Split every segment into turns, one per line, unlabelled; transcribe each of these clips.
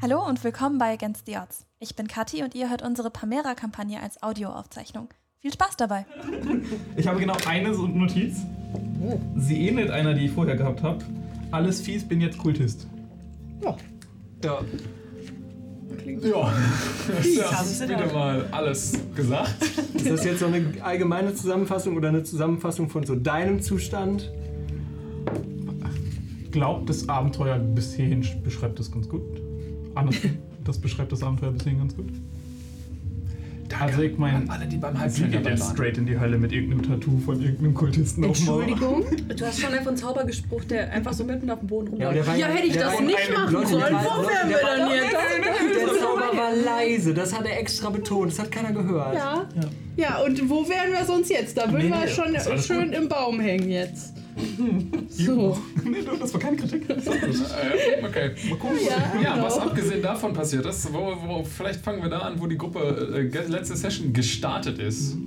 Hallo und willkommen bei Against the Odds. Ich bin Kathi und ihr hört unsere Pamera-Kampagne als Audioaufzeichnung. Viel Spaß dabei!
Ich habe genau eine so- Notiz.
Oh.
Sie ähnelt einer, die ich vorher gehabt habe. Alles fies, bin jetzt Kultist.
Ja.
Ja. Ja. Das
haben
ist wieder mal alles gesagt.
Ist das jetzt so eine allgemeine Zusammenfassung oder eine Zusammenfassung von so deinem Zustand?
Glaubt, das Abenteuer bis hierhin beschreibt es ganz gut. Andersrum, das beschreibt das Abenteuer bis hierhin ganz gut. Also ich meine,
Alle, die beim
sie
Halbfinale
geht jetzt
waren.
straight in die Hölle mit irgendeinem Tattoo von irgendeinem Kultisten auf dem Maul.
Entschuldigung, du hast schon einfach einen Zauber gesprochen, der einfach so mitten auf dem Boden rumlag.
Ja, aber der
Ja,
war ja-
hätte ich
der
das
war
nicht
einem
machen
Block-
sollen,
der war-
wo wären
der
wir
war-
dann jetzt?
Der Zauber war leise, das hat er extra betont, das hat keiner gehört.
Ja. ja, und wo wären wir sonst jetzt? Da würden
Nee,
wir
nee, ist
schon
alles
schön
gut.
im Baum hängen jetzt. So.
nee, du, das war keine Kritik.
Äh, okay.
Mal gucken.
Ja,
Ja,
genau.
was abgesehen davon passiert ist, wo, wo, vielleicht fangen wir da an, wo die Gruppe äh, ge- letzte Session gestartet ist.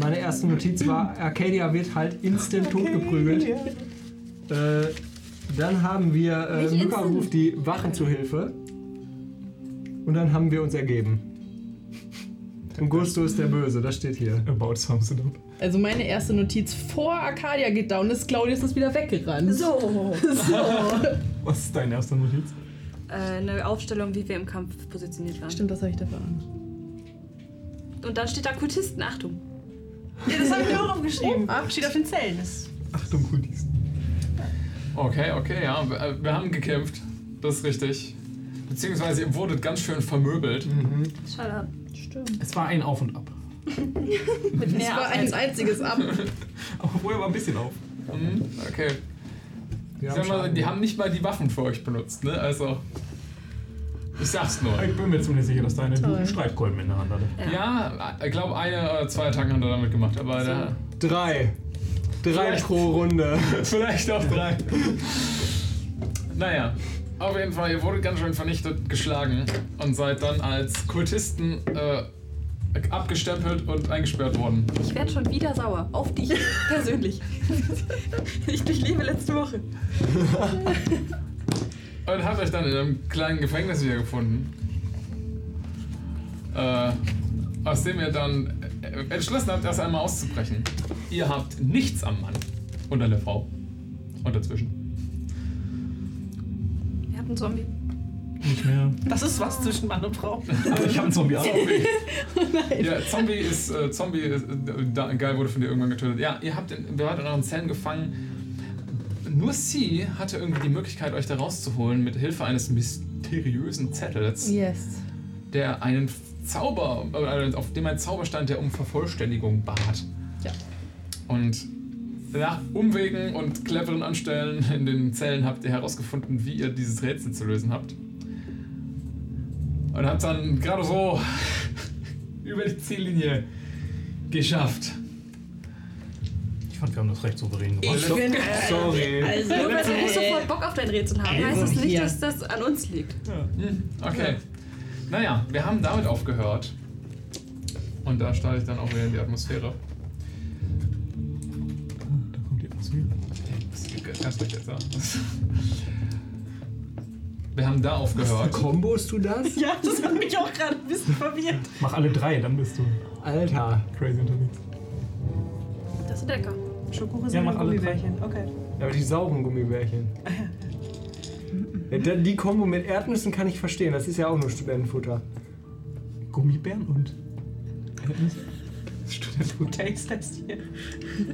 Meine erste Notiz war, Arcadia wird halt instant totgeprügelt. Äh, dann haben wir äh,
Nicht
Mücka
instant.
ruft die Wachen zu Hilfe. Und dann haben wir uns ergeben. Und Gusto ist der Böse, das steht hier.
About sums it up.
Also meine erste Notiz vor Arcadia geht down ist, Claudius ist wieder weggerannt.
So,
Was ist deine erste Notiz?
äh, eine Aufstellung, wie wir im Kampf positioniert waren.
Stimmt, das habe ich da verahnt.
Und dann steht da Kultisten, Achtung.
Ja, das habe ich mir auch aufgeschrieben.
Oh,
Steht auf den Zellen. Das
Achtung, Kultisten.
Okay, okay, ja, wir, äh, wir haben gekämpft. Das ist richtig. Beziehungsweise ihr wurdet ganz schön vermöbelt.
Schade.
Es war ein Auf und Ab.
Mit
Das
mehr
war
als
also.
ein einziges Ab.
Aber vorher war ein bisschen auf.
Mhm, okay.
Wir
Ich sag mal,
Schaden
die haben nicht mal die Waffen für euch benutzt, ne? Also. Ich sag's nur.
Ich bin mir ziemlich sicher, dass deine
Toll.
einen Streitkolben in der Hand hatte.
Ja, äh, ich glaube, eine oder zwei Attacken hat er damit gemacht, aber der,
Drei. Drei
Vielleicht-
pro Runde.
Vielleicht auch drei. naja, auf jeden Fall, ihr wurdet ganz schön vernichtet, geschlagen und seid dann als Kultisten äh, abgestempelt und eingesperrt worden.
Ich werde schon wieder sauer. Auf dich persönlich. ich durchlebe letzte Woche.
Und habt euch dann in einem kleinen Gefängnis wiedergefunden. Äh, aus dem ihr dann äh, entschlossen habt, erst einmal auszubrechen. Ihr habt nichts am Mann und an der Frau. Und dazwischen.
Wir hatten Zombie.
Nicht mehr.
das ist was zwischen Mann und Frau.
Aber ich hab einen Zombie.
Zombie. Ja, Zombie ist, äh, Zombie ist, äh, da, geil wurde von dir irgendwann getötet. Ja, ihr habt in, ihr wart in euren Zellen gefangen. Nur sie hatte irgendwie die Möglichkeit, euch da rauszuholen mit Hilfe eines mysteriösen Zettels,
Yes.
der einen Zauber, äh, auf dem ein Zauber stand, der um Vervollständigung bat.
Ja.
Und nach Umwegen und cleveren Anstellen in den Zellen habt ihr herausgefunden, wie ihr dieses Rätsel zu lösen habt. Und habt dann gerade so über die Ziellinie geschafft.
Ich fand, wir haben das recht souverän gemacht.
Ich bin
Sorry.
also
Nur weil wir nicht sofort Bock auf dein Rätsel haben, heißt es
Also
nicht,
hier.
dass das an uns liegt.
Hm, okay. Naja, wir haben damit aufgehört. Und da starte ich dann auch wieder in die Atmosphäre.
Da kommt die Atmosphäre.
Ganz recht jetzt, ja. Wir haben da aufgehört.
Kombost du das?
Ja, das hat mich auch gerade ein bisschen verwirrt.
Mach alle drei, dann bist du
Alter.
crazy unterwegs.
Das ist lecker.
Schokokuchen
Ja, mach alle drei.
Okay.
Ja, Aber die sauren Gummibärchen. Ja, da- die Kombo mit Erdnüssen kann ich verstehen, das ist ja auch nur Studentenfutter.
Gummibären und. Erdnüsse. Studentenfutter.
Tasteless hier.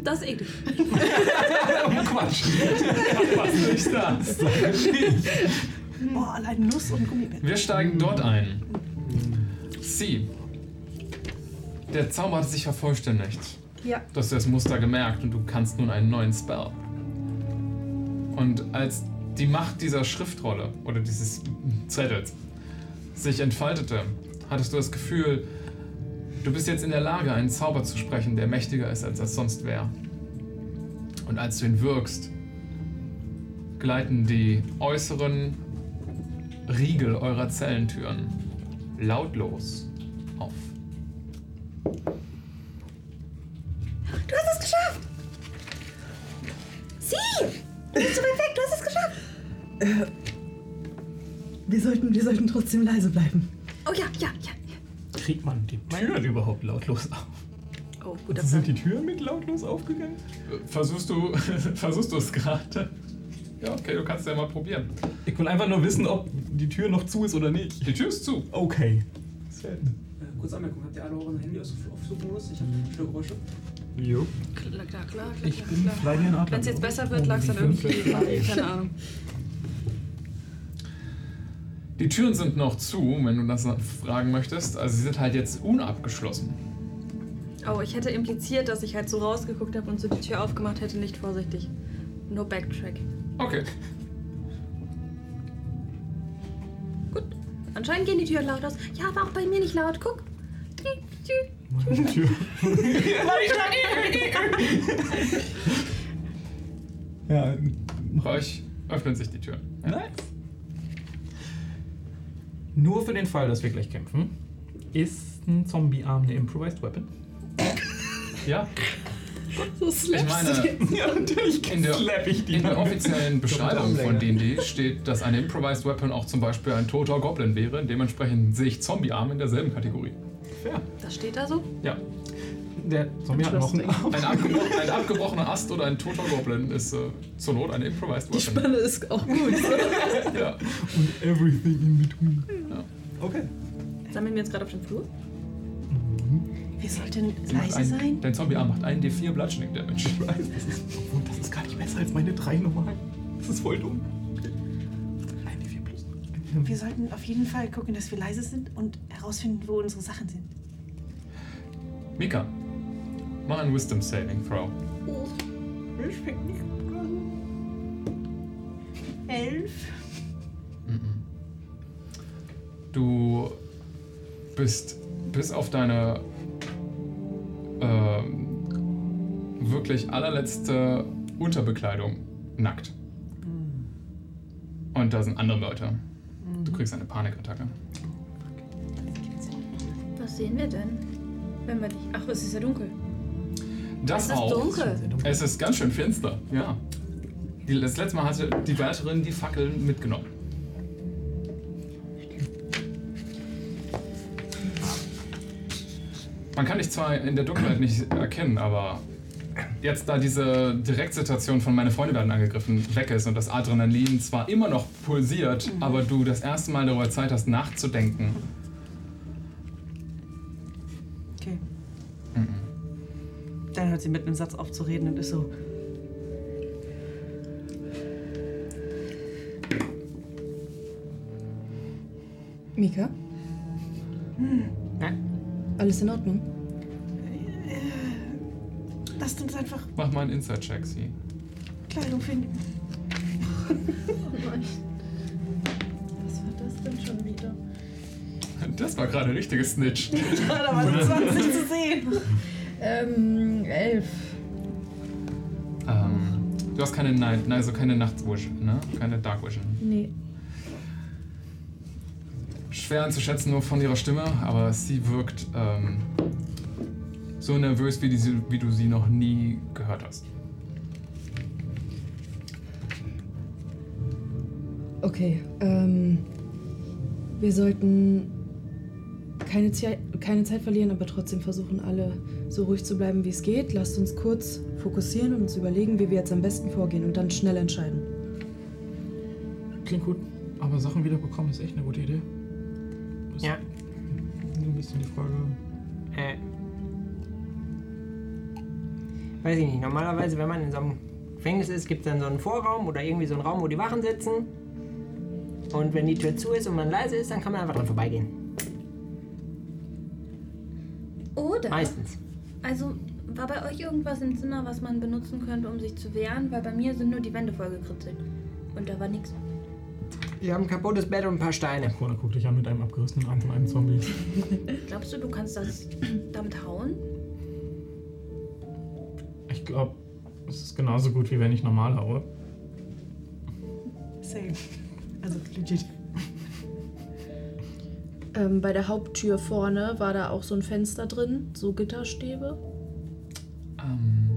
Das ist eklig.
Oh,
Quatsch! Was ist das?
Boah, allein Nuss und Gummibärchen.
Wir steigen dort ein. Sie. Der Zauber hat sich vervollständigt.
Ja.
Du hast das Muster gemerkt und du kannst nun einen neuen Spell. Und als die Macht dieser Schriftrolle oder dieses Zettels sich entfaltete, hattest du das Gefühl, du bist jetzt in der Lage, einen Zauber zu sprechen, der mächtiger ist, als er sonst wäre. Und als du ihn wirkst, gleiten die äußeren Riegel eurer Zellentüren lautlos auf.
Du hast es geschafft! Sie! Du bist so weit weg, du hast es geschafft!
Äh, Wir sollten, wir sollten trotzdem leise bleiben.
Oh ja, ja, ja. ja.
Kriegt man die Türen überhaupt lautlos auf?
Oh, guter
Sind
Plan.
die Türen mit lautlos aufgegangen?
Versuchst du, versuchst du es gerade? Ja, okay, du kannst ja mal probieren.
Ich will einfach nur wissen, ob die Tür noch zu ist oder nicht.
Die Tür ist zu.
Okay.
Äh, kurze Anmerkung, habt ihr alle euren Handy auf Suchmodus? Ich habe viele Geräusche.
Jo.
Klar, klar, klar, klar,
Ich
klar,
bin
klar.
leider in
Wenn
Adler.
es jetzt besser wird, lag es dann irgendwie. Keine Ahnung.
Die Türen sind noch zu, wenn du das fragen möchtest. Also sie sind halt jetzt unabgeschlossen.
Oh, ich hätte impliziert, dass ich halt so rausgeguckt habe und so die Tür aufgemacht hätte, nicht vorsichtig. No backtrack.
Okay.
Anscheinend gehen die Türen laut aus. Ja, war auch bei mir nicht laut. Guck.
Die Tür. ja,
Bei euch öffnen sich die Türen.
Nice. Nur für den Fall, dass wir gleich kämpfen, ist ein Zombie-Arm eine Improvised Weapon?
Ja,
So
ich
slapst du
meine,
Ja, natürlich
In der-
slap ich die
in der
damit.
offiziellen Beschreibung von D&D steht, dass eine Improvised Weapon auch zum Beispiel ein toter Goblin wäre. Dementsprechend sehe ich Zombie-Arme in derselben Kategorie.
Das steht da so.
Ja,
Der Zombie hat noch einen Arm.
ein, abgebro ein abgebrochener Ast oder ein toter Goblin ist äh, zur Not eine Improvised
Die
Weapon.
Spanne ist auch gut.
Ja.
Und everything in between.
Ja.
Okay.
Sammeln wir uns gerade auf dem Flur?
Wir sollten
Sie macht
leise
ein-
sein.
Dein Zombie-Arm macht einen D4 Bludgeoning Damage.
Das ist, obwohl, das ist gar nicht besser als meine drei normalen. Das ist voll dumm. Eine 4 plus.
Wir sollten auf jeden Fall gucken, dass wir leise sind und herausfinden, wo unsere Sachen sind.
Mika, mach ein Wisdom Saving Throw.
Oh,
Elf.
Mhm. Du bist bis auf deine ähm, wirklich allerletzte Unterbekleidung nackt.
Hm.
Und da sind andere Leute. Du kriegst eine Panikattacke.
Was sehen wir denn? Wenn wir dich. Ach, es ist ja dunkel.
Das
Es ist
auch.
dunkel.
Es ist ganz schön finster, ja. Die, das letzte Mal hatte die Wärterin die Fackeln mitgenommen. Man kann dich zwar in der Dunkelheit nicht erkennen, aber jetzt, da diese Direktsituation von meine Freunde werden angegriffen weg ist und das Adrenalin zwar immer noch pulsiert, aber du das erste Mal darüber Zeit hast, nachzudenken,
Okay.
Mhm.
Dann hört sie mit einem Satz auf zu reden und ist so.
Mika?
Ja?
Alles in Ordnung?
Lasst uns einfach
mach mal einen Inside-Check, sie.
Kleidung finden.
Was war das denn schon wieder?
Das war gerade ein richtiges Snitch.
Ja, da waren 20 um zu sehen.
Ähm, elf.
Ähm, du hast keine Night, nein, also keine Nachtvision, ne? Keine Dark Vision.
Nee.
Schwer anzuschätzen nur von ihrer Stimme, aber sie wirkt ähm, so nervös, wie, die, sie- wie du sie noch nie gehört hast.
Okay, ähm. Wir sollten keine, Zei- keine Zeit verlieren, aber trotzdem versuchen, alle so ruhig zu bleiben, wie es geht. Lasst uns kurz fokussieren und uns überlegen, wie wir jetzt am besten vorgehen und dann schnell entscheiden.
Klingt gut, aber Sachen wiederbekommen ist echt eine gute Idee. Das
Ja.
Nur ein bisschen die Frage.
Äh. Weiß ich nicht. Normalerweise, wenn man in so einem Gefängnis ist, gibt es dann so einen Vorraum oder irgendwie so einen Raum, wo die Wachen sitzen. Und wenn die Tür zu ist und man leise ist, dann kann man einfach dran vorbeigehen.
Oder?
Meistens.
Also, war bei euch irgendwas im Zimmer, was man benutzen könnte, um sich zu wehren? Weil bei mir sind nur die Wände vollgekritzelt. Und da war nichts.
Wir haben ein kaputtes Bett und ein paar Steine.
Corona guckt dich an mit einem abgerissenen Arm von einem Zombie.
Glaubst du, du kannst das damit hauen?
Ich glaube, es ist genauso gut, wie wenn ich normal haue.
Same. Also legit.
Ähm, bei der Haupttür vorne war da auch so ein Fenster drin, so Gitterstäbe.
Ähm,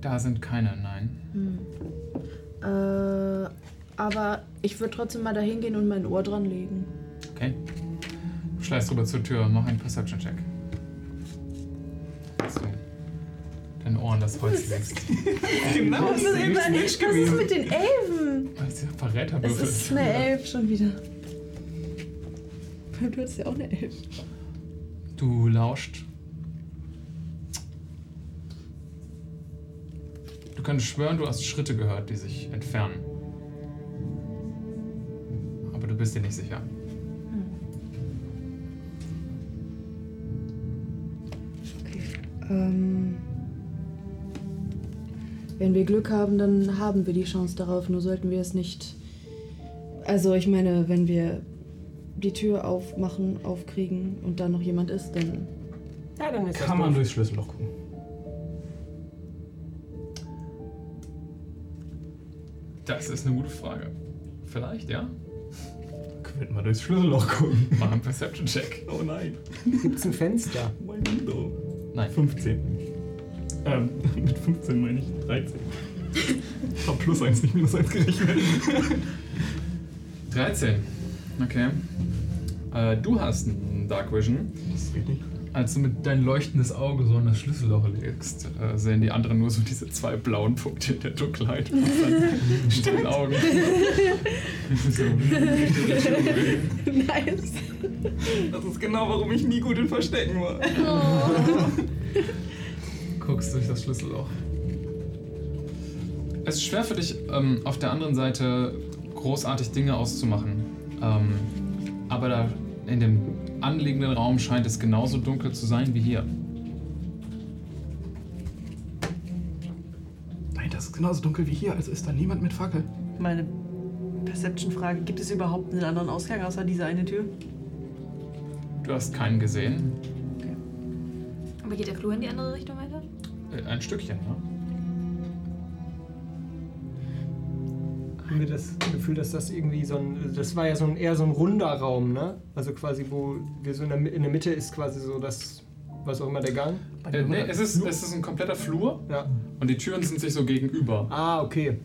da sind keine, nein.
Äh,
aber ich würde trotzdem mal dahin gehen und mein Ohr dran legen.
Okay. Du schleichst rüber zur Tür, mach einen Perception-Check. Als du deine Ohren das Holz legst.
Genau, das ist immer nicht. Was ist mit den Elfen?
Als der Verräter
Es ist eine Elf schon wieder. Du hattest ja auch eine Elf.
Du lauscht. Du kannst schwören, du hast Schritte gehört, die sich entfernen. Aber du bist dir nicht sicher.
Ähm, wenn wir Glück haben, dann haben wir die Chance darauf. Nur sollten wir es nicht. Also ich meine, wenn wir die Tür aufmachen, aufkriegen und da noch jemand ist, dann
Ja, dann ist
Kann
das
man
doof.
durchs Schlüsselloch gucken.
Das ist eine gute Frage. Vielleicht, ja?
Könnte man durchs Schlüsselloch gucken.
Mach einen Perception-Check.
Oh nein.
Gibt's ein Fenster?
Mein Window.
Nein.
15. Ähm, mit 15 meine ich 13. Ich hab plus 1, nicht minus 1 gerechnet.
13. Okay. Äh, du hast einen Dark Vision.
Das geht nicht.
Als du mit dein leuchtendes Auge so in das Schlüsselloch legst, äh, sehen die anderen nur so diese zwei blauen Punkte in der Dunkelheit. Und dann stillen Augen. so.
nice.
Das ist genau, warum ich nie gut in Verstecken war.
guckst durch das Schlüsselloch. Es ist schwer für dich, ähm, auf der anderen Seite großartig Dinge auszumachen. Ähm, aber da in dem anliegenden Raum scheint es genauso dunkel zu sein wie hier.
Nein, das ist genauso dunkel wie hier, also ist da niemand mit Fackel.
Meine Perception-Frage: Gibt es überhaupt einen anderen Ausgang außer diese eine Tür?
Du hast keinen gesehen.
Aber geht der Flur in die andere Richtung weiter?
Äh, Ein Stückchen, ne?
Haben wir das Gefühl, dass das irgendwie so ein. Das war ja so ein, eher so ein runder Raum, ne? Also quasi, wo wir so in der, Mi- in der Mitte ist quasi so das, was auch immer der Gang.
Äh, nee, es ist, es ist ein kompletter Flur
Ja.
und die Türen sind sich so gegenüber.
Ah, okay.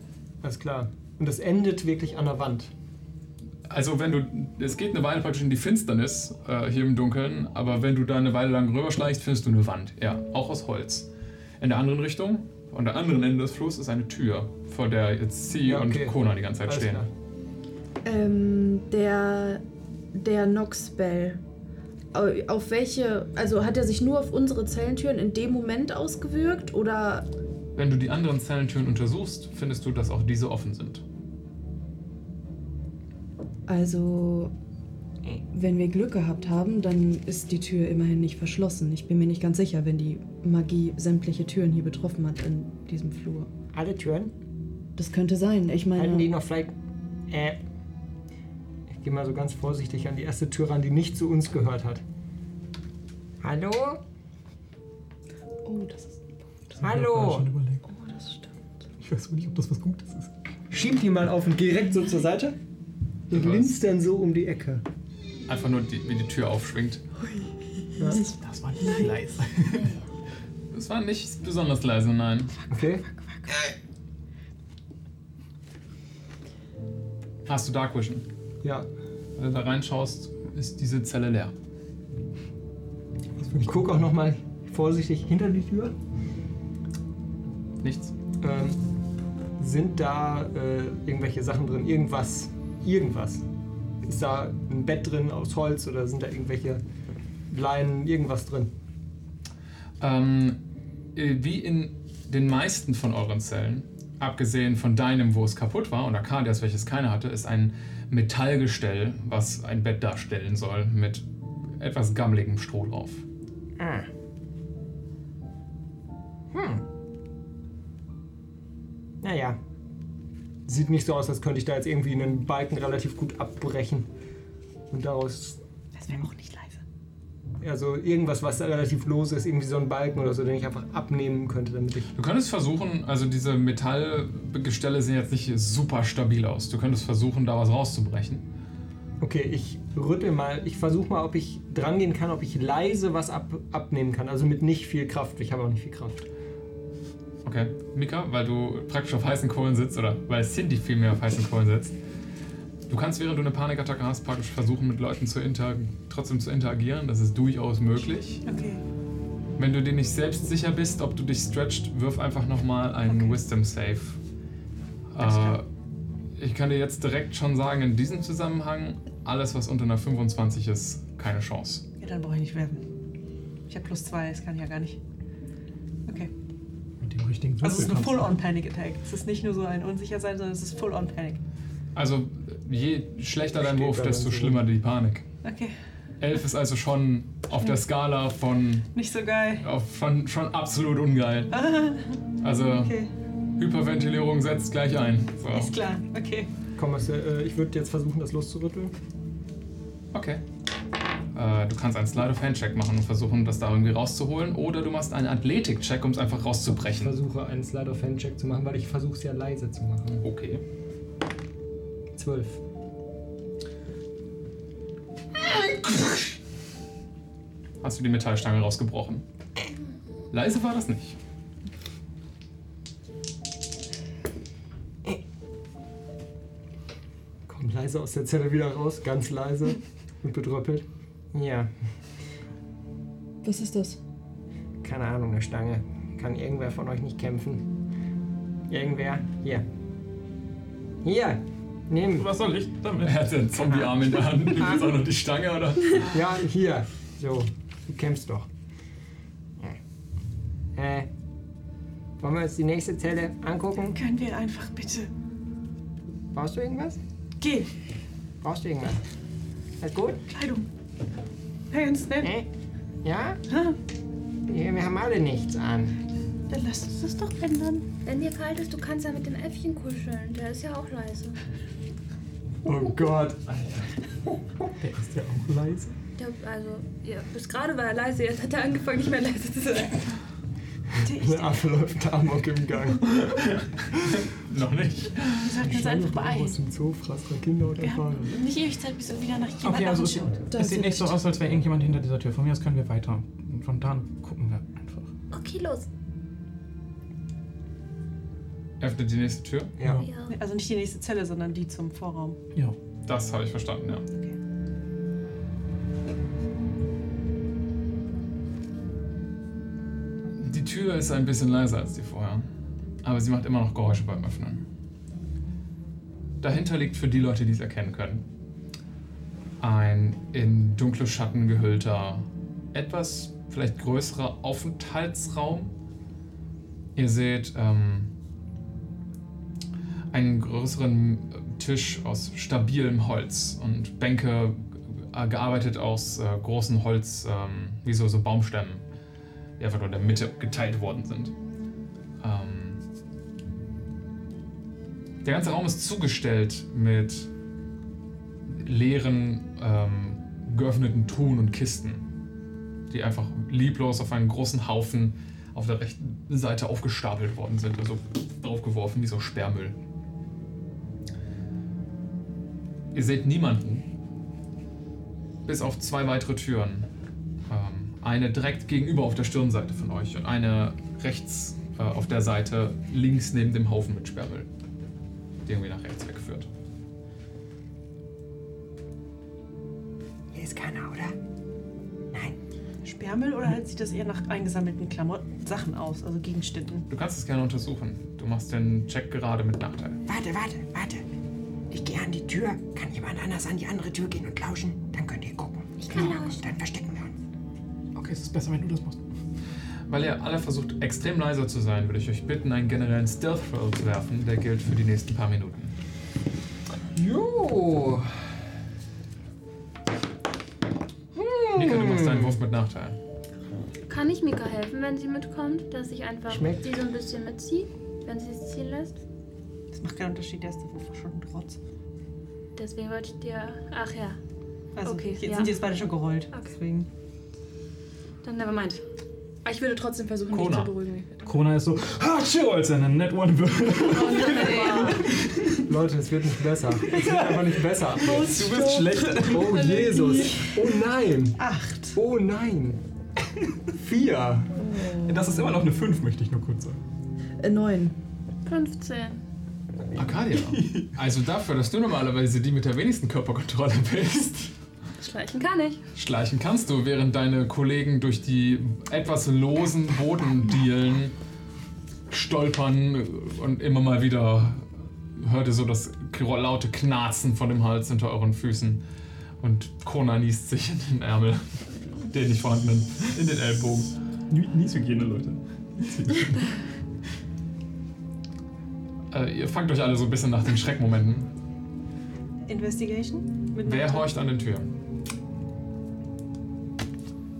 Alles klar. Und das endet wirklich an der Wand.
Also wenn du, es geht eine Weile praktisch in die Finsternis äh, hier im Dunkeln, aber wenn du da eine Weile lang rüberschleichst, findest du eine Wand, ja, auch aus Holz. In der anderen Richtung, an der anderen Ende des Flusses ist eine Tür, vor der jetzt Sie
Ja, okay.
und Kona die ganze Zeit
Alles
stehen.
klar.
Ähm, der, der Nox-Bell. Au- Auf welche, also hat er sich nur auf unsere Zellentüren in dem Moment ausgewirkt oder
Wenn du die anderen Zellentüren untersuchst, findest du, dass auch diese offen sind.
also wenn wir Glück gehabt haben, dann ist die Tür immerhin nicht verschlossen. Ich bin mir nicht ganz sicher, wenn die Magie sämtliche Türen hier betroffen hat in diesem Flur.
Alle Türen
Das könnte sein. Ich meine,
halten die noch vielleicht. Äh. Ich gehe mal so ganz vorsichtig an die erste Tür ran, die nicht zu uns gehört hat. Hallo?
oh, das ist
Hallo?
Oh, das stimmt. Ich weiß wohl nicht, ob das was Gutes ist.
Schieb die mal auf und geh direkt so zur Seite. Und
Was?
linst dann so um die Ecke.
Einfach nur, die, wie die Tür aufschwingt.
Das war nicht leise.
Es war nicht besonders leise, nein.
Okay.
Hast du Dark Vision?
Ja.
Wenn du da reinschaust, ist diese Zelle leer.
Ich gucke auch nochmal vorsichtig hinter die Tür.
Nichts.
Ähm, sind da äh, irgendwelche Sachen drin? Irgendwas? Irgendwas? Ist da ein Bett drin aus Holz oder sind da irgendwelche Leinen, irgendwas drin?
Ähm, äh, wie in den meisten von euren Zellen, abgesehen von deinem, wo es kaputt war, und Arcadias, welches keine hatte, ist ein Metallgestell, was ein Bett darstellen soll, mit etwas gammeligem Stroh drauf.
Naja. Sieht nicht so aus, als könnte ich da jetzt irgendwie einen Balken relativ gut abbrechen. Und daraus,
Das wäre auch nicht leise.
also irgendwas, was da relativ los ist, irgendwie so ein Balken oder so, den ich einfach abnehmen könnte, damit ich.
Du könntest versuchen, also diese Metallgestelle sehen jetzt nicht super stabil aus. Du könntest versuchen, da was rauszubrechen.
Okay, ich rüttel mal, ich versuche mal, ob ich drangehen kann, ob ich leise was ab, abnehmen kann. Also mit nicht viel Kraft. Ich habe auch nicht viel Kraft.
Okay, Mika, weil du praktisch auf heißen Kohlen sitzt oder weil Cindy vielmehr auf heißen Kohlen sitzt. Du kannst, während du eine Panikattacke hast, praktisch versuchen, mit Leuten zu inter trotzdem zu interagieren. Das ist durchaus möglich.
Okay.
Äh.
Wenn du dir nicht selbst sicher bist, ob du dich stretcht, wirf einfach nochmal einen Wisdom Save. Äh, ich kann dir jetzt direkt schon sagen, in diesem Zusammenhang, alles, was unter einer 25 ist, keine Chance.
Ja, dann brauche ich nicht werfen. Ich habe plus zwei, das kann ich ja gar nicht. Okay.
Mit dem richtigen
Also es ist eine
kannst du-
Full-on-Panic-Attack. Es ist nicht nur so ein Unsichersein, sondern es ist Full-on-Panic.
Also, je schlechter dein
Steht
Wurf,
bei
desto
uns.
schlimmer die Panik.
Okay.
11 ist also schon auf der Skala von,
Nicht so geil.
auf, schon, schon absolut ungeil.
Ah,
Also,
okay.
Hyperventilierung setzt gleich ein. So.
Ist klar. Okay.
Komm, Marcel, äh, ich würde jetzt versuchen, das loszurütteln.
Okay. Äh, du kannst einen Slide-of-Hand-Check machen und versuchen, das da irgendwie rauszuholen. Oder du machst einen Athletik-Check, um es einfach
Ich
rauszubrechen.
versuche einen Slide-of-Hand-Check zu machen, weil ich versuche es ja leise zu machen.
Okay.
Zwölf.
Hast du die Metallstange rausgebrochen? Leise war das nicht.
Komm leise aus der Zelle wieder raus, ganz leise und bedröppelt.
Ja,
Was ist das?
keine Ahnung, eine Stange. Kann irgendwer von euch nicht kämpfen? Irgendwer? Hier. Hier! Nehmen.
Was soll ich damit?
Er hatte einen Zombie-Arm in der Hand. Nimmt jetzt auch noch die Stange, oder?
Ja, hier. So, du kämpfst doch. Äh, wollen wir uns die nächste Zelle angucken?
Können wir einfach bitte.
Brauchst du irgendwas?
Geh.
Brauchst du irgendwas? Alles gut?
Kleidung. Hey, uns nett.
Äh? Ja?
Ah,
Wir wir haben alle nichts an.
Dann lass uns das doch ändern.
Wenn dir kalt ist, du kannst ja mit dem Äffchen kuscheln. Der ist ja auch leise.
Oh Gott. Der ist ja auch leise.
Der, also, ja, bis gerade war er leise, jetzt hat er angefangen, nicht mehr leise zu sein.
Der Affe läuft Amok im Gang.
noch nicht.
Wir sollten uns einfach beeilen.
Aus dem Zoo frisst er Kinder oder
Wir
Fahrrad.
haben nicht ewig Zeit, bis er wieder nach jemand
Okay, also
anderem
es,
schaut.
Da
es
ist
sieht nicht so
recht.
aus, als wäre irgendjemand hinter dieser Tür. Von mir aus können wir weiter. Und von da an gucken wir einfach.
Okay, los.
Öffnet die nächste Tür.
Ja.
Ja.
Also nicht die nächste Zelle, sondern die zum Vorraum.
Ja.
Das habe ich verstanden, ja.
Okay.
Die Tür ist ein bisschen leiser als die vorher, aber sie macht immer noch Geräusche beim Öffnen. Dahinter liegt für die Leute, die es erkennen können, ein in dunkle Schatten gehüllter, etwas vielleicht größerer Aufenthaltsraum. Ihr seht ähm, einen größeren äh, Tisch aus stabilem Holz und Bänke äh, gearbeitet aus äh, großen Holz, ähm, wie so, so Baumstämmen die einfach nur in der Mitte geteilt worden sind. Ähm, der ganze Raum ist zugestellt mit leeren, ähm, geöffneten Truhen und Kisten, die einfach lieblos auf einen großen Haufen auf der rechten Seite aufgestapelt worden sind, also draufgeworfen wie so Sperrmüll. Ihr seht niemanden, bis auf zwei weitere Türen. Ähm, eine direkt gegenüber auf der Stirnseite von euch und eine rechts äh, auf der Seite links neben dem Haufen mit Sperrmüll, die irgendwie nach rechts wegführt.
Hier ist keiner, oder?
Sperrmüll oder halt sieht das eher nach eingesammelten Klamotten, Sachen aus, also Gegenständen?
Du kannst es gerne untersuchen. Du machst den Check gerade mit Nachteil.
Warte, warte, warte. Ich gehe an die Tür. Kann jemand anders an die andere Tür gehen und lauschen? Dann könnt ihr gucken. Ich
kann lauschen.
Dann verstecken wir uns.
Okay, es ist besser, wenn du das machst.
Weil ihr alle versucht, extrem leise zu sein, würde ich euch bitten, einen generellen Stealth-Roll zu werfen. Der gilt für die nächsten paar Minuten.
Jo. Hm.
Nika, du machst deinen Wurf mit Nachteil.
Kann ich Mika helfen, wenn sie mitkommt, dass ich einfach
Schmeckt.
sie so ein bisschen mitziehe, wenn sie es ziehen lässt?
Das macht keinen Unterschied, der ist davon schon trotz.
Deswegen wollte ich dir. Ach ja,
Also
Okay,
jetzt
ja.
sind die jetzt beide schon gerollt.
Okay.
Deswegen.
dann nevermind.
Ich würde trotzdem versuchen, dich zu
Kona.
beruhigen.
Corona ist so, ha, chill, als in a net one wird.
Leute, es wird nicht besser. Es wird einfach nicht besser.
Du bist schlecht.
Oh Jesus. Oh nein.
Acht.
Oh nein. Vier.
Das ist immer noch eine 5, möchte ich nur kurz sagen.
Äh, neun.
15.
Arcadia. Also dafür, dass du normalerweise die mit der wenigsten Körperkontrolle bist.
Schleichen kann ich.
Schleichen kannst du, während deine Kollegen durch die etwas losen Bodendielen stolpern und immer mal wieder hört ihr so das laute Knarzen von dem Hals hinter euren Füßen. Und Kona niest sich in den Ärmel, den nicht vorhandenen, in den Ellbogen.
Nieshygiene, Leute.
Äh, ihr fangt euch alle so ein bisschen nach den Schreckmomenten.
Investigation? Mit
Wer
Nachteil?
horcht an den Türen?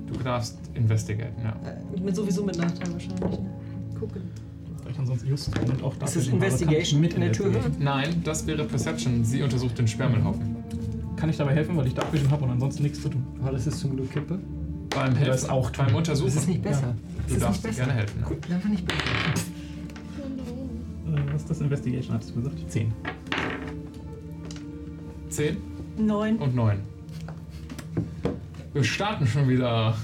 Du darfst investigaten, ja.
Äh, Mit sowieso mit Nachteil wahrscheinlich. Ne? Gucken.
Ich kann sonst Just tun und auch da.
Ist das Investigation mit in der Tür?
Nein, das wäre Perception. Sie untersucht den Spermelhaufen.
Kann ich dabei helfen, weil ich Darkvision habe und ansonsten nichts zu tun?
Aber das ist zum Glück Kippe.
Beim
das
Helfen
auch tun.
beim Untersuchen.
Das ist nicht besser.
du
das
darfst
ist nicht besser.
gerne helfen. Ja.
Gut, einfach nicht besser.
Äh, was ist das Investigation, hattest du gesagt? Zehn.
10
Neun.
und 9. Wir starten schon wieder.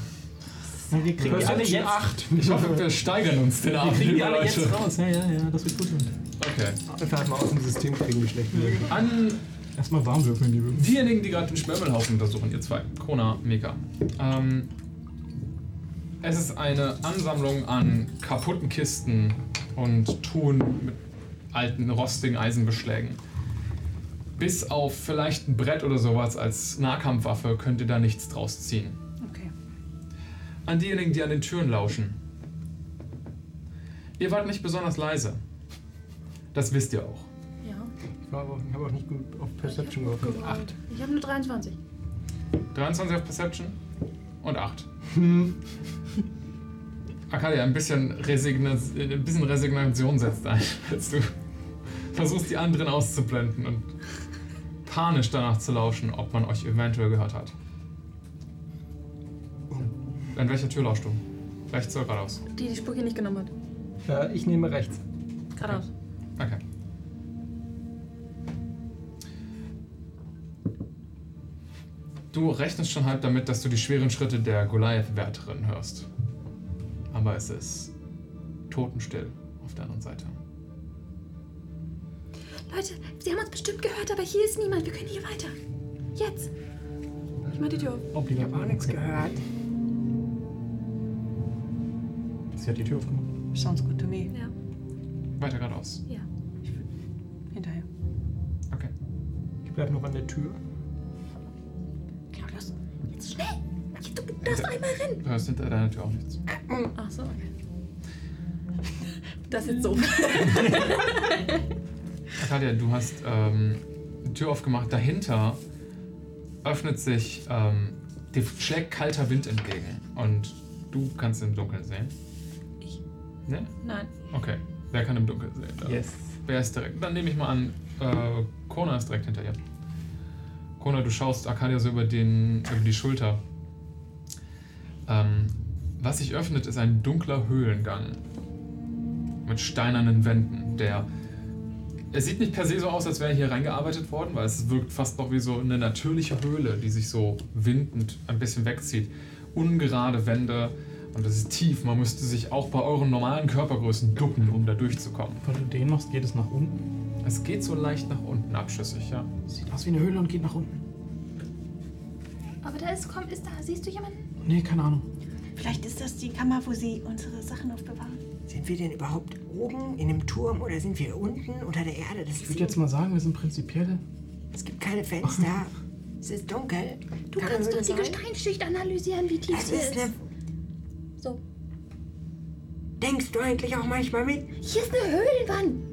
Na, wir kriegen die alle
Perception
jetzt.
8. Ich hoffe, wir steigern uns den
Wir
Abend,
kriegen die
liebe
alle jetzt
Leute.
raus. Ja, ja,
äh,
ja, das wird gut.
Okay.
Einfach mal aus dem System kriegen wir schlecht.
An
Erstmal warm würfeln, liebe.
Diejenigen, die gerade den Sperrmüllhaufen untersuchen, ihr zwei. Kona, Mika. Ähm, es ist eine Ansammlung an kaputten Kisten und Truhen mit alten, rostigen Eisenbeschlägen. Bis auf vielleicht ein Brett oder sowas als Nahkampfwaffe könnt ihr da nichts draus ziehen.
Okay.
An diejenigen, die an den Türen lauschen. Ihr wart nicht besonders leise. Das wisst ihr auch.
Ja.
Ich war aber auch- ich habe auch nicht gut auf Perception geworfen.
Acht. Ich habe nur 23.
23 auf Perception und 8. Arcadia, ein bisschen, Resigna ein bisschen Resignation setzt ein, als du versuchst, die anderen auszublenden und panisch danach zu lauschen, ob man euch eventuell gehört hat. An welcher Tür lauscht du? Rechts oder geradeaus?
Die die Spooky nicht genommen hat.
Äh, ich nehme rechts.
Geradeaus.
Okay. Du rechnest schon halb damit, dass du die schweren Schritte der Goliath-Wärterin hörst. Aber es ist totenstill auf der anderen Seite.
Leute, sie haben uns bestimmt gehört, aber hier ist niemand. Wir können hier weiter. Jetzt. Ich mach die Tür auf.
Ob ich habe auch nichts
gehört.
Sie hat die Tür aufgemacht.
Sounds good to me.
Ja.
Weiter geradeaus.
Hinterher.
Okay.
Ich bleibe noch an der Tür.
Claudius, jetzt schnell. Du darfst einmal rennen.
Du hörst hinter deiner Tür auch nichts.
Ach so, okay. Das ist jetzt so.
Arcadia, du hast ähm, die Tür aufgemacht. Dahinter öffnet sich, ähm, dir schlägt kalter Wind entgegen. Und du kannst im Dunkeln sehen.
Ich?
Ne?
Nein.
Okay. Wer kann im Dunkeln sehen? Da- Wer ist direkt? Dann nehme ich mal an, äh, Kona ist direkt hinter ihr. Kona, du schaust Arcadia so über, den, über die Schulter. Ähm, was sich öffnet, ist ein dunkler Höhlengang. Mit steinernen Wänden, der. Es sieht nicht per se so aus, als wäre hier reingearbeitet worden, weil es wirkt fast noch wie so eine natürliche Höhle, die sich so windend ein bisschen wegzieht. Ungerade Wände und es ist tief. Man müsste sich auch bei euren normalen Körpergrößen ducken, um da durchzukommen.
Wenn du den machst, geht es nach unten.
Es geht so leicht nach unten, abschüssig, ja.
Sieht aus wie eine Höhle und geht nach unten.
Aber da ist, komm, ist da. Siehst du jemanden?
Nee, keine Ahnung.
Vielleicht ist das die Kammer, wo sie unsere Sachen aufbewahren.
Sind wir denn überhaupt oben in einem Turm oder sind wir unten unter der Erde? Das
Ich
ist
würde jetzt mal sagen, wir sind prinzipiell.
Es gibt keine Fenster. es ist dunkel.
Du
Kann
kannst
Höhle
doch die
sein?
Gesteinsschicht analysieren, wie tief
Das
sie ist.
ist eine.
So.
Denkst du eigentlich auch manchmal mit?
Hier ist eine Höhlenwand.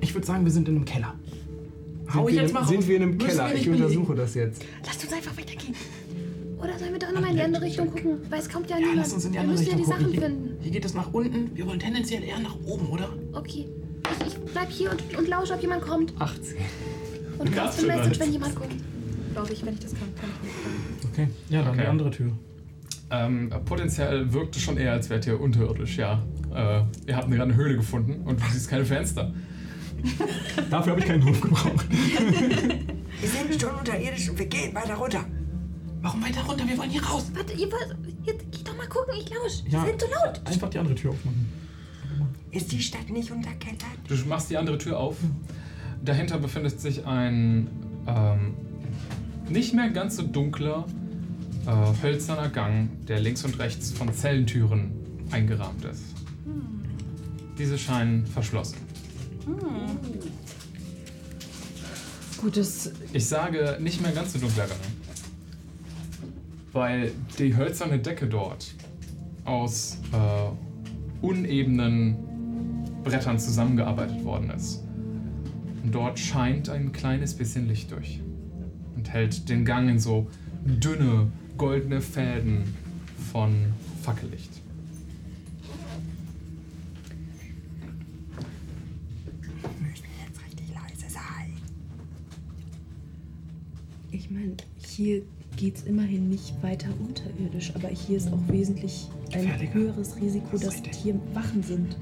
Ich würde sagen, wir sind in einem Keller.
Sind, wir, in- sind wir in einem Keller? Ich untersuche das jetzt.
Lasst uns einfach weitergehen.
Oder sollen wir doch nochmal in die andere Richtung gucken? Weil es kommt ja,
Ja,
niemand.
lass uns in die
wir
andere
müssen
Richtung
ja die
gucken.
Sachen
Hier,
finden.
hier geht es nach unten. Wir wollen tendenziell eher nach oben, oder?
Okay. Ich, ich bleib hier und, und lausche, ob jemand kommt.
18.
Und
Ja,
kannst du Message,
vielleicht.
wenn jemand kommt.
Glaube ich, wenn ich das kann. kann ich nicht.
Okay. Ja, dann
Okay.
die andere Tür.
Ähm, potenziell wirkt es schon eher, als wärt ihr unterirdisch, ja. Äh, ihr habt gerade eine Höhle gefunden und du siehst keine Fenster.
Dafür habe ich keinen Wurf gebraucht.
Wir sind schon unterirdisch und wir gehen weiter runter.
Warum weiter runter? Wir wollen hier raus.
Warte, ihr wollt. Jetzt geht doch mal gucken, ich lausche.
Ja.
Die sind zu laut.
Einfach die andere Tür aufmachen.
Ist die Stadt nicht unterkellert?
Du machst die andere Tür auf. Dahinter befindet sich ein ähm, nicht mehr ganz so dunkler, äh, hölzerner Gang, der links und rechts von Zellentüren eingerahmt ist. Diese scheinen verschlossen.
Gutes.
Ich sage nicht mehr ganz so dunkler Gang, weil die hölzerne Decke dort aus äh, unebenen Brettern zusammengearbeitet worden ist. Und dort scheint ein kleines bisschen Licht durch und hält den Gang in so dünne, goldene Fäden von Fackellicht.
Ich meine, hier geht's immerhin nicht weiter unterirdisch, aber hier ist auch wesentlich ein
Gefährlicher.
höheres Risiko, dass hier Wachen sind.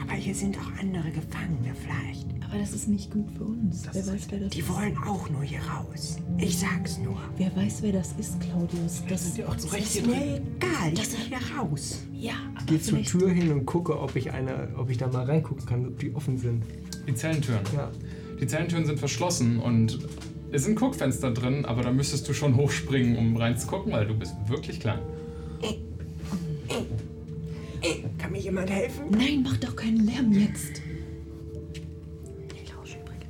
Aber hier sind auch andere Gefangene vielleicht.
Aber das ist nicht gut für uns. wer weiß, wer das
Die
ist.
wollen auch nur hier raus. Ich sag's nur.
Wer weiß, wer das ist, Claudius. Das
sind ja auch zu
das
Recht
ist
hier
mir
drin.
egal.
Ich will hier raus.
Ja, aber
Geh zur
vielleicht-
Tür hin und gucke, ob ich eine, ob ich da mal reingucken kann, ob die offen sind.
Die Zellentüren.
Ja.
Die Zellentüren sind verschlossen und es sind Guckfenster drin, aber da müsstest du schon hochspringen, um reinzugucken, weil du bist wirklich klein.
Kann mir jemand helfen?
Nein, mach doch keinen Lärm jetzt.
Ich lausche übrigens.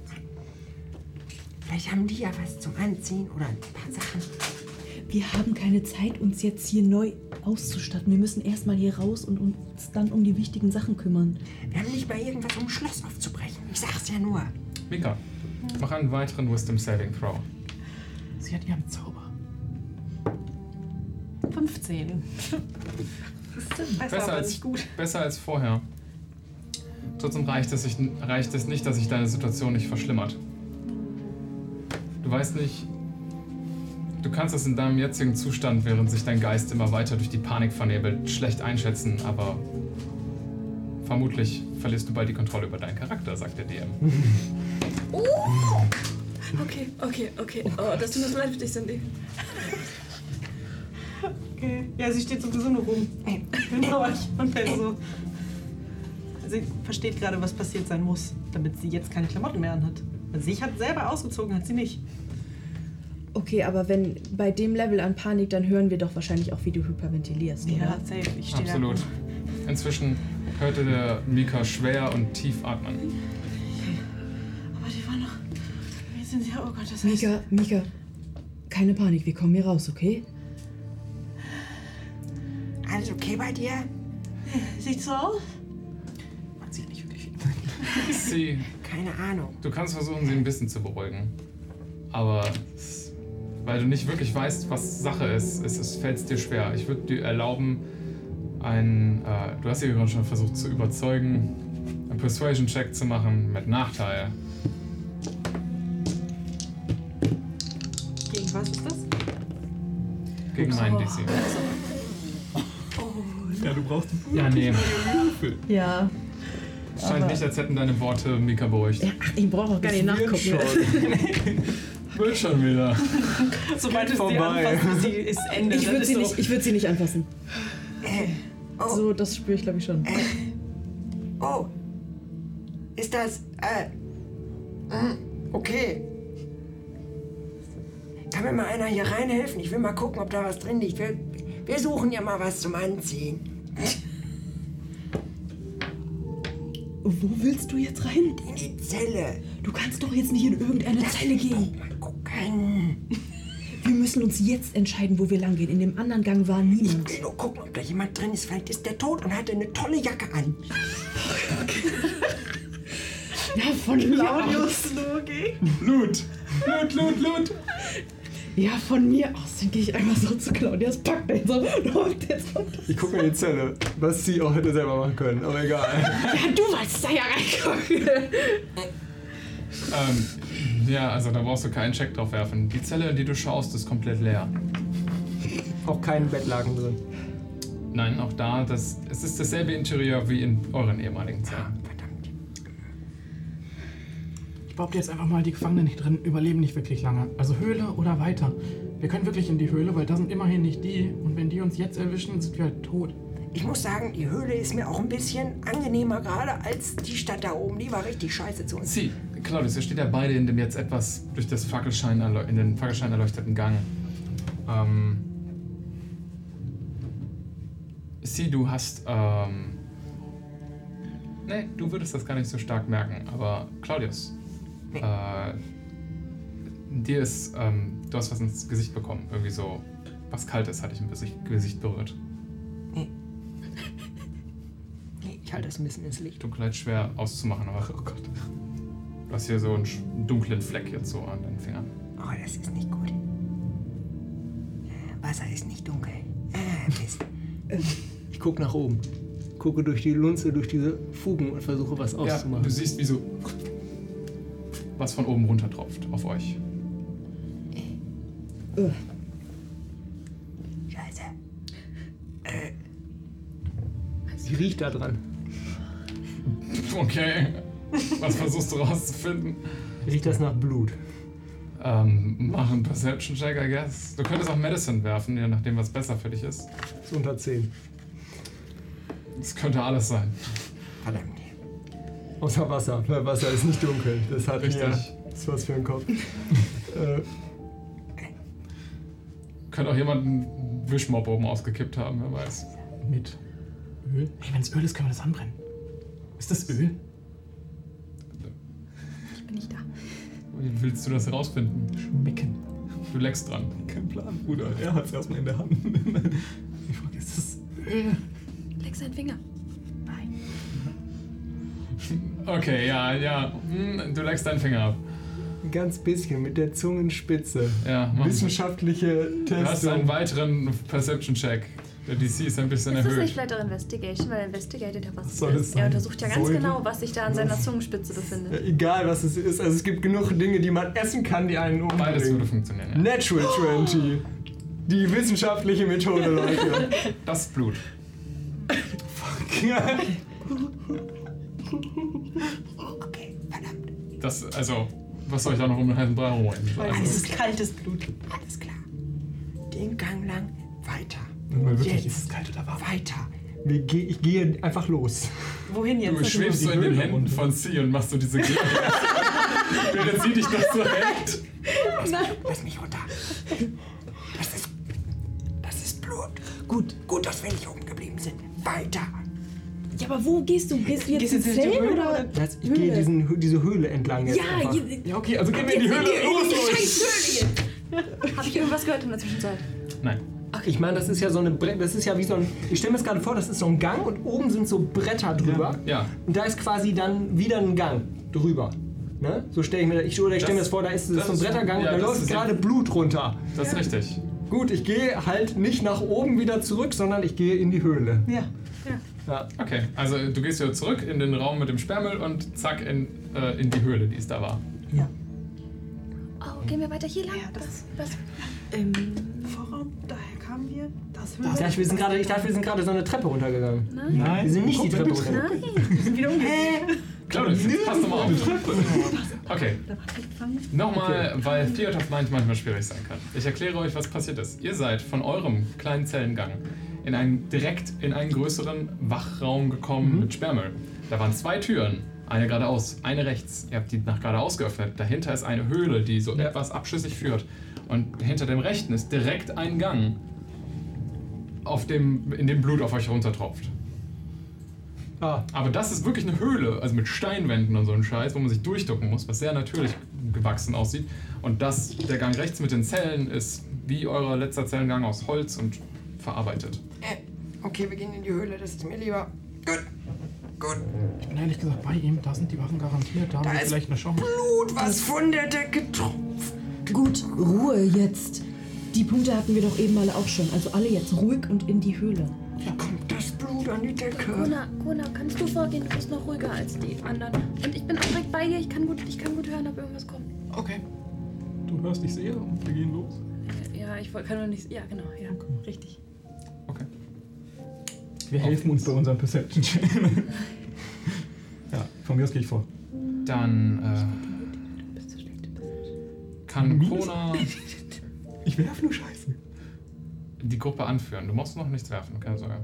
Vielleicht haben die ja was zum Anziehen oder ein paar Sachen.
Wir haben keine Zeit, uns jetzt hier neu auszustatten. Wir müssen erstmal hier raus und uns dann um die wichtigen Sachen kümmern.
Wir haben nicht mal irgendwas, um ein Schloss aufzubrechen. Ich sag's ja nur.
Mika, mach einen weiteren Wisdom Saving Throw.
Sie hat ihren Zauber. 15. Das ist besser, aber nicht gut.
besser als vorher. Trotzdem reicht es, sich, reicht es nicht, dass sich deine Situation nicht verschlimmert. Du weißt nicht, du kannst es in deinem jetzigen Zustand, während sich dein Geist immer weiter durch die Panik vernebelt, schlecht einschätzen, aber vermutlich verlierst du bald die Kontrolle über deinen Charakter, sagt der DM.
Okay, okay, okay. Oh, das tut mir so leid für dich, Cindy.
Okay. Ja, sie steht sowieso nur rum. Genau, ich und fällt so. Also, Sie versteht gerade, was passiert sein muss, damit sie jetzt keine Klamotten mehr anhat. Weil sich hat selber ausgezogen, hat sie nicht.
Okay, aber wenn bei dem Level an Panik, dann hören wir doch wahrscheinlich auch, wie du hyperventilierst,
Ja,
oder?
safe. Ich stehe
Absolut. Inzwischen hörte der Mika schwer und tief atmen.
da. Aber die waren noch. Wie sind sie? Oh Gott, das heißt.
Mika, Mika, keine Panik, wir kommen hier raus, okay?
Alles okay bei dir?
Sieht so aus?
Man sieht nicht wirklich viel.
Sie,
Keine Ahnung.
du kannst versuchen, sie ein bisschen zu beruhigen. Aber es- weil du nicht wirklich weißt, was Sache ist, es, es fällt dir schwer. Ich würde dir erlauben, einen, äh, du hast sie gerade schon versucht zu überzeugen, einen Persuasion-Check zu machen mit Nachteil.
Gegen was ist das? Oh.
Gegen meinen DC.
Ja, du brauchst
Ja, nee.
Ja.
Scheint nicht, als hätten deine Worte Mika beruhigt.
Ich brauche auch gar nicht nachgucken.
Wird schon wieder.
Sobald es dir
vorbei.
anfasst, ist, sie- ist Ende.
Ich
Dann
würde
ist
sie,
so-
nicht- ich würd sie nicht anfassen.
Oh.
So, das spüre ich, glaube ich, schon.
Oh. Ist das. Äh. mm, Okay. Kann mir mal einer hier reinhelfen? Ich will mal gucken, ob da was drin liegt. Wir, wir suchen ja mal was zum Anziehen.
Wo willst du jetzt rein?
In die Zelle.
Du kannst doch jetzt nicht in irgendeine Zelle gehen.
Mal gucken.
Wir müssen uns jetzt entscheiden, wo wir lang gehen. In dem anderen Gang war niemand.
Ich will nur gucken, ob da jemand drin ist. Vielleicht ist der tot und hatte eine tolle Jacke an.
Ja, von mir aus.
Blut! Blut, Blut, Blut!
Ja, von mir aus. Dann gehe ich einmal so zu Claudias, pack den so. Und jetzt kommt das.
Ich gucke in die Zelle, was sie auch hätte selber machen können, Oh aber egal.
Ja, du wolltest da ja reingucken.
Ähm, ja, also da brauchst du keinen Check drauf werfen. Die Zelle, in die du schaust, ist komplett leer.
Auch kein Bettlaken drin.
Nein, auch da, das, es ist dasselbe Interieur wie in euren ehemaligen Zellen.
Verdammt.
Ich behaupte jetzt einfach mal, die Gefangenen hier drin überleben nicht wirklich lange. Also Höhle oder weiter. Wir können wirklich in die Höhle, weil da sind immerhin nicht die. Und wenn die uns jetzt erwischen, sind wir halt tot.
Ich muss sagen, die Höhle ist mir auch ein bisschen angenehmer gerade als die Stadt da oben. Die war richtig scheiße zu uns.
Sie, Claudius, ihr steht ja beide in dem jetzt etwas durch das Fackelschein erleu- in den Fackelschein erleuchteten Gang. Ähm, Sie, du hast. Ähm, nee, du würdest das gar nicht so stark merken, aber Claudius, äh, dir ist. Ähm, du hast was ins Gesicht bekommen. Irgendwie so. Was Kaltes hatte ich im Gesicht, Gesicht berührt.
Nee, ich halte das ein bisschen ins Licht.
Dunkelheit schwer auszumachen, aber oh Gott. Du hast hier so einen sch- dunklen Fleck jetzt so an den Fingern.
Oh, das ist nicht gut. Wasser ist nicht dunkel. Ah, Mist.
Ich gucke nach oben. Gucke durch die Lunze, durch diese Fugen und versuche was
Ja,
auszumachen.
du siehst, wie so was von oben runter tropft auf euch.
Scheiße.
Wie riecht da dran?
Okay. Was versuchst du rauszufinden?
Riecht das nach Blut?
Ähm, mach einen Perception Check, I guess. Du könntest auch Medicine werfen, je nachdem, was besser für dich ist.
Ist unter 10.
Das könnte alles sein.
Verdammt.
Außer Wasser, weil Wasser ist nicht dunkel. Das hat
Richtig.
mir ist was für ein Kopf. äh,
Könnte auch jemand einen Wischmob oben ausgekippt haben, wer weiß.
Mit Öl? Ey, wenn es Öl ist, können wir das anbrennen. Ist das Öl?
Ich bin nicht da.
Wie willst du das herausfinden?
Schmecken.
Du leckst dran.
Kein Plan, Bruder. Er hat's erstmal in der Hand. ich frage, ist das Öl?
Leck seinen Finger. Nein.
Okay, ja, ja. Hm, Du leckst deinen Finger ab.
ein ganz bisschen mit der Zungenspitze.
Ja, mach.
Wissenschaftliche
Du hast einen
Testung.
weiteren Perception Check. Der DC ist ein bisschen
Ist das nicht
erhöht.
vielleicht auch Investigation, weil er investigated ja was
Soll
es
es
ist. Er
sein?
untersucht ja ganz
Säure?
genau, was sich da an seiner Zungenspitze befindet.
Egal was es ist, also es gibt genug Dinge, die man essen kann, die einen umbringen.
Beides würde funktionieren. Ja.
Natural 20. Die wissenschaftliche Methode, Leute.
Das ist Blut.
Oh, Okay, verdammt.
Das, also, was soll ich da noch um den heißen Brei holen?
Es
Also,
ist kaltes Blut.
Alles klar. Den Gang lang weiter.
Mal wirklich,
Jetzt.
ist es kalt oder warm?
Weiter.
Wir ge ich gehe einfach los.
Wohin jetzt?
du schwebst so in den Händen von C und machst so diese Geste. Während sie dich das so hält.
Lass mich runter. Das ist. Das ist Blut. Gut, gut, dass wir nicht oben geblieben sind. Weiter.
Ja, aber wo gehst du? Gehst du jetzt
Gehst du
ins
jetzt in die
Zelt
Höhle
oder?
Das, ich gehe diesen, diese Höhle entlang jetzt.
Ja,
einfach.
je,
Ja, okay, also gehen wir in die Höhle.
Habe ich irgendwas gehört in der Zwischenzeit?
Nein.
Ich meine, das ist ja so eine Bre das ist ja wie so ein Ich stelle mir das gerade vor, das ist so ein Gang und oben sind so Bretter drüber.
Ja.
Und da ist quasi dann wieder ein Gang drüber. Ne? So stelle ich mir ich, oder ich stell mir
Das-
das vor, da ist
das
so ein
ist-
Brettergang
ja,
und da
das
läuft
ist-
gerade Blut runter.
Das ist richtig.
Gut, ich gehe halt nicht nach oben wieder zurück, sondern ich gehe in die Höhle.
Ja.
Ja.
Okay, also du gehst wieder zurück in den Raum mit dem Sperrmüll und zack in, äh, in die Höhle, die es da war.
Oh, gehen wir weiter hier lang?
Ja, das-
was, was?
ähm,
Vorraum, daher kamen wir. Das
Ich
Höhle.
dachte, wir sind gerade, ich dachte, wir sind gerade so eine Treppe runtergegangen.
Nein.
Wir sind Also nicht die Treppe runtergegangen.
Nein.
Wir sind wieder umgekehrt.
Claudius, jetzt pass doch mal auf. Okay,
Da war ich gefangen.
Nochmal, weil Theater of Mind manchmal schwierig sein kann. Ich erkläre euch, was passiert ist. Ihr seid von eurem kleinen Zellengang in einen, direkt in einen größeren Wachraum gekommen mit Sperrmüll. Da waren zwei Türen. Eine geradeaus, eine rechts. Ihr habt die nach geradeaus geöffnet. Dahinter ist eine Höhle, die so etwas abschüssig führt. Und hinter dem rechten ist direkt ein Gang, auf dem, in dem Blut auf euch runtertropft.
Ah,
Aber das ist wirklich eine Höhle, also mit Steinwänden und so ein Scheiß, wo man sich durchducken muss, was sehr natürlich gewachsen aussieht. Und das, der Gang rechts mit den Zellen, ist wie euer letzter Zellengang aus Holz und verarbeitet.
Okay, wir gehen in die Höhle, das ist mir lieber. Gut. Gut.
Ich bin ehrlich gesagt bei ihm. Da sind die Wachen garantiert. Da haben wir
ist-
vielleicht eine Chance.
Blut, was von der Decke tropft.
gut, Ruhe jetzt. Die Punkte hatten wir doch eben alle auch schon. Also alle jetzt ruhig und in die Höhle.
Wie kommt das Blut an die Decke?
Kona, Kona, kannst du vorgehen? Du bist noch ruhiger als die anderen. Und ich bin auch direkt bei dir. Ich kann gut, ich kann gut hören, ob irgendwas kommt.
Okay.
Du hörst, ich sehe und wir gehen los.
Äh, Ja, ich wollte- kann nur nicht. Ja, genau. Ja, richtig.
Okay.
Wir helfen uns bei unserem Perception. ja, von mir aus gehe ich vor.
Dann
Du bist so schlecht. du bist-
äh, kann Kona
Ich werfe nur Scheiße.
die Gruppe anführen. Du musst noch nichts werfen, keine Sorge.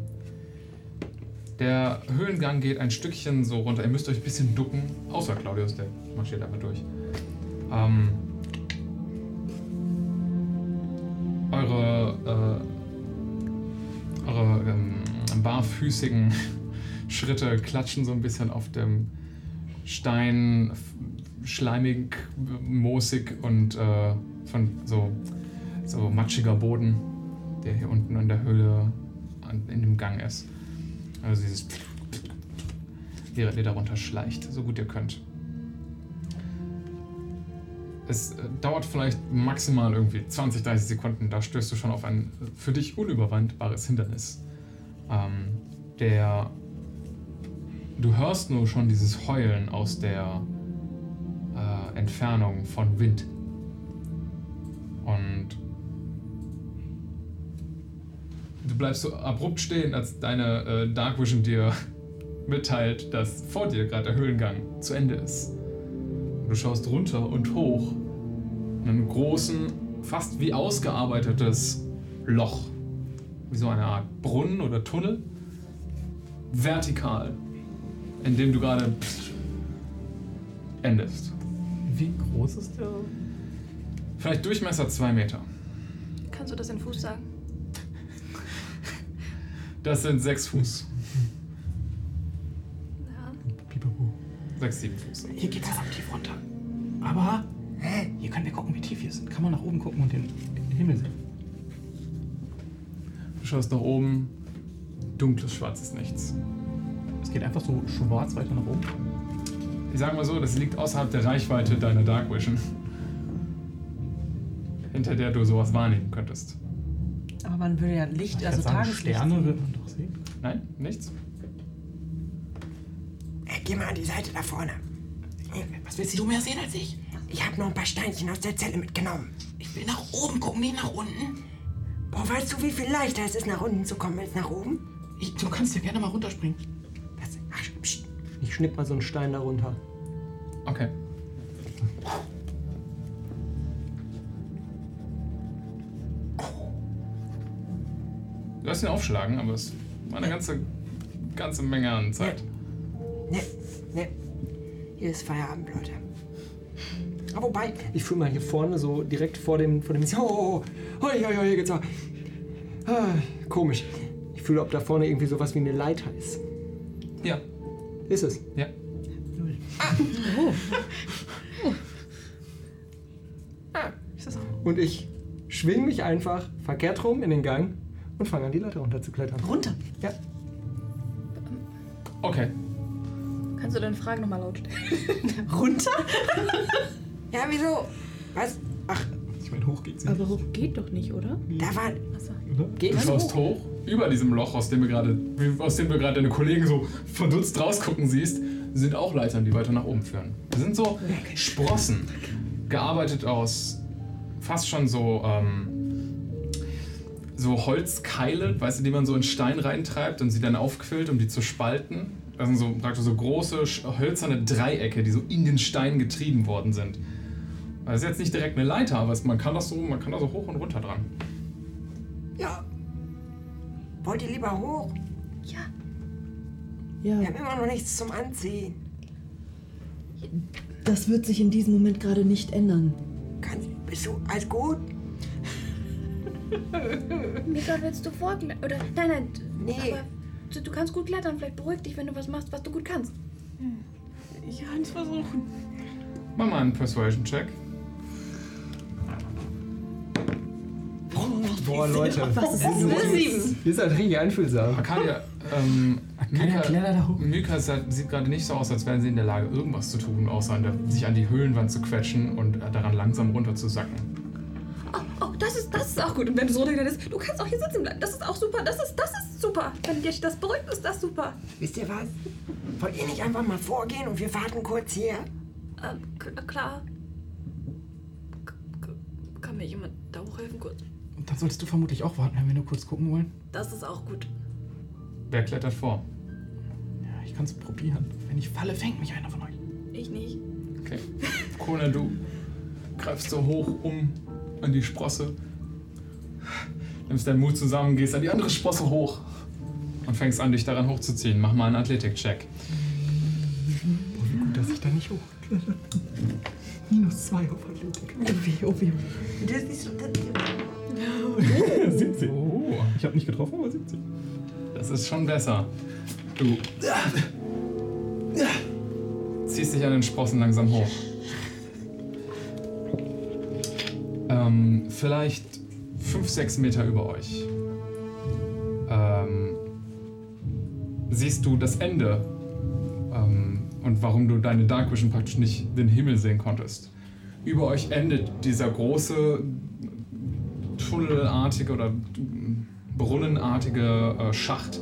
Der Höhengang geht ein Stückchen so runter. Ihr müsst euch ein bisschen ducken, außer Claudius, der marschiert einfach durch. Ähm, eure äh, eure ähm, barfüßigen Schritte klatschen so ein bisschen auf dem Stein, f- schleimig, moosig und äh, von so, so matschiger Boden, der hier unten in der Höhle an, in dem Gang ist. Also dieses, während ihr darunter schleicht, so gut ihr könnt. Es äh, dauert vielleicht maximal irgendwie 20, 30 Sekunden, da stößt du schon auf ein für dich unüberwindbares Hindernis. Ähm, der. Du hörst nur schon dieses Heulen aus der äh, Entfernung von Wind. Und du bleibst so abrupt stehen, als deine äh, Dark Vision dir mitteilt, dass vor dir gerade der Höhlengang zu Ende ist. Und du schaust runter und hoch in einem großen, fast wie ausgearbeitetes Loch. Wie so eine Art Brunnen oder Tunnel. Vertikal. In dem du gerade endest.
Wie groß ist der?
Vielleicht Durchmesser 2 Meter.
Kannst du das in Fuß sagen?
Das sind 6 Fuß.
Ja.
6, 7 Fuß.
Hier geht's verdammt tief runter. Aber hier können wir gucken, wie tief wir sind. Kann man nach oben gucken und den Himmel sehen.
Du schaust nach oben. Dunkles, schwarzes Nichts.
Es geht einfach so schwarz weiter nach oben.
Ich sag mal so, das liegt außerhalb der Reichweite deiner Dark Vision. Hinter der du sowas wahrnehmen könntest.
Aber man würde ja Licht, also
sagen,
Tageslicht.
Sterne
sehen.
wird man doch sehen.
Nein, nichts?
Ey, Äh, geh mal an die Seite da vorne. Ey, Was willst du mehr sehen als ich? Ich habe noch ein paar Steinchen aus der Zelle mitgenommen. Ich will nach oben gucken, nicht nach unten. Boah, weißt du, wie viel leichter es ist, nach unten zu kommen als nach oben? du kannst ja gerne mal runterspringen. Was? Ach, pst.
Ich schnipp mal so einen Stein da runter.
Okay. Du hast ihn aufschlagen, aber es war eine ganze, ganze Menge an Zeit.
Ne, ne. Hier ist Feierabend, Leute. Aber wobei,
Ich fühle mal hier vorne so direkt vor dem. Vor dem oh, oh, oh, hoi, hoi, hoi, hier geht's auch. Ah, komisch. Ich fühle, ob da vorne irgendwie sowas wie eine Leiter ist.
Ja.
Ist es?
Ja.
Ah. Oh. Ah.
Und ich schwing mich einfach verkehrt rum in den Gang und fange an, die Leiter runter zu klettern.
Runter?
Ja.
Okay.
Kannst du deine Frage nochmal laut stellen?
Runter?
ja, wieso? Was? Ach,
Ich meine, hoch geht's
Aber hoch geht doch nicht, oder?
da war.
Du schaust hoch über diesem Loch, aus dem wir gerade, aus dem wir gerade deine Kollegen so verdutzt rausgucken siehst, sind auch Leitern, die weiter nach oben führen. Das sind so Sprossen, gearbeitet aus fast schon so ähm, so Holzkeile, weißt du, die man so in Stein reintreibt und sie dann aufquillt, um die zu spalten. Das sind so praktisch so große sch- hölzerne Dreiecke, die so in den Stein getrieben worden sind. Das ist jetzt nicht direkt eine Leiter, aber es- man kann das so, man kann da so hoch und runter dran.
Ja. Wollt ihr lieber hoch? Ja.
Ja.
Wir haben immer noch nichts zum Anziehen.
Das wird sich in diesem Moment gerade nicht ändern.
Kannst, bist du alles gut?
Mika, willst du vorklettern? Oder nein, nein. d-
Nee.
Aber du, du kannst gut klettern. Vielleicht beruhig dich, wenn du was machst, was du gut kannst.
Ich kann es versuchen.
Mach mal einen Persuasion-Check.
Boah, Leute.
Was ist das?
Ihr seid- Ihr seid richtig einfühlsam.
Arcadia, ähm, Mika,
kletter
Mika sah- sieht gerade nicht so aus, als wären sie in der Lage, irgendwas zu tun, außer an der, sich an die Höhlenwand zu quetschen und äh, daran langsam runterzusacken.
Oh, oh, das ist, das ist auch gut. Und wenn du so runtergegangen bist, du kannst auch hier sitzen bleiben. Das ist auch super. Das ist, das ist super. Wenn dir das beruhigt, ist das super.
Wisst ihr was? Wollt ihr nicht einfach mal vorgehen und wir warten kurz hier?
Ähm, k- klar. K- k- Kann mir jemand da hochhelfen kurz?
Und dann solltest du vermutlich auch warten, wenn wir nur kurz gucken wollen.
Das ist auch gut.
Wer klettert vor?
Ja, ich kann's probieren. Wenn ich falle, fängt mich einer von euch.
Ich nicht.
Okay. Conan, du greifst so hoch um an die Sprosse, nimmst deinen Mut zusammen, gehst an die andere Sprosse hoch und fängst an, dich daran hochzuziehen. Mach mal einen Athletik-Check.
Gut, dass ich da nicht hoch. Minus zwei auf Athletik. Oh weh, oh weh.
Das ist nicht so. Das,
17.
Oh.
Ich habe nicht getroffen, aber 17.
Das ist schon besser. Du ziehst dich an den Sprossen langsam hoch. Ähm, vielleicht 5, 6 Meter über euch. Ähm, siehst du das Ende ähm, und warum du deine Dark Vision praktisch nicht den Himmel sehen konntest. Über euch endet dieser große tunnelartige oder brunnenartige äh, Schacht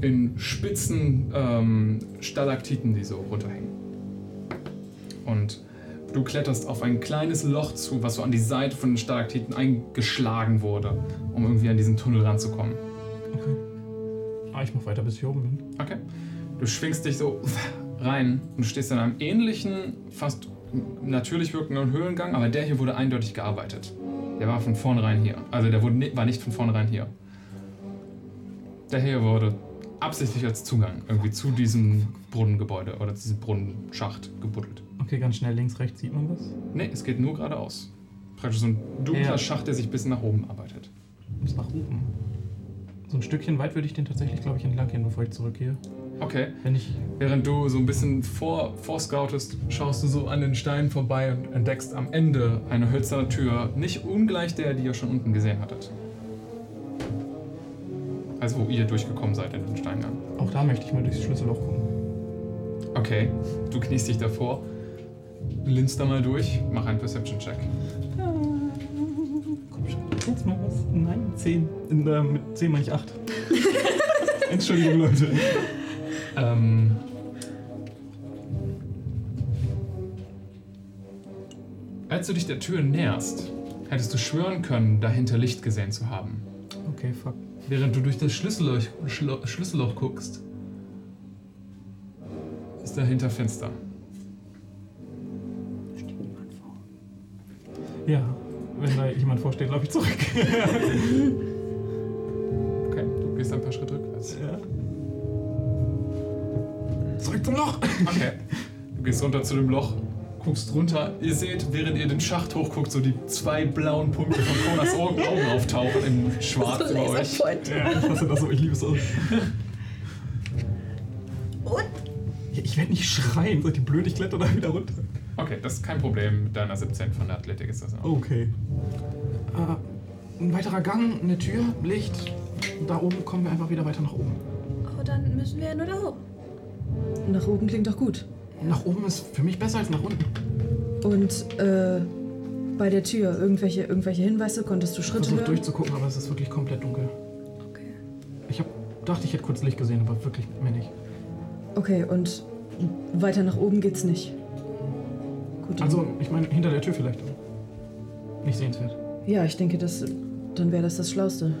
in spitzen ähm, Stalaktiten, die so runterhängen. Und du kletterst auf ein kleines Loch zu, was so an die Seite von den Stalaktiten eingeschlagen wurde, um irgendwie an diesen Tunnel ranzukommen.
Ah, ich mach weiter, bis ich hier oben bin.
Okay. Du schwingst dich so rein und stehst in einem ähnlichen, fast natürlich wirkenden Höhlengang, aber der hier wurde eindeutig gearbeitet. Der war von vornherein hier. Also der wurde, ni- war nicht von vornherein hier. Der hier wurde absichtlich als Zugang irgendwie zu diesem Brunnengebäude oder zu diesem Brunnenschacht gebuddelt.
Okay, ganz schnell links, rechts sieht man was.
Nee, es geht nur geradeaus. Praktisch so ein dunkler
Ja.
Schacht, der sich bis nach oben arbeitet.
Bis nach oben. So ein Stückchen weit würde ich den tatsächlich, glaube ich, entlang gehen, bevor ich zurückgehe.
Okay.
Wenn ich.
Während du so ein bisschen vor, vorscoutest, schaust du so an den Steinen vorbei und entdeckst am Ende eine hölzerne Tür, nicht ungleich der, die ihr schon unten gesehen hattet. Also wo ihr durchgekommen seid in den Steingang.
Auch da möchte ich mal durchs Schlüsselloch gucken.
Okay, du kniest dich davor, linst da mal durch, mach einen Perception-Check.
Komm schon, jetzt mal was. Nein, 10. Äh, mit 10 meine ich 8. Entschuldigung, Leute.
Ähm. Als du dich der Tür näherst, hättest du schwören können, dahinter Licht gesehen zu haben.
Okay, fuck.
Während du durch das Schlüsselloch, Schlo- Schlüsselloch guckst, ist dahinter finster.
Ja, wenn da jemand vorsteht, laufe ich zurück.
Okay, du gehst ein paar Schritte rückwärts.
Ja. Zurück zum Loch!
Okay. Du gehst runter zu dem Loch, guckst runter. Ihr seht, während ihr den Schacht hochguckt, so die zwei blauen Punkte von Konas Augen Augen auftauchen im Schwarz über euch.
Ja, ich hasse das so, ich liebe es auch. Ja, ich werde nicht schreien, seid ihr blöd, ich kletter da wieder runter.
Okay, das ist kein Problem. Mit deiner 17 von der Athletik ist das auch.
Okay.
Oh, Äh, ein weiterer Gang, eine Tür, Licht. Und da oben kommen wir einfach wieder weiter nach oben.
Oh, dann müssen wir ja nur da hoch.
Nach oben klingt doch gut.
Nach oben ist für mich besser als nach unten.
Und äh, bei der Tür, irgendwelche, irgendwelche Hinweise, konntest du Schritte
Versucht
hören?
durchzugucken, aber es ist wirklich komplett dunkel. Ich hab, dachte, ich hätte kurz Licht gesehen, aber wirklich mehr nicht.
Okay, und weiter nach oben geht's nicht. Gut.
Also, ich meine, hinter der Tür vielleicht. Nicht sehenswert.
Ja, ich denke, das, dann wäre das das Schlauste.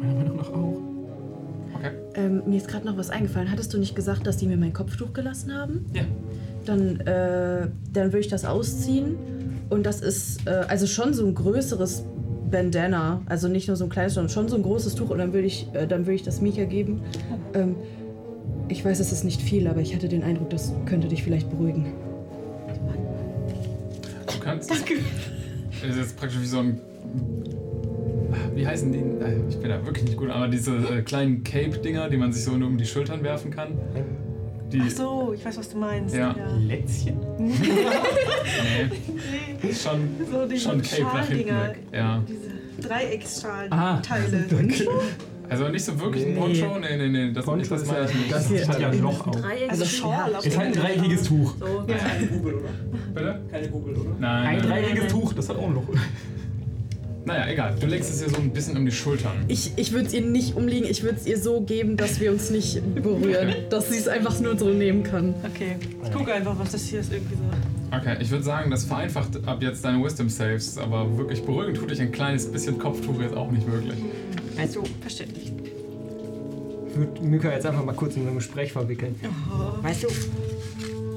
Meiner Meinung nach auch.
Ähm, mir ist gerade noch was eingefallen. Hattest du nicht gesagt, dass die mir mein Kopftuch gelassen haben?
Ja.
Dann, äh, dann würde ich das ausziehen. Und das ist äh, also schon so ein größeres Bandana. Also nicht nur so ein kleines, sondern schon so ein großes Tuch. Und dann würde ich, äh, dann würde ich das Mika geben. Ähm, ich weiß, es ist nicht viel, aber ich hatte den Eindruck, das könnte dich vielleicht beruhigen.
Du kannst. Danke. Das ist jetzt praktisch wie so ein. Wie heißen die? Äh, Ich bin da wirklich nicht gut, aber diese äh, kleinen Cape-Dinger, die man sich so nur um die Schultern werfen kann. Die,
Ach so, ich weiß, was du meinst.
Ja.
Lätzchen?
Nee. Schon,
So diese
schon Cape nach hinten
Schaldinger.
weg. Ja. Ah,
Dreiecksschalen-Teile.
danke. Also nicht so wirklich ein
Nee.
Poncho? Nee, nee, nee. Das,
Poncho
das
ist
meine
ja-
ich nicht.
das
halt
ist ja ein Loch auch.
Also Schal.
Ist halt ein dreieckiges Tuch.
So.
Keine Google, oder? Bitte? Keine Google, oder? Nein.
Ein
nein,
dreieckiges
nein.
Tuch, das hat auch ein Loch.
Naja, egal. Du legst es dir so ein bisschen um die Schultern.
Ich, ich würde es ihr nicht umlegen, ich würde es ihr so geben, dass wir uns nicht berühren.
Okay.
Dass sie es einfach nur so nehmen kann.
Okay. Ich gucke einfach, was das hier ist. Irgendwie so.
Okay, ich würde sagen, das vereinfacht ab jetzt deine Wisdom Saves, aber wirklich beruhigend tut dich ein kleines bisschen Kopftuch jetzt auch nicht wirklich.
Also, verständlich.
Ich würde Mika jetzt einfach mal kurz in so ein Gespräch verwickeln. Weißt du,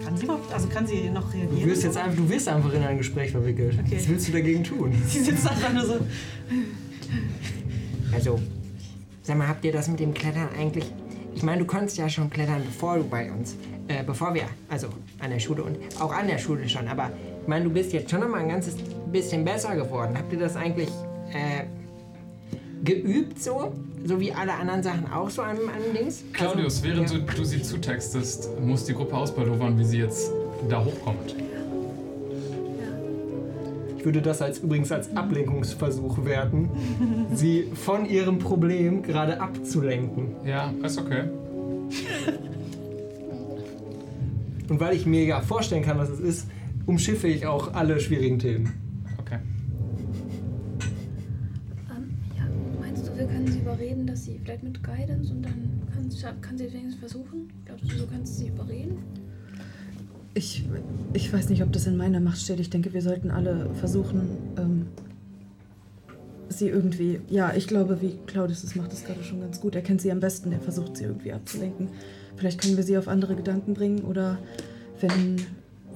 Kann sie überhaupt, also kann sie noch reagieren?
du wirst jetzt einfach, du wirst einfach in ein Gespräch verwickelt. Was willst du dagegen tun?
Sie sitzt einfach nur so.
Also, Sag mal, habt ihr das mit dem Klettern eigentlich? Ich meine, du konntest ja schon klettern, bevor du bei uns, äh, bevor wir, also an der Schule und auch an der Schule schon. Aber ich meine, du bist jetzt schon noch mal ein ganzes bisschen besser geworden. Habt ihr das eigentlich äh, geübt so, so wie alle anderen Sachen auch so an, an Dings? Also,
Claudius, während du, du sie zutextest, muss die Gruppe ausbaldowern, wie sie jetzt da hochkommt.
Ich würde das als übrigens als Ablenkungsversuch werten, sie von ihrem Problem gerade abzulenken.
Ja, ist okay.
Und weil ich mir ja vorstellen kann, was es ist, umschiffe ich auch alle schwierigen Themen.
Okay.
Ähm, ja, meinst du, wir können sie überreden, dass sie vielleicht mit Guidance und dann kann, scha- kann sie es wenigstens versuchen? Glaubst du, du kannst sie überreden?
Ich, ich weiß nicht, ob das in meiner Macht steht. Ich denke, wir sollten alle versuchen, ähm, sie irgendwie. Ja, ich glaube, wie Claudius es macht, ist gerade schon ganz gut. Er kennt sie am besten, er versucht sie irgendwie abzulenken. Vielleicht können wir sie auf andere Gedanken bringen oder wenn,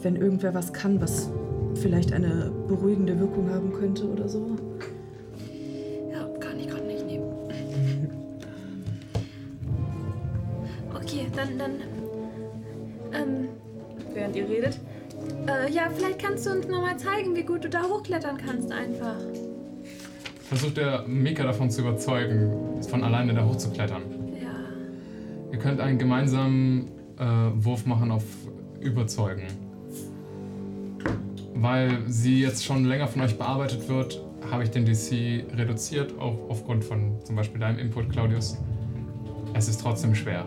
wenn irgendwer was kann, was vielleicht eine beruhigende Wirkung haben könnte oder so.
Ja, kann ich gerade nicht nehmen. Okay, dann, dann. Ähm, während ihr redet. Äh, ja, vielleicht kannst du uns nochmal zeigen, wie gut du da hochklettern kannst einfach.
Versucht er, Mika davon zu überzeugen, von alleine da hochzuklettern.
Ja.
Ihr könnt einen gemeinsamen äh, Wurf machen auf Überzeugen. Weil sie jetzt schon länger von euch bearbeitet wird, habe ich den DC reduziert, auch aufgrund von zum Beispiel deinem Input, Claudius. Es ist trotzdem schwer.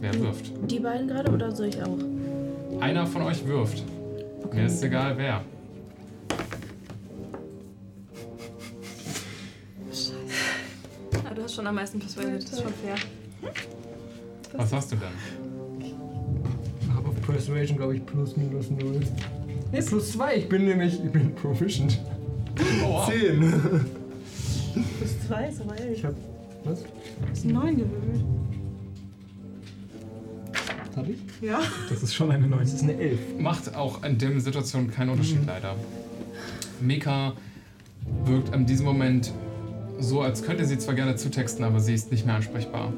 Wer wirft?
Die beiden gerade oder soll ich auch?
Einer von euch wirft. Mir ist egal wer.
Ah, du hast schon am meisten persuaded, das ist schon fair.
Hm? Was hast du denn?
Aber Persuasion glaube ich plus minus null. Nee, plus zwei. Ich bin nämlich, ich bin proficient. Zehn.
Plus zwei, so mal ehrlich.
Ich hab, was?
Plus neun gewürfelt.
Hab ich?
Ja.
Das ist schon eine 9. Das
ist eine 11.
Macht auch in der Situation keinen Unterschied,
Mhm.
leider. Mika wirkt in diesem Moment so, als könnte sie zwar gerne zutexten, aber sie ist nicht mehr ansprechbar.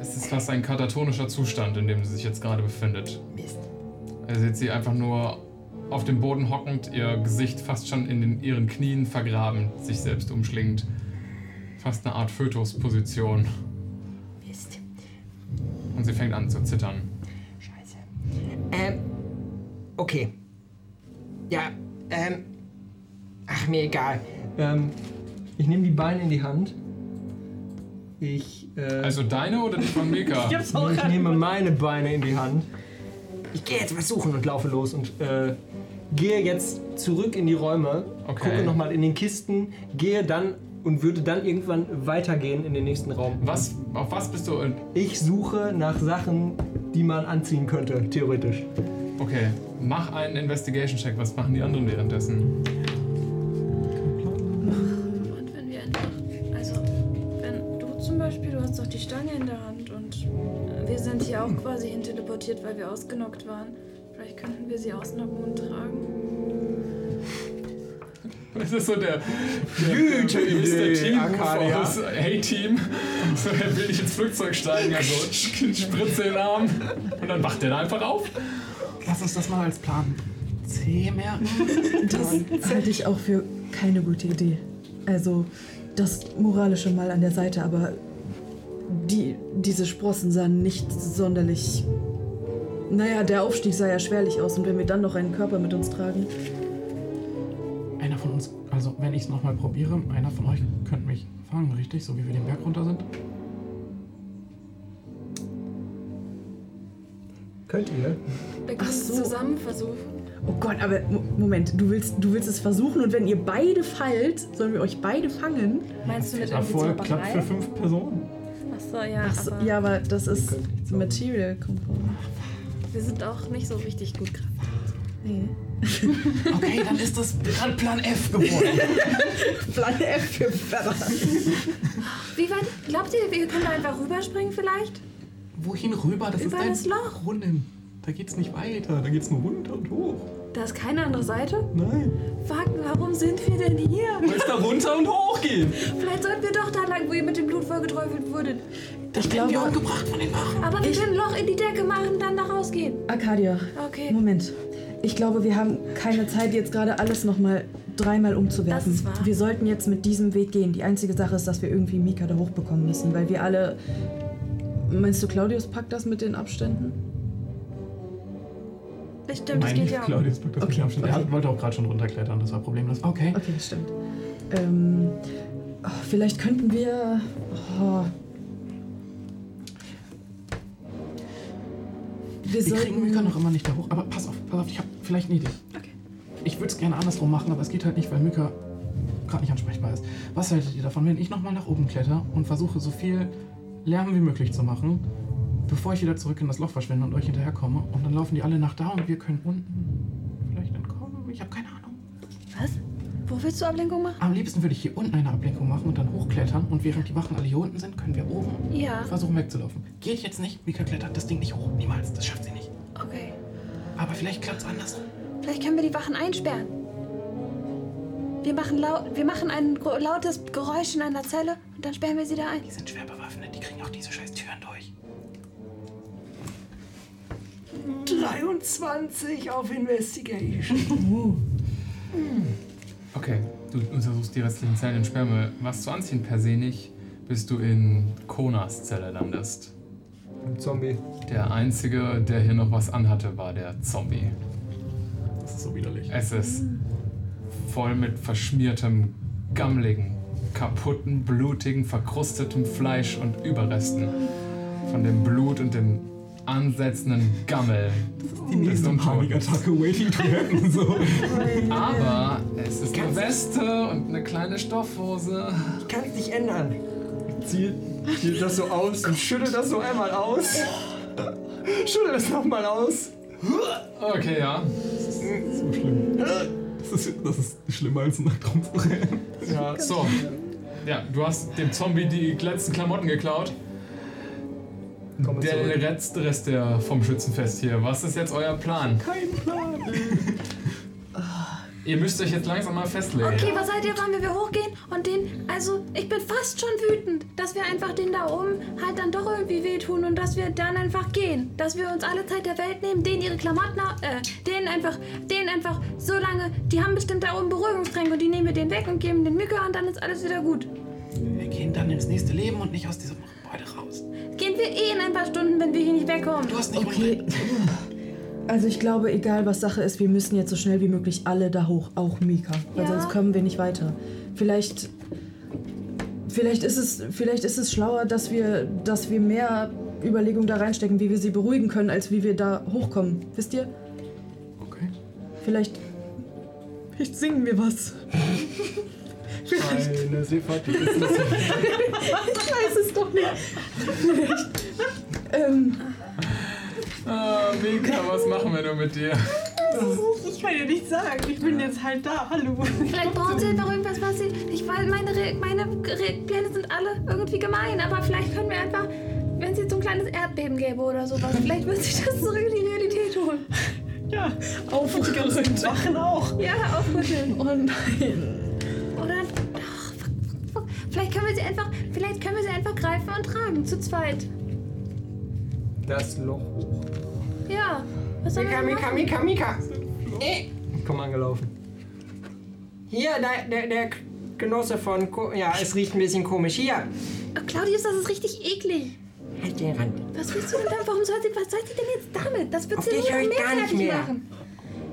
Es ist fast ein katatonischer Zustand, in dem sie sich jetzt gerade befindet.
Mist.
Er sieht sie einfach nur auf dem Boden hockend, ihr Gesicht fast schon in den, ihren Knien vergraben, sich selbst umschlingend. Fast eine Art Fötusposition.
Mist.
Und sie fängt an zu zittern.
Ähm, okay. Ja, ähm, ach, mir egal.
Ähm, ich nehme die Beine in die Hand. Ich. Äh,
also deine oder die von Mika?
ich,
hab's auch gerade
nehme meine Beine in die Hand. Ich gehe jetzt was suchen und laufe los und äh, gehe jetzt zurück in die Räume,
Okay.
gucke nochmal in den Kisten, gehe dann und würde dann irgendwann weitergehen in den nächsten Raum.
Was, auf was bist du?
Ich suche nach Sachen, die man anziehen könnte, theoretisch.
Okay, mach einen Investigation-Check. Was machen die anderen währenddessen?
Und wenn wir einfach. Also, wenn du zum Beispiel, du hast doch die Stange in der Hand und äh, wir sind hier auch quasi hinteleportiert, weil wir ausgenockt waren. Vielleicht könnten wir sie ausnocken und tragen.
Das ist so der, der
Gute Idee,
Team
Arcadia.
aus Hey-Team. So, er will nicht ins Flugzeug steigen, also spritze den Arm und dann wacht er da einfach auf.
Lass uns das mal als Plan C merken.
Das halte ich auch für keine gute Idee. Also das moralische Mal an der Seite, aber die, diese Sprossen sahen nicht sonderlich... Naja, der Aufstieg sah ja schwerlich aus und wenn wir dann noch einen Körper mit uns tragen.
Einer von uns, also wenn ich es nochmal probiere, einer von euch könnte mich fangen, richtig? So wie wir den Berg runter sind?
Könnt ihr?
Wir können es zusammen versuchen.
Oh Gott, aber Mo- Moment, du willst, du willst es versuchen und wenn ihr beide fallt, sollen wir euch beide fangen?
Meinst du mit
Erfolg klappt für fünf Personen.
Achso, ja.
Achso,
aber
ja, aber das ist Material Component.
Wir sind auch nicht so richtig gut gerade.
Nee.
Okay, dann ist das gerade Plan F geworden.
Plan F für Ferrer.
Wie weit? Glaubt ihr, wir können da einfach rüberspringen vielleicht?
Wohin rüber? Das
Über das
ist ein Loch. Brunnen. Da geht's nicht weiter, da geht's nur runter und hoch.
Da ist keine andere Seite?
Nein.
Fuck, warum sind wir denn hier?
Weil es da runter und hoch geht.
Vielleicht sollten wir doch da lang, wo ihr mit dem Blut vollgeträufelt wurdet.
Das
ich
werden wir
umgebracht von den Wachen. Aber wir können ein Loch in die Decke machen, dann da rausgehen.
Arcadia.
Okay.
Moment. Ich glaube, wir haben keine Zeit, jetzt gerade alles nochmal dreimal umzuwerfen.
Das ist wahr.
Wir sollten jetzt mit diesem Weg gehen. Die einzige Sache ist, dass wir irgendwie Mika da hochbekommen müssen, weil wir alle. Meinst du, Claudius packt das mit den Abständen?
Das stimmt, das
Nein,
geht ja auch.
Claudius packt das mit den Abstand. Er hat- wollte auch gerade schon runterklettern, das war problemlos. Okay.
Okay, das stimmt. Ähm, oh, vielleicht könnten wir. Oh.
Wir, kriegen Mika noch immer nicht da hoch. Aber pass auf, pass auf, ich habe vielleicht eine Idee. Ich würde es gerne andersrum machen, aber es geht halt nicht, weil Mika gerade nicht ansprechbar ist. Was haltet ihr davon, wenn ich nochmal nach oben kletter und versuche, so viel Lärm wie möglich zu machen, bevor ich wieder zurück in das Loch verschwinde und euch hinterherkomme? Und dann laufen die alle nach da und wir können unten vielleicht entkommen. Ich habe keine Ahnung.
Was? Wo willst du Ablenkung machen?
Am liebsten würde ich hier unten eine Ablenkung machen und dann hochklettern. Und während die Wachen alle hier unten sind, können wir oben
Ja.
versuchen wegzulaufen. Geht jetzt nicht. Mika klettert das Ding nicht hoch. Niemals. Das schafft sie nicht.
Okay.
Aber vielleicht klappt's andersrum.
Vielleicht können wir die Wachen einsperren. Wir machen, lau wir machen ein gro- lautes Geräusch in einer Zelle und dann sperren wir sie da ein. Die
sind schwer bewaffnet, die kriegen auch diese scheiß Türen durch.
23 auf Investigation.
Okay, du untersuchst die restlichen Zellen in Sperme. Was du anziehen per se nicht, bis du in Konas Zelle landest.
Ein Zombie.
Der einzige, der hier noch was anhatte, war der Zombie. Das ist so widerlich. Es ist voll mit verschmiertem, gammeligen, kaputten, blutigen, verkrustetem Fleisch und Überresten. Von dem Blut und dem ansetzenden Gammel. Das ist
die nächste Panikattacke waiting to happen. So.
Aber es ist eine Weste und eine kleine Stoffhose.
Ich kann es nicht ändern. Zieh, zieh das so aus und schüttel das so einmal aus. Schüttel das nochmal aus.
Okay, ja.
Das ist so schlimm. Das ist, das ist schlimmer als ein Nachtrumpfbrennen.
Ja.
So. Ja, du hast dem Zombie die letzten Klamotten geklaut.
Komm
Der
zurück.
Rest, Rest der vom Schützenfest hier. Was ist jetzt euer Plan? Oh.
Kein Plan.
Ihr müsst euch jetzt langsam mal festlegen.
Okay, was seid ihr, wann wir hochgehen und den, also ich bin fast schon wütend, dass wir einfach den da oben halt dann doch irgendwie wehtun und dass wir dann einfach gehen, dass wir uns alle Zeit der Welt nehmen, denen ihre Klamotten, au- äh, denen einfach, denen einfach so lange, die haben bestimmt da oben Beruhigungstränke und die nehmen wir den weg und geben den Mücke und dann ist alles wieder gut.
Wir gehen dann ins nächste Leben und nicht aus diesem Gebäude raus.
Gehen wir eh in ein paar Stunden, wenn wir hier nicht wegkommen. Du
hast nicht
Okay. Also ich glaube, egal was Sache ist, wir müssen jetzt so schnell wie möglich alle da hoch, auch Mika, weil
Ja.
sonst kommen wir nicht weiter. Vielleicht, vielleicht ist es, vielleicht ist es schlauer, dass wir, dass wir mehr Überlegung da reinstecken, wie wir sie beruhigen können, als wie wir da hochkommen. Wisst ihr?
Okay.
Vielleicht, vielleicht singen wir was.
Eine Seefahrt, die ist das.
ich weiß es doch nicht. Vielleicht. Ähm,
Ah, Mika, was machen wir nur mit dir?
Ich kann dir nicht sagen. Ich bin jetzt halt da. Hallo.
Vielleicht brauchen sie einfach irgendwas, was sie. Ich weiß, meine, Re meine Re Pläne sind alle irgendwie gemein, aber vielleicht können wir einfach, wenn es jetzt so ein kleines Erdbeben gäbe oder sowas, vielleicht wird sich das zurück in die Realität holen.
Ja,
aufrütteln.
Wachen auch.
Ja, aufrütteln.
Oh nein.
Oder. Ach, fuck, fuck, fuck. vielleicht können wir sie einfach. Vielleicht können wir sie einfach greifen und tragen, zu zweit.
Das Loch hoch.
Ja. Was sollen
Mika,
wir
Mika,
machen?
Mika, Mika. Ey,
Komm angelaufen.
Hier, der, der, der Genosse von. Ko ja, es riecht ein bisschen komisch. Hier.
Oh, Claudius, das ist richtig eklig.
Halt den Rand.
Was willst du denn da? Warum soll sie. Was soll sie denn jetzt damit? Das wird
Auf
sie
dich
nie
höre
noch
ich
mehr
gar nicht
fertig
mehr.
machen.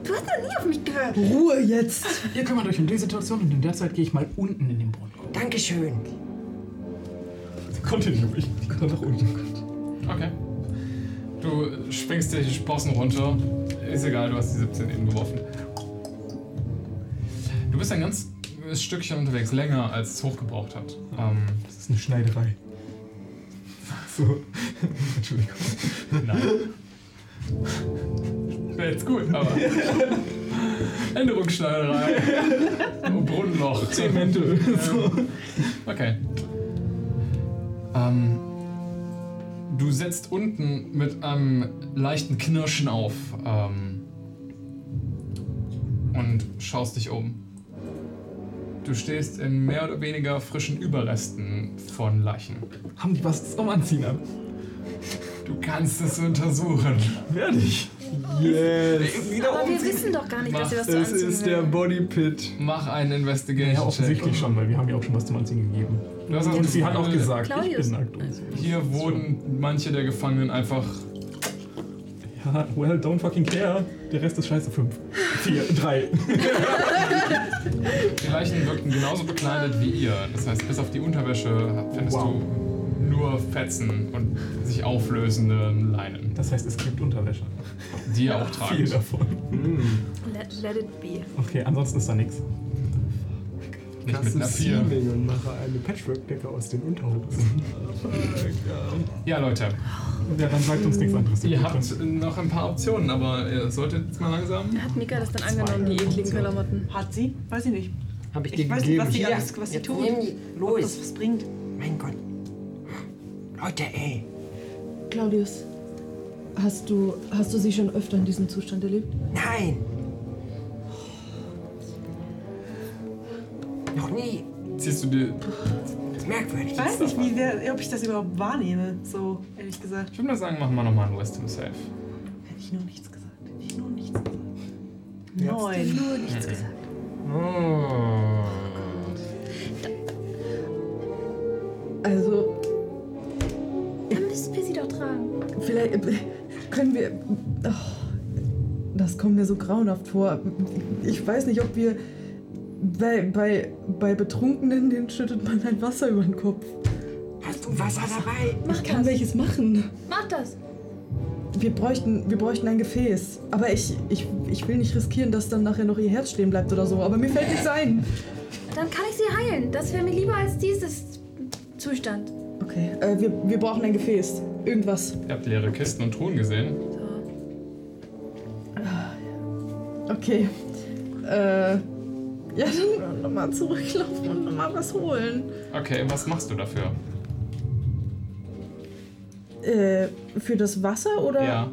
Du hast noch nie auf mich gehört.
Ruhe jetzt!
Ihr kümmert euch um die Situation und in der Zeit gehe ich mal unten in den Brunnen.
Dankeschön.
Continue. Ich ich kann nach unten.
Okay. Du springst dir die Sprossen runter. Ist egal, du hast die 17 eben geworfen. Du bist ein ganz Stückchen unterwegs, länger als es hochgebraucht hat. Ähm,
Das ist eine Schneiderei. So. Entschuldigung.
Nein. Wäre jetzt gut, aber. Änderungsschneiderei. Und Oh, Brunnenloch.
Zemente. So.
Okay. Ähm, du setzt unten mit einem leichten Knirschen auf. Ähm, und schaust dich um. Du stehst in mehr oder weniger frischen Überresten von Leichen.
Haben die was zum Anziehen an?
Du kannst es untersuchen.
Werde ich.
Yes.
Aber wir wissen doch gar nicht, dass wir was zu
es
anziehen
ist
haben.
Bodypit. Mach einen Investigation.
Ja, offensichtlich schon, weil wir haben ja auch schon was zum Anziehen gegeben.
Du hast auch
Und sie hat auch
Frage.
gesagt,
Claudius. Also.
ich bin nackt. Und so.
Hier wurden manche der Gefangenen einfach.
Ja, well, don't fucking care. Der Rest ist scheiße. Fünf, vier, drei.
Die Leichen wirkten genauso bekleidet wie ihr. Das heißt, bis auf die Unterwäsche findest du nur Fetzen und sich auflösende Leinen.
Das heißt, es gibt Unterwäsche.
Die ihr auch tragt.
Viel davon.
Let, let it be.
Okay, ansonsten ist da nichts.
Nicht mit einer Vier.
und mache eine Patchwork-Decke aus den Unterhosen.
Ja, Leute.
Ja, dann sagt uns nichts anderes.
Ihr habt noch ein paar Optionen, aber ihr solltet jetzt mal langsam.
Hat Mika das dann angenommen, die ekligen Klamotten?
Hat sie? Weiß ich nicht.
Hab ich dir
Ich weiß nicht,
gegeben.
was sie
Hier,
alles, was sie
jetzt
tut.
nimm die.
Ob
Los.
das was bringt.
Mein Gott. Leute, ey.
Claudius, hast du, hast du sie schon öfter in diesem Zustand erlebt?
Nein. Noch nie.
Ziehst du dir.
Das ist merkwürdig.
Ich weiß nicht, wie wir, ob ich das überhaupt wahrnehme, so ehrlich gesagt.
Ich würde mal sagen, machen wir nochmal einen Wisdom Safe.
Hätte ich nur nichts gesagt. Hätte ich nur nichts gesagt.
Ja.
Neun.
Nur nichts gesagt.
Oh.
Also,
Dann müssen wir sie doch tragen.
vielleicht äh, können wir. Oh, das kommt mir so grauenhaft vor. Ich weiß nicht, ob wir. Bei, bei, bei Betrunkenen, den schüttet man ein Wasser über den Kopf.
Hast du Wasser dabei?
Mach
Ich kann
das.
welches machen.
Mach das.
Wir bräuchten, wir bräuchten ein Gefäß. Aber ich, ich, ich will nicht riskieren, dass dann nachher noch ihr Herz stehen bleibt oder so. Aber mir fällt nichts ein.
Dann kann ich sie heilen. Das wäre mir lieber als dieses Zustand.
Okay, äh, wir, wir brauchen ein Gefäß. Irgendwas.
Ihr habt leere Kisten und Truhen gesehen.
So.
Okay. Äh, ja, dann nochmal zurücklaufen und nochmal was holen.
Okay, was machst du dafür?
Äh, für das Wasser oder?
Ja.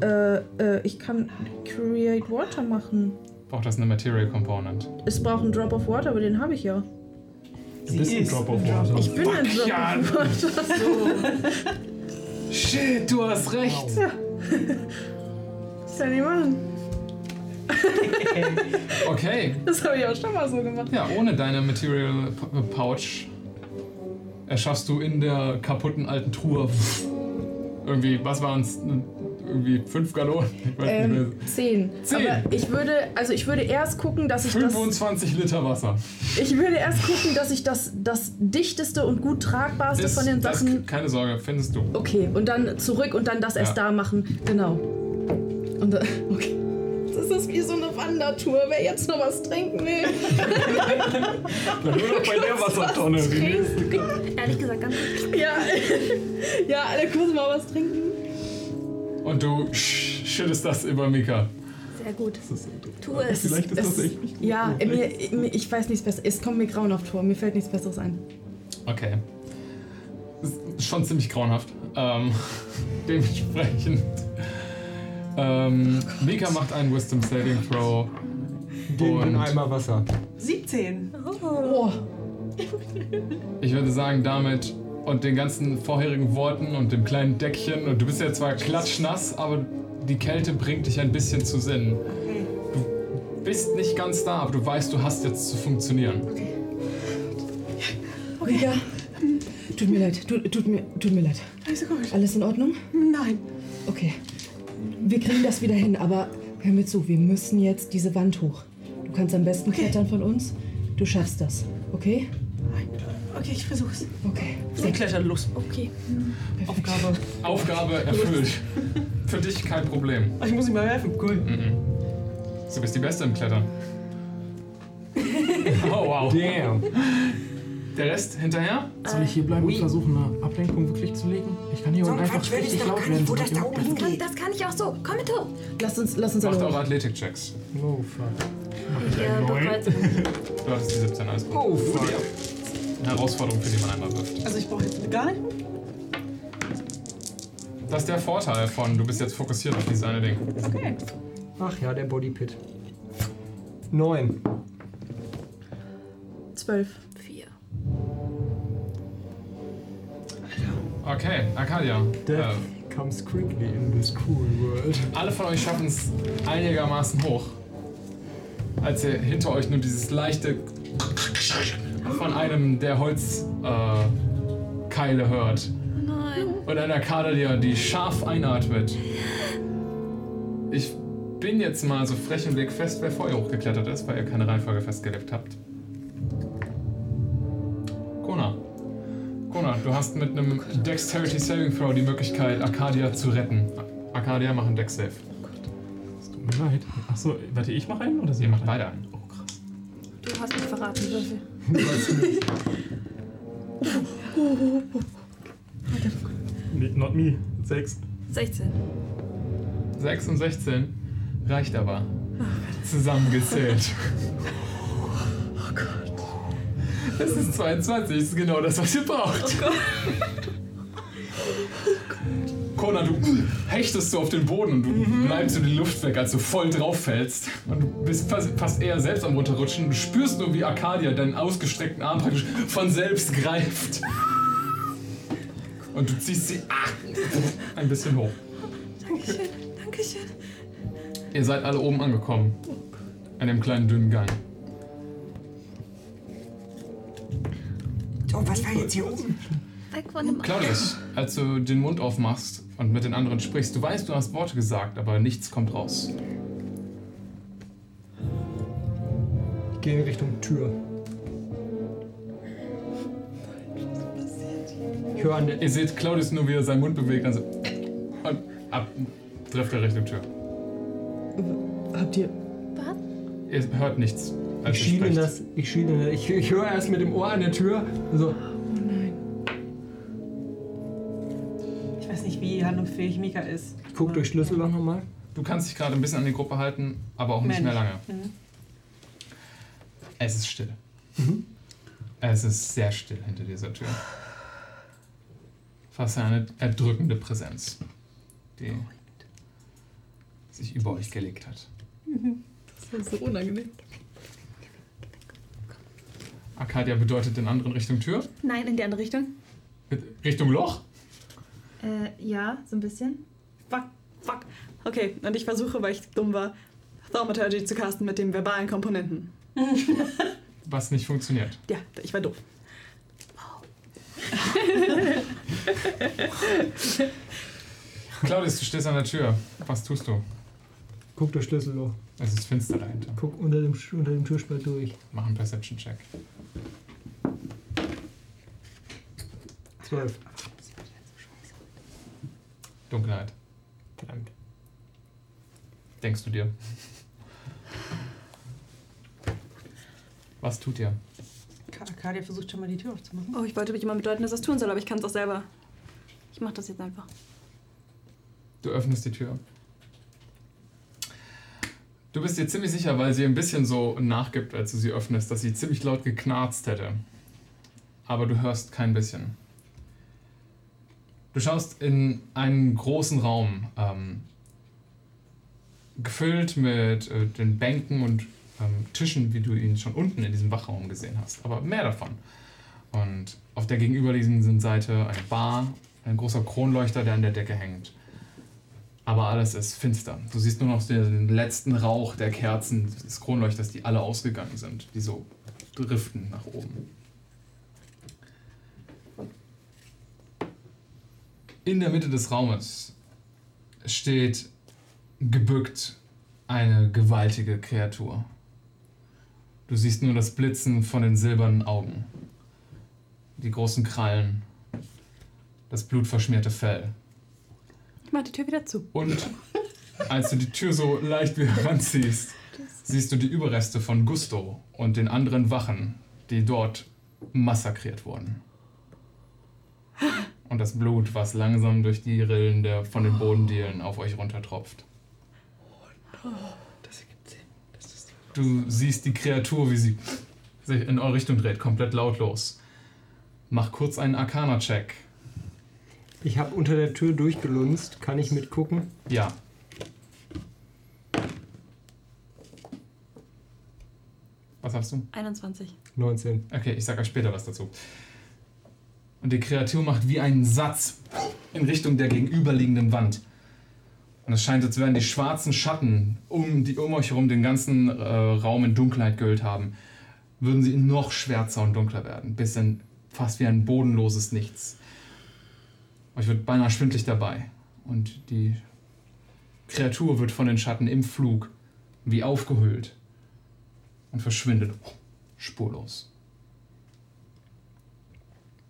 Äh, äh, ich kann Create Water machen.
Braucht das eine Material Component?
Es braucht einen Drop of Water, aber den habe ich ja.
Du bist ein Drop of Water.
Ich bin ein Drop of Water.
Shit, du hast recht!
Was soll ich machen?
Okay,
Das habe ich auch schon mal so gemacht.
ja, ohne deine Material P- Pouch erschaffst du in der kaputten alten Truhe irgendwie, was waren es? Irgendwie fünf Gallonen? Ich weiß nicht
Ähm,
mehr.
zehn.
Zehn.
Aber ich würde, also ich würde erst gucken, dass ich das.
25 Liter Wasser.
Ich würde erst gucken, dass ich das, das dichteste und gut tragbarste
Das-
von den
das-
Sachen.
keine Sorge, findest du.
Okay, und dann zurück und dann das erst
Ja.
da machen. Genau. Und da, okay. Das ist wie so eine Wandertour. Wer jetzt noch was trinken will.
Dann nur noch bei der Wassertonne.
Ehrlich gesagt, ganz gut.
ja. ja, alle kurz mal was trinken.
Und du sch- schüttest das über Mika.
Sehr gut. Tu
Aber
es.
Vielleicht ist das echt nicht gut.
Ja, mir, mir, ich weiß nichts Besseres. Es kommt mir grauenhaft vor. Mir fällt nichts Besseres ein.
Okay. Ist schon ziemlich grauenhaft. Ähm, dementsprechend. Ähm, Mika macht einen Wisdom Saving Throw.
Gegen
Und-
den Eimer Wasser.
17.
Oh,
Ich würde sagen, damit und den ganzen vorherigen Worten und dem kleinen Deckchen. Und du bist ja zwar klatschnass, aber die Kälte bringt dich ein bisschen zu Sinnen.
Okay.
Du bist nicht ganz da, aber du weißt, du hast jetzt zu funktionieren.
okay. Oh, Ja. Tut mir leid. Tut, tut, mir, tut mir leid.
Also gut.
Alles in Ordnung?
Nein.
Okay. Wir kriegen das wieder hin, aber hör mir zu, wir müssen jetzt diese Wand hoch. Du kannst am besten klettern von uns. Du schaffst das, okay?
Okay, ich versuch's.
Okay.
Sie klettert los.
Okay.
Aufgabe.
Aufgabe erfüllt. Für dich kein Problem.
Oh, ich muss ihm mal helfen. Cool.
Mhm. Du bist die Beste im Klettern. Oh wow.
Damn.
Der Rest hinterher?
Äh,
Soll ich hier bleiben und versuchen, eine Ablenkung wirklich zu legen? Ich kann hier
So ein
unten einfach
Quatsch will ich
richtig
doch
laut
gar nicht,
werden.
wo das da
sobald ihr-
oben
Das kann,
hingeht.
das kann ich auch so. Komm mit hoch.
Lass uns, lass uns
Macht eure
alle.
Athletik-Checks.
Oh fuck.
Ich äh, bereite mich.
Du hattest die 17, alles gut.
Oh fuck.
Eine Herausforderung, für die man einmal wirft.
Also ich brauche jetzt gar nicht.
Das ist der Vorteil von, du bist jetzt fokussiert auf dieses eine Ding.
Okay.
Ach ja, der Bodypit.
Neun.
Zwölf.
Vier.
Okay, Arcadia.
Death comes quickly in this cruel world.
Alle von euch schaffen es einigermaßen hoch. Als ihr hinter euch nur dieses leichte von einem der Holzkeile äh, Keile hört.
Nein.
Und einer Kaderlia, die scharf einatmet. Ich bin jetzt mal so frech und leg fest, wer vor ihr hochgeklettert ist, weil ihr keine Reihenfolge festgelegt habt. Kona. Kona, du hast mit einem Dexterity Saving Throw die Möglichkeit, Arcadia zu retten. Arcadia, mach einen Dex Save.
Tut mir leid. Achso, warte, ich mache einen oder sie?
Ihr macht beide einen.
Du hast mich verraten, Würfel.
Not me. Sechs.
16.
6 und 16 reicht aber. Zusammengezählt.
Oh Gott.
Es ist 22, das ist genau das, was ihr braucht.
Oh
Conan, du hechtest so auf den Boden und du
Mhm.
bleibst in die Luft weg, als du voll drauf fällst. Und du bist fast, fast eher selbst am runterrutschen. Du spürst nur, wie Arcadia deinen ausgestreckten Arm praktisch von selbst greift. Und du ziehst sie ah, ein bisschen hoch.
Dankeschön, Dankeschön.
Ihr seid alle oben angekommen. An dem kleinen dünnen Gang.
So, was war jetzt hier oben?
Weg von dem
Claudius, als du den Mund aufmachst und mit den anderen sprichst, du weißt, du hast Worte gesagt, aber nichts kommt raus.
Ich gehe in Richtung Tür. Ich höre an der
Ihr seht Claudius nur, wie er seinen Mund bewegt. Also, und ab, trifft er Richtung Tür.
Habt ihr.
Ihr hört nichts. Als
Ich
ihr
schiele
sprecht.
das, ich schiele das. Ich, ich höre erst mit dem Ohr an der Tür. So,
Ich weiß nicht, wie handlungsfähig Mika ist.
ich gucke durch Schlüsselloch nochmal.
Du kannst dich gerade ein bisschen an die Gruppe halten, aber auch nicht mehr lange.
Mhm.
Es ist still.
Mhm.
Es ist sehr still hinter dieser Tür. Fast eine erdrückende Präsenz, die sich über euch gelegt hat.
Mhm.
Das ist so unangenehm.
Arcadia bedeutet in anderen Richtung Tür,
Nein, in die andere Richtung.
Richtung Loch.
Äh, ja, so ein bisschen.
Fuck, fuck. Okay, und ich versuche, weil ich dumm war, Thaumaturgy zu casten mit dem verbalen Komponenten.
Was nicht funktioniert.
Ja, ich war doof.
Claudius, du stehst an der Tür. Was tust du?
Guck durch Schlüsselloch.
Es ist finster dahinter.
Guck unter dem, Sch- unter dem Türspalt durch.
Mach einen Perception-Check.
Zwölf.
Dunkelheit.
Verdammt.
Denkst du dir? Was tut ihr?
Arcadia versucht schon mal die Tür aufzumachen.
Oh, ich wollte mich immer bedeuten, dass das tun soll, aber ich kann es auch selber. Ich mach das jetzt einfach.
Du öffnest die Tür. Du bist dir ziemlich sicher, weil sie ein bisschen so nachgibt, als du sie öffnest, dass sie ziemlich laut geknarzt hätte. Aber du hörst kein bisschen. Du schaust in einen großen Raum, ähm, gefüllt mit äh, den Bänken und ähm, Tischen, wie du ihn schon unten in diesem Wachraum gesehen hast. Aber mehr davon. Und auf der gegenüberliegenden Seite eine Bar, ein großer Kronleuchter, der an der Decke hängt. Aber alles ist finster. Du siehst nur noch den letzten Rauch der Kerzen des Kronleuchters, die alle ausgegangen sind, die so driften nach oben. In der Mitte des Raumes steht gebückt eine gewaltige Kreatur. Du siehst nur das Blitzen von den silbernen Augen, die großen Krallen, das blutverschmierte Fell.
Ich mach die Tür wieder zu.
Und als du die Tür so leicht wieder ranziehst, siehst du die Überreste von Gusto und den anderen Wachen, die dort massakriert wurden. Und das Blut, was langsam durch die Rillen der, von den Bodendielen auf euch runtertropft. Du siehst die Kreatur, wie sie sich in eure Richtung dreht, komplett lautlos. Mach kurz einen Arcana-Check.
Ich habe unter der Tür durchgelunzt. Kann ich mitgucken?
Ja. Was hast du?
21.
19.
Okay, ich sag euch später was dazu. Und die Kreatur macht wie einen Satz in Richtung der gegenüberliegenden Wand. Und es scheint, als wären die schwarzen Schatten um, die, um euch herum den ganzen äh, Raum in Dunkelheit gehüllt haben. Würden sie noch schwärzer und dunkler werden, bis in fast wie ein bodenloses Nichts. Euch wird beinahe schwindlig dabei. Und die Kreatur wird von den Schatten im Flug wie aufgehüllt und verschwindet spurlos.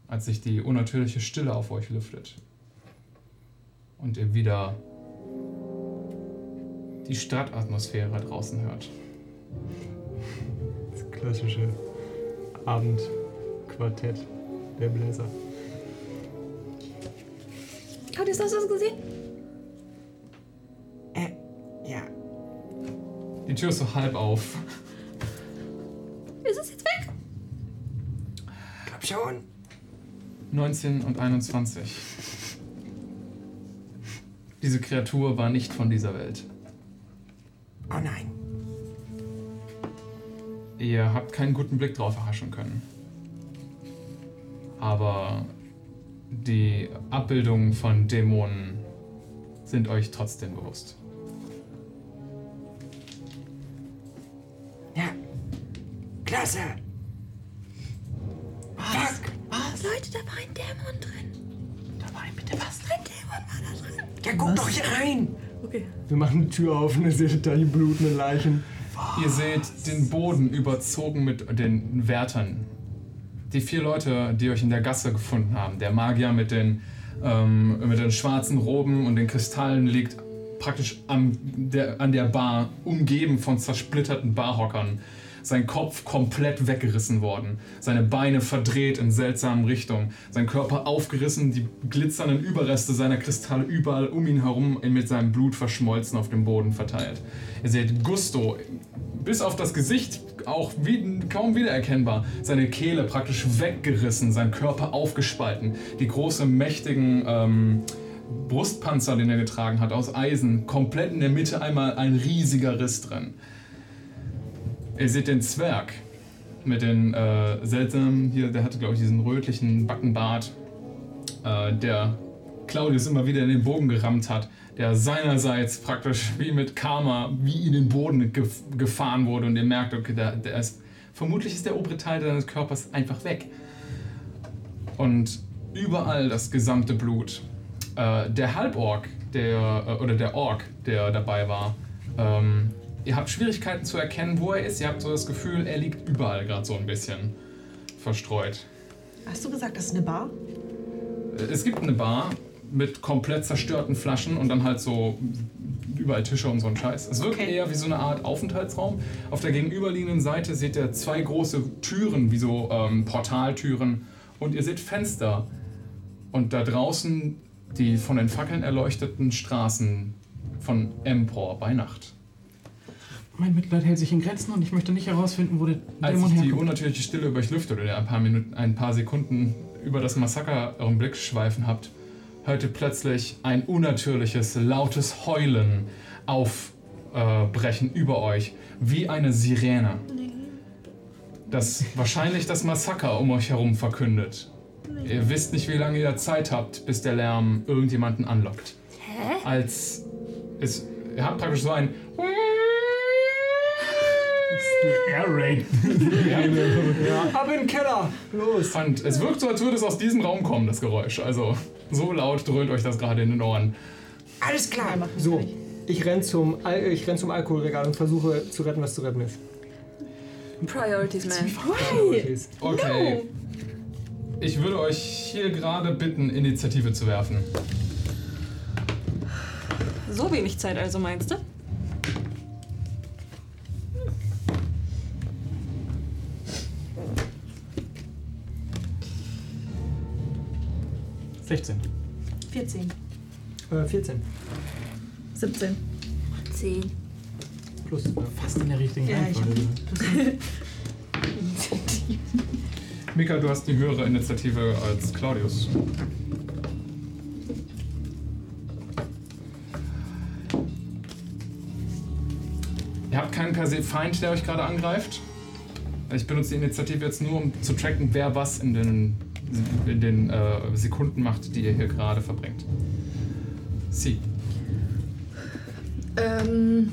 Als sich die unnatürliche Stille auf euch lüftet und ihr wieder die Stadtatmosphäre draußen hört.
Das klassische Abendquartett der Bläser.
Claudius, hast du das gesehen?
Äh, Ja.
Die Tür ist so halb auf.
Ist es jetzt weg?
Glaub schon.
19 und 21. Diese Kreatur war nicht von dieser Welt.
Oh nein.
Ihr habt keinen guten Blick drauf erhaschen können. Aber die Abbildungen von Dämonen sind euch trotzdem bewusst.
Ja. Klasse. Was? Fuck. Was?
Leute, da war ein Dämon drin.
Da war ein
Bitte was? Ein Dämon war da drin.
Ja, guck doch hier rein.
Okay.
Wir machen die Tür auf und ihr seht da die blutenden Leichen.
Ihr seht den Boden überzogen mit den Wärtern. Die vier Leute, die euch in der Gasse gefunden haben. Der Magier mit den, ähm, mit den schwarzen Roben und den Kristallen liegt praktisch am, der, an der Bar, umgeben von zersplitterten Barhockern. Sein Kopf komplett weggerissen worden, seine Beine verdreht in seltsamen Richtungen, sein Körper aufgerissen, die glitzernden Überreste seiner Kristalle überall um ihn herum mit seinem Blut verschmolzen auf dem Boden verteilt. Ihr seht Gusto, bis auf das Gesicht auch wie, kaum wiedererkennbar, seine Kehle praktisch weggerissen, sein Körper aufgespalten, die großen, mächtigen. Ähm, Brustpanzer, den er getragen hat, aus Eisen, komplett in der Mitte einmal ein riesiger Riss drin. Ihr seht den Zwerg mit den äh, seltsamen, hier, der hatte glaube ich diesen rötlichen Backenbart, äh, der Claudius immer wieder in den Bogen gerammt hat, der seinerseits praktisch wie mit Karma wie in den Boden gef gefahren wurde und ihr merkt, okay, der, der ist, vermutlich ist der obere Teil deines Körpers einfach weg. Und überall das gesamte Blut, äh, der Halborg, der, äh, oder der Ork, der dabei war, ähm, ihr habt Schwierigkeiten zu erkennen, wo er ist. Ihr habt so das Gefühl, er liegt überall gerade so ein bisschen verstreut.
Hast du gesagt, das ist eine Bar?
Äh, Es gibt eine Bar mit komplett zerstörten Flaschen und dann halt so überall Tische und so ein Scheiß. Es wirkt eher wie so eine Art Aufenthaltsraum. Auf der gegenüberliegenden Seite seht ihr zwei große Türen, wie so ähm, Portaltüren. Und ihr seht Fenster. Und da draußen die von den Fackeln erleuchteten Straßen von Empor bei Nacht.
Mein Mitleid hält sich in Grenzen und ich möchte nicht herausfinden, wo der
Als
Dämon
sich die
herkommt.
unnatürliche Stille über euch lüftet oder ihr ein paar, Minuten, ein paar Sekunden über das Massaker euren Blick schweifen habt, hört ihr plötzlich ein unnatürliches, lautes Heulen aufbrechen über euch, wie eine Sirene, das wahrscheinlich das Massaker um euch herum verkündet. Ihr wisst nicht, wie lange ihr Zeit habt, bis der Lärm irgendjemanden anlockt.
Hä?
Als es, ihr habt praktisch so ein Air Raid.
Ja, ab in den Keller! Los!
Und es wirkt so, als würde es aus diesem Raum kommen, das Geräusch. Also so laut dröhnt euch das gerade in den Ohren.
Alles klar.
So, ich renn zum, Al ich renn zum Alkoholregal und versuche zu retten, was zu retten ist.
Priorities, man.
Okay. Ich würde euch hier gerade bitten, Initiative zu werfen.
So wenig Zeit also, meinst du?
Die 16.
14.
Äh, 14.
17.
10.
äh,
Plus.
Fast in der richtigen
Ja, ich
Reihenfolge.
Mika, du hast die höhere Initiative als Claudius. Ihr habt keinen per se Feind, der euch gerade angreift. Ich benutze die Initiative jetzt nur, um zu tracken, wer was in den, in den äh, Sekunden macht, die ihr hier gerade verbringt. Sie.
Ähm,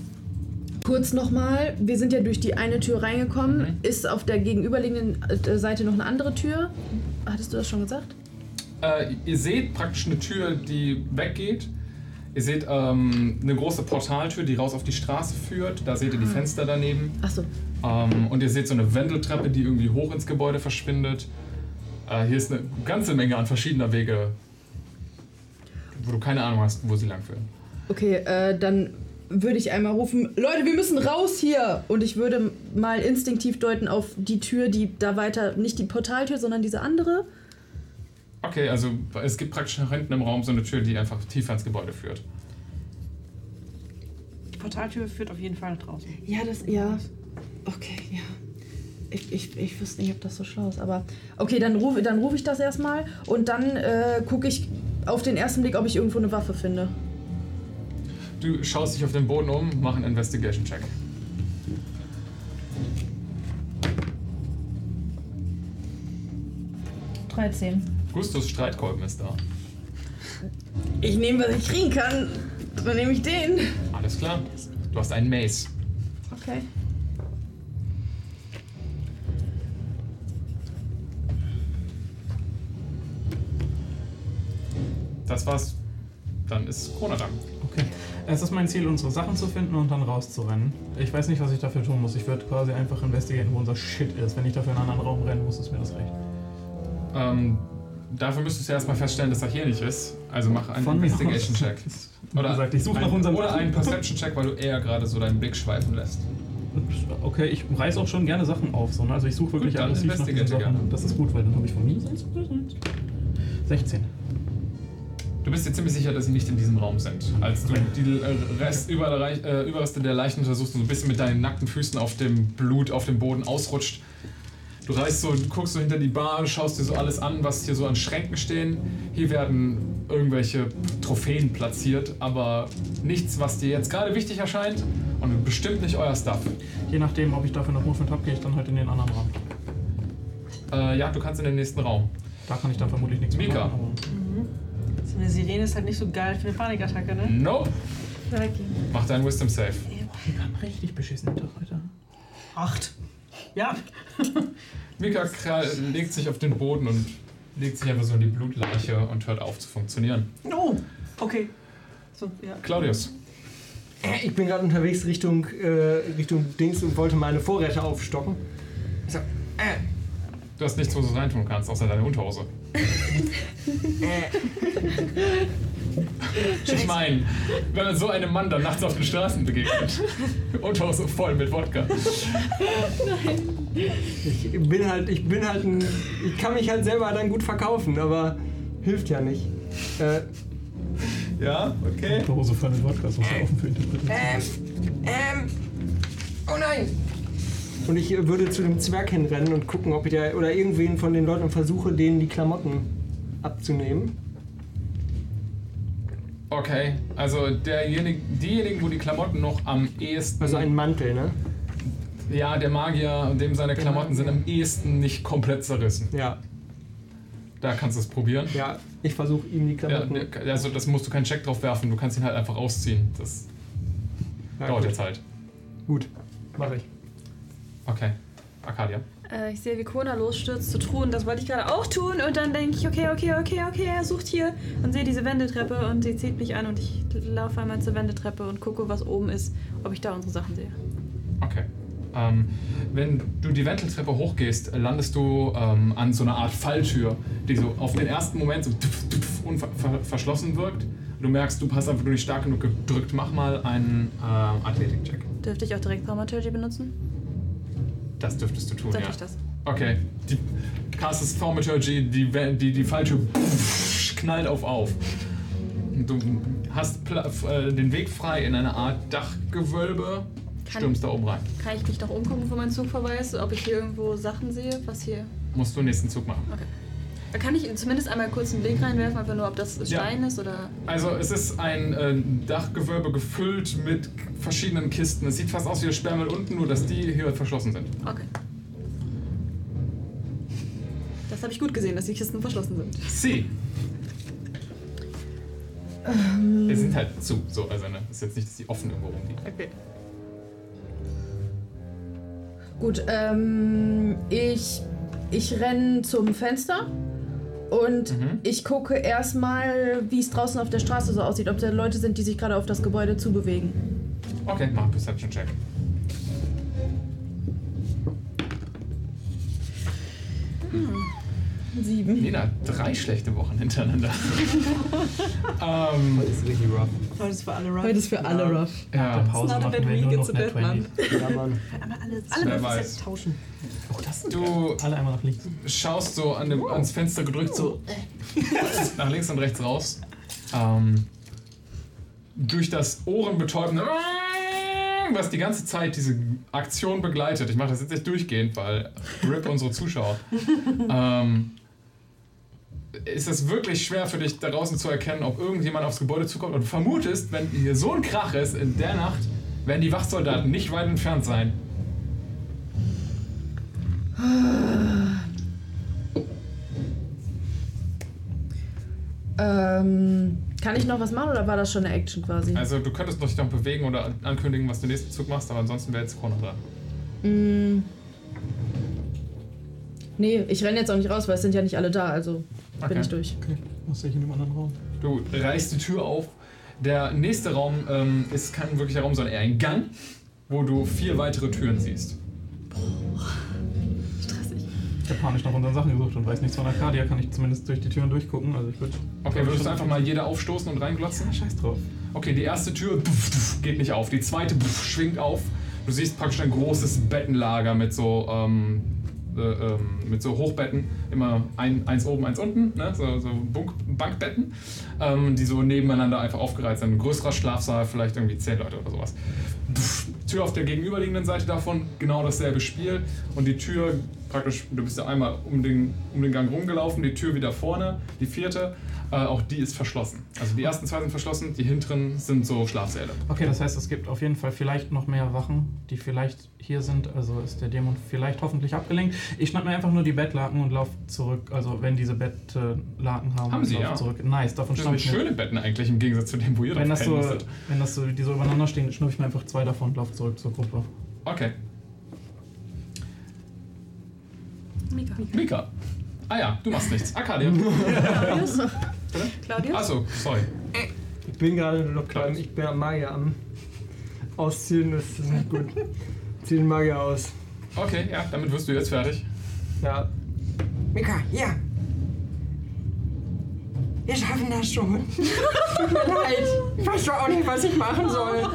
kurz nochmal, wir sind ja durch die eine Tür reingekommen. Ist auf der gegenüberliegenden äh, Seite noch eine andere Tür? Hattest du das schon gesagt?
Äh, ihr seht praktisch eine Tür, die weggeht. Ihr seht ähm, eine große Portaltür, die raus auf die Straße führt. Da seht ihr die
Ah.
Fenster daneben.
Achso.
Ähm, und ihr seht so eine Wendeltreppe, die irgendwie hoch ins Gebäude verschwindet. Äh, hier ist eine ganze Menge an verschiedener Wege, wo du keine Ahnung hast, wo sie lang führen.
Okay, äh, dann würde ich einmal rufen, Leute, wir müssen raus hier! Und ich würde mal instinktiv deuten auf die Tür, die da weiter, nicht die Portaltür, sondern diese andere.
Okay, also es gibt praktisch nach hinten im Raum so eine Tür, die einfach tiefer ins Gebäude führt.
Die Portaltür führt auf jeden Fall nach draußen.
Ja, das, ja. Okay, ja. Ich, ich, ich wüsste nicht, ob das so schlau ist, aber okay, dann rufe dann ruf ich das erstmal und dann äh, gucke ich auf den ersten Blick, ob ich irgendwo eine Waffe finde.
Du schaust dich auf den Boden um, mach einen Investigation-Check. Gustus Streitkolben ist da.
Ich nehme, was ich kriegen kann. Dann nehme ich den.
Alles klar. Du hast einen Mace.
Okay.
Das war's. Dann ist Corona dran.
Okay. Es ist mein Ziel, unsere Sachen zu finden und dann rauszurennen. Ich weiß nicht, was ich dafür tun muss. Ich würde quasi einfach investigieren, wo unser Shit ist. Wenn ich dafür in einen anderen Raum rennen muss, ist mir das recht.
Ähm, dafür müsstest du erstmal feststellen, dass er hier nicht ist. Also mach einen
Von mir aus.
Investigation-Check. Oder,
gesagt, ich such
ein-
nach unserem-
oder einen Perception-Check, weil du eher gerade so deinen Blick schweifen lässt.
Okay, ich reiß auch schon gerne Sachen auf. So, ne? Also ich suche wirklich
Gut, dann
aggressiv nach diesen
investigate
Sachen. Das ist gut, weil dann habe ich von minus 1 plus 1. 16.
Du bist dir ziemlich sicher, dass sie nicht in diesem Raum sind. Als du die äh, Rest, überall Reich- äh, Überreste der Leichen untersuchst und so ein bisschen mit deinen nackten Füßen auf dem Blut, auf dem Boden ausrutscht, du reißt so, guckst so hinter die Bar, schaust dir so alles an, was hier so an Schränken stehen. Hier werden irgendwelche Trophäen platziert, aber nichts, was dir jetzt gerade wichtig erscheint und bestimmt nicht euer Stuff.
Je nachdem, ob ich dafür noch Movement habe, gehe ich dann halt in den anderen Raum.
Äh, ja, du kannst in den nächsten Raum.
Da kann ich dann vermutlich nichts
Mika.
So eine Sirene ist halt nicht so geil für eine Panikattacke, ne?
Nope. Mach deinen Wisdom Save.
Richtig beschissen Tag heute.
Acht. Ja.
Mika kra- legt sich auf den Boden und legt sich einfach so in die Blutleiche und hört auf zu funktionieren.
Oh, okay. So, ja.
Claudius.
Äh, Ich bin gerade unterwegs Richtung, äh, Richtung Dings und wollte meine Vorräte aufstocken. Ich sag,
Du hast nichts, wo du reintun kannst, außer deine Unterhose. Ich meine, wenn man so einem Mann dann nachts auf den Straßen begegnet, Unterhose voll mit Wodka.
Ich bin halt, ich bin halt ein. Ich kann mich halt selber dann gut verkaufen, aber hilft ja nicht. Äh,
ja, okay.
Unterhose voll mit Wodka, so offen für Interpretation.
Ähm, ähm. Oh nein!
Und ich äh, würde zu dem Zwerg hinrennen und gucken, ob ich da. Oder irgendwen von den Leuten und versuche, denen die Klamotten abzunehmen.
Okay, also derjenige, diejenigen, wo die Klamotten noch am ehesten.
Also einen Mantel, ne?
Ja, der Magier und dem seine Klamotten sind am ehesten nicht komplett zerrissen.
Ja.
Da kannst du es probieren.
Ja, ich versuche ihm die Klamotten.
Ja, der- also das musst du keinen Check drauf werfen, du kannst ihn halt einfach ausziehen. Das
Ja,
dauert
gut.
jetzt halt.
Gut, mache ich.
Okay. Arcadia.
Äh, ich sehe, wie Kona losstürzt zu Truhen. Das wollte ich gerade auch tun. Und dann denke ich, okay, okay, okay, okay, er sucht hier. Und sehe diese Wendetreppe und sie zieht mich an und ich laufe einmal zur Wendetreppe und gucke, was oben ist, ob ich da unsere Sachen sehe.
Okay. Ähm, wenn du die Wendeltreppe hochgehst, äh, landest du ähm, an so einer Art Falltür, die so auf den ersten Moment so tupf, tupf und ver ver verschlossen wirkt. Du merkst, du hast einfach nur nicht stark genug gedrückt. Mach mal einen ähm, Athletik-Check.
Dürfte ich auch direkt Thaumaturgy benutzen?
Das dürftest du tun,
Sollte
ja.
ich das?
Okay. Die Castles Thaumaturgy, die, We- die, die Falltür pff, knallt auf auf. Du hast Pla- f- äh, den Weg frei in eine Art Dachgewölbe,
Kann-
stürmst da oben rein.
Kann ich mich doch umgucken, bevor mein Zug vorbei ist, ob ich hier irgendwo Sachen sehe, was hier...
Musst du den nächsten Zug machen.
Kann ich zumindest einmal kurz einen Blick reinwerfen, einfach nur, ob das Stein ist oder...
Also es ist ein äh, Dachgewölbe gefüllt mit verschiedenen Kisten. Es sieht fast aus wie der Sperrmüll unten, nur dass die hier verschlossen sind.
Okay. Das habe ich gut gesehen, dass die Kisten verschlossen sind.
Sie. Wir sind halt zu, so, also ne, ist jetzt nicht, dass die offen irgendwo rumliegen.
Okay.
Gut, ähm, ich, ich renne zum Fenster und
Mhm.
ich gucke erstmal, wie es draußen auf der Straße so aussieht, ob da Leute sind, die sich gerade auf das Gebäude zubewegen.
Okay, mach einen Perception-Check.
Sieben.
Lena, drei schlechte Wochen hintereinander. ähm, Heute ist richtig rough.
Heute ist für alle rough.
Heute ist für alle rough.
Ja,
It's not a bad week, it's a bad month.
Ja, Mann.
Aber alle,
Wer
alle müssen
weiß.
jetzt tauschen.
Du alle einmal nach links. schaust so an dem, ans Fenster gedrückt, so nach links und rechts raus. Ähm, durch das ohrenbetäubende, was die ganze Zeit diese Aktion begleitet. Ich mache das jetzt nicht durchgehend, weil RIP unsere Zuschauer. Ähm, ist es wirklich schwer für dich, da draußen zu erkennen, ob irgendjemand aufs Gebäude zukommt und vermutest, wenn hier so ein Krach ist in der Nacht, werden die Wachsoldaten nicht weit entfernt sein.
Ähm, kann ich noch was machen oder war das schon eine Action quasi?
Also du könntest dich dann bewegen oder ankündigen, was du nächsten Zug machst, aber ansonsten wäre jetzt Corona dran.
Mm. Nee, ich renne jetzt auch nicht raus, weil es sind ja nicht alle da, also bin
Okay.
ich durch.
Was sehe ich in dem anderen Raum?
Du reißt die Tür auf. Der nächste Raum ähm, ist kein wirklicher Raum, sondern eher ein Gang, wo du vier weitere Türen siehst.
Ich habe panisch nach unseren Sachen gesucht und weiß nichts von Arcadia, kann ich zumindest durch die Türen durchgucken. Also ich würde.
Okay, würdest du einfach mal jede aufstoßen und reinglotzen?
scheiß drauf.
Okay, die erste Tür pf, pf, geht nicht auf. Die zweite pf, schwingt auf. Du siehst praktisch ein großes Bettenlager mit so, ähm, äh, ähm, mit so Hochbetten. Immer ein, eins oben, eins unten. Ne? So, so Bunk Bankbetten, ähm, die so nebeneinander einfach aufgereiht sind. Ein größerer Schlafsaal, vielleicht irgendwie zehn Leute oder sowas. Pf, Tür auf der gegenüberliegenden Seite davon, genau dasselbe Spiel. Und die Tür praktisch, du bist ja einmal um den, um den Gang rumgelaufen, die Tür wieder vorne, die vierte. Äh, auch die ist verschlossen. Also die ersten zwei sind verschlossen, die hinteren sind so Schlafsäle.
Okay, das heißt, es gibt auf jeden Fall vielleicht noch mehr Wachen, die vielleicht hier sind. Also ist der Dämon vielleicht hoffentlich abgelenkt. Ich schnapp mir einfach nur die Bettlaken und laufe zurück. Also wenn diese Bettlaken haben,
Haben sie,
lauf
ja.
zurück. Nice, davon
das
schnapp
sind
ich mir.
schöne Betten eigentlich im Gegensatz zu dem, wo ihr
Wenn
drauf
das, so,
pennen musstet.
wenn das so, die so übereinander stehen, schnapp ich mir einfach zwei davon und laufe zurück zur Gruppe.
Okay.
Mika.
Mika. Ah ja, du machst nichts. Arcadia.
Claudius? Claudius?
Achso, sorry.
Ich bin gerade noch klein, ich bin am Magier am Ausziehen, das ist nicht gut. Zieh den Magier aus.
Okay, ja, damit wirst du jetzt fertig.
Ja.
Mika, ja. Wir schaffen das schon. Tut mir leid. Ich weiß doch auch nicht, was ich machen soll.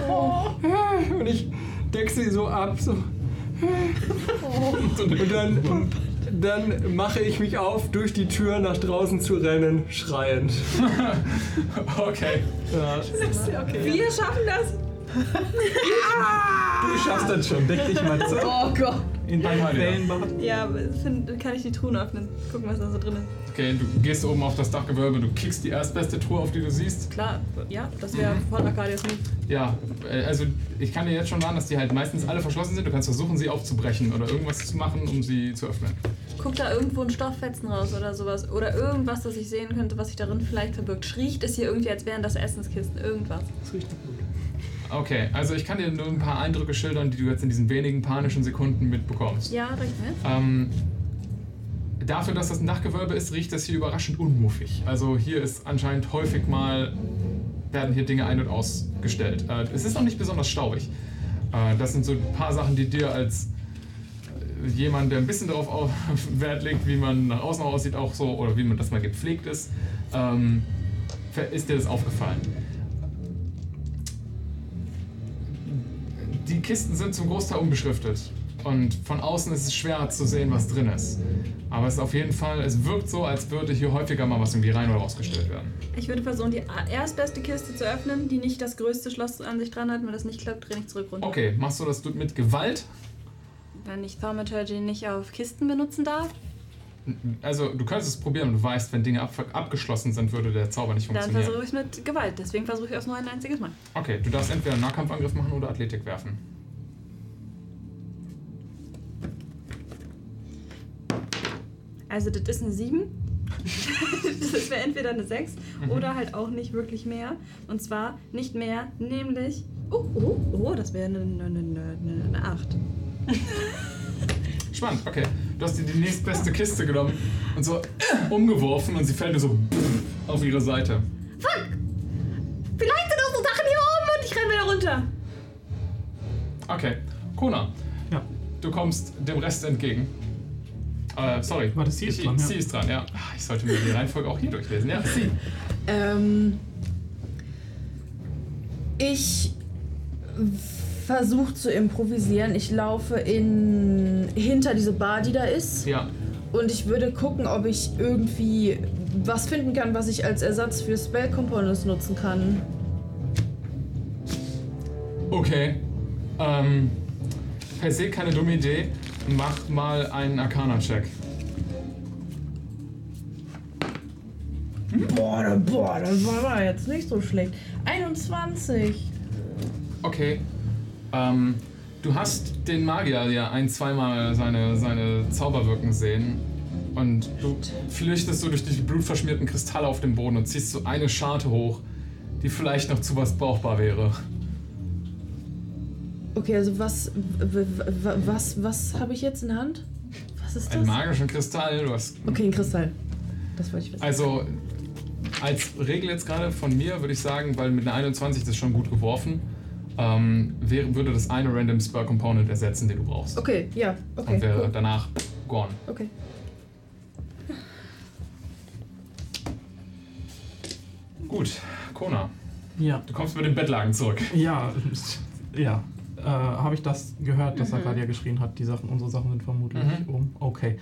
Und ich deck sie so ab, so. Und dann, dann mache ich mich auf, durch die Tür nach draußen zu rennen, schreiend.
Okay.
Ja.
Wir schaffen das.
Du schaffst das schon, deck dich mal zu.
Oh Gott.
In deinem Wellenbad.
Ja, aber find, kann ich die Truhen öffnen? Gucken, was da so drin ist.
Okay, du gehst oben auf das Dachgewölbe, du kickst die erstbeste Truhe, auf die du siehst.
Klar, ja, das wäre voll Arcadius Move.
Ja, äh, also ich kann dir jetzt schon sagen, dass die halt meistens alle verschlossen sind. Du kannst versuchen, sie aufzubrechen oder irgendwas zu machen, um sie zu öffnen.
Guckt da irgendwo ein Stofffetzen raus oder sowas. Oder irgendwas, das ich sehen könnte, was sich darin vielleicht verbirgt. Riecht es hier irgendwie, als wären das Essenskisten. Irgendwas.
Das riecht gut.
Okay, also ich kann dir nur ein paar Eindrücke schildern, die du jetzt in diesen wenigen panischen Sekunden mitbekommst.
Ja, recht, ne?
Ähm, dafür, dass das ein Dachgewölbe ist, riecht das hier überraschend unmuffig. Also hier ist anscheinend häufig mal, werden hier Dinge ein- und ausgestellt. Äh, es ist auch nicht besonders staubig. Äh, das sind so ein paar Sachen, die dir als äh, jemand, der ein bisschen darauf auf Wert legt, wie man nach außen aussieht, auch so, oder wie man das mal gepflegt ist, ähm, ist dir das aufgefallen. Die Kisten sind zum Großteil unbeschriftet. Und von außen ist es schwer zu sehen, was drin ist. Aber es ist auf jeden Fall, es wirkt so, als würde hier häufiger mal was irgendwie rein oder rausgestellt werden.
Ich würde versuchen, die a- erstbeste Kiste zu öffnen, die nicht das größte Schloss an sich dran hat. Wenn das nicht klappt, drehe ich zurück runter.
Okay, machst du das du- mit Gewalt?
Wenn ich Thaumaturgy nicht auf Kisten benutzen darf,
Also, du könntest es probieren und du weißt, wenn Dinge abver- abgeschlossen sind, würde der Zauber nicht
dann
funktionieren.
versuche ich es mit Gewalt. Deswegen versuche ich es nur ein einziges Mal.
Okay, du darfst entweder einen Nahkampfangriff machen oder Athletik werfen.
Also das ist eine 7. das wäre entweder eine 6
Mhm.
oder halt auch nicht wirklich mehr. Und zwar nicht mehr, nämlich... Oh, oh, oh, das wäre eine, eine, eine, eine, eine 8.
Spannend, okay. Du hast dir die nächstbeste Kiste genommen und so äh, umgeworfen und sie fällt nur so äh, auf ihre Seite.
Fuck! Vielleicht sind unsere Sachen hier oben und ich renne wieder runter.
Okay. Kona.
Ja.
Du kommst dem Rest entgegen. Äh, sorry.
Warte, sie ist
ich,
dran, ja.
Sie ist dran, ja. Ah, Ich sollte mir die Reihenfolge auch hier durchlesen. Ja, sie.
Ähm, ich versuche zu improvisieren. Ich laufe in hinter diese Bar, die da ist.
Ja.
Und ich würde gucken, ob ich irgendwie was finden kann, was ich als Ersatz für Spell Components nutzen kann.
Okay. Ähm, per se keine dumme Idee. Mach mal einen Arcana-Check.
Boah, Äh, boah, das war aber jetzt nicht so schlecht. 21.
Okay. Ähm, du hast den Magier ja ein, zweimal seine, seine Zauber wirken sehen. Und du flüchtest so durch die blutverschmierten Kristalle auf dem Boden und ziehst so eine Scharte hoch, die vielleicht noch zu was brauchbar wäre.
Okay, also was w- w- w- was was habe ich jetzt in der Hand? Was ist
Einen
das?
magischen Kristall, du hast.
Okay, ein Kristall. Das wollte ich wissen.
Also, als Regel jetzt gerade von mir würde ich sagen, weil mit einer 21 das ist schon gut geworfen, ähm, wäre, würde das eine Random Spur Component ersetzen, den du brauchst.
Okay, ja, okay.
und wäre
cool.
danach gone.
Okay.
Gut, Kona.
Ja.
Du kommst mit den Bettlagen zurück.
Ja, ja. Äh, Habe ich das gehört, dass Arcadia geschrien hat, die Sachen, unsere Sachen sind vermutlich
Mhm.
um? Okay.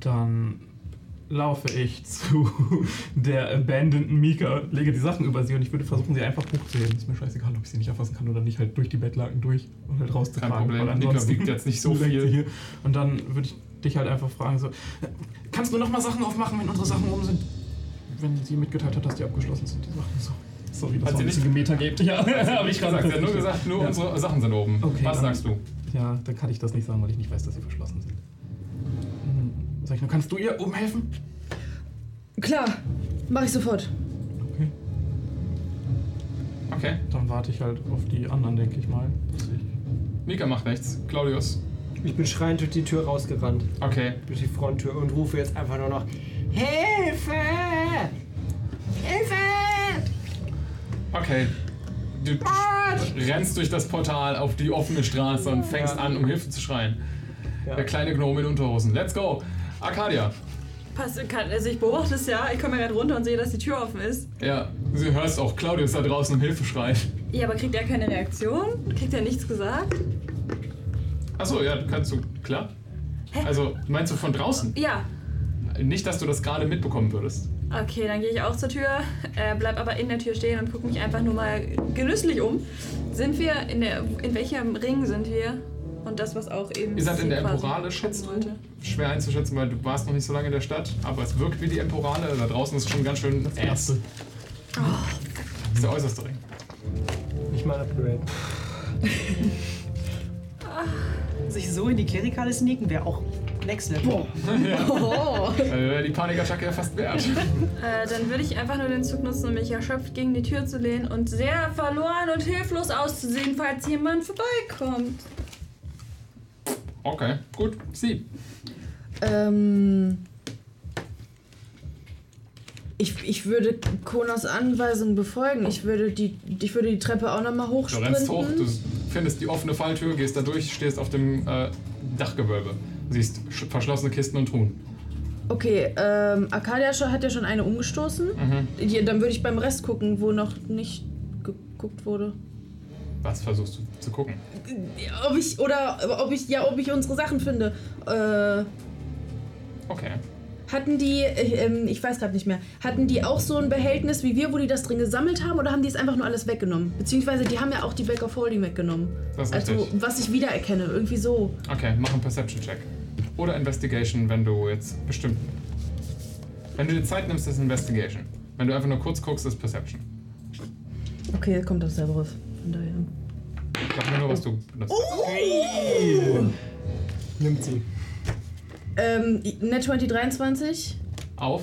Dann laufe ich zu der abandoned Mika, lege die Sachen über sie und ich würde versuchen, sie einfach hochzuheben. Ist mir scheißegal, ob ich sie nicht erfassen kann oder nicht, halt durch die Bettlaken durch und halt rauszutragen.
Kein Problem,
weil
Mika
ansonsten
wiegt jetzt nicht so
lenkt sie
viel.
Hier. Und dann würde ich dich halt einfach fragen, so, kannst du nochmal Sachen aufmachen, wenn unsere Sachen rum sind? Wenn sie mitgeteilt hat, dass die abgeschlossen sind, die Sachen. So, sorry, das
Hat
war
sie
ein
nicht-
bisschen gemeter gibt.
Hat
Ja,
sie nicht
hab gerade
gesagt, sie hat nur
festgestellt.
gesagt, nur unsere Sachen sind oben. Was
dann-
sagst du?
Ja, dann kann ich das nicht sagen, weil ich nicht weiß, dass sie verschlossen sind. Hm, Sag ich nur, kannst du ihr oben helfen?
Klar, mache ich sofort.
Okay.
Dann warte ich halt auf die anderen, denke ich mal.
Mika macht nichts. Claudius.
Ich bin schreiend durch die Tür rausgerannt.
Okay.
Durch die Fronttür und rufe jetzt einfach nur noch Hilfe! Hilfe!
Okay. Du rennst durch das Portal auf die offene Straße und fängst an, um Hilfe zu schreien. Der kleine Gnome in Unterhosen. Let's go! Arcadia.
Pass, kann, also ich beobachte es ja, ich komme ja gerade runter und sehe, dass die Tür offen ist.
Ja, du hörst auch Claudius da draußen um Hilfe schreien.
Ja, aber kriegt er keine Reaktion? Kriegt er nichts gesagt?
Achso, ja, kannst du. Klar. Also, meinst du von draußen?
Ja,
Nicht, dass du das gerade mitbekommen würdest.
okay, dann gehe ich auch zur Tür, äh, bleib aber in der Tür stehen und gucke mich einfach nur mal genüsslich um. Sind wir in der, in welchem Ring sind wir? Und das, was auch eben.
Ihr seid in
sie
der
quasi
Emporale,
schätzen wollte.
Schwer einzuschätzen, weil du warst noch nicht so lange in der Stadt, aber es wirkt wie die Emporale. Da draußen ist schon ganz schön Ärzte.
Oh.
Das ist der äußerste Ring.
Nicht mal Upgrade.
Sich so in die Klerikale sneaken wäre auch Next Level.
Ja. Äh, die Panikattacke ja fast wert.
Äh, dann würde ich einfach nur den Zug nutzen, um mich erschöpft gegen die Tür zu lehnen und sehr verloren und hilflos auszusehen, falls jemand vorbeikommt.
Okay, gut, sie.
Ähm, ich, ich würde Konas Anweisung befolgen. Ich würde die, ich würde die Treppe auch nochmal
Du
hochsprinten.
rennst hoch, du findest die offene Falltür, gehst da durch, stehst auf dem äh, Dachgewölbe. Siehst sch- verschlossene Kisten und Truhen.
Okay, ähm, Arcadia schon- hat ja schon eine umgestoßen.
Mhm.
Ja, dann würde ich beim Rest gucken, wo noch nicht geguckt wurde.
Was versuchst du zu gucken?
Ob ich, oder ob ich, ja, ob ich unsere Sachen finde. Äh,
Okay.
hatten die, äh, ähm, ich weiß gerade nicht mehr, hatten die auch so ein Behältnis wie wir, wo die das drin gesammelt haben oder haben die es einfach nur alles weggenommen? Beziehungsweise die haben ja auch die Back of Holding weggenommen.
Das ist
also,
richtig.
was ich wiedererkenne, irgendwie so.
Okay, mach einen Perception-Check. Oder Investigation, wenn du jetzt bestimmt. Wenn du dir Zeit nimmst, ist Investigation. Wenn du einfach nur kurz guckst, ist Perception.
Okay, kommt auf selber Riff. Von daher.
Oh. Sag mir nur, was du benutzt hast.
Oh!
Nimmt sie.
Ähm, Net 20 23.
Auf.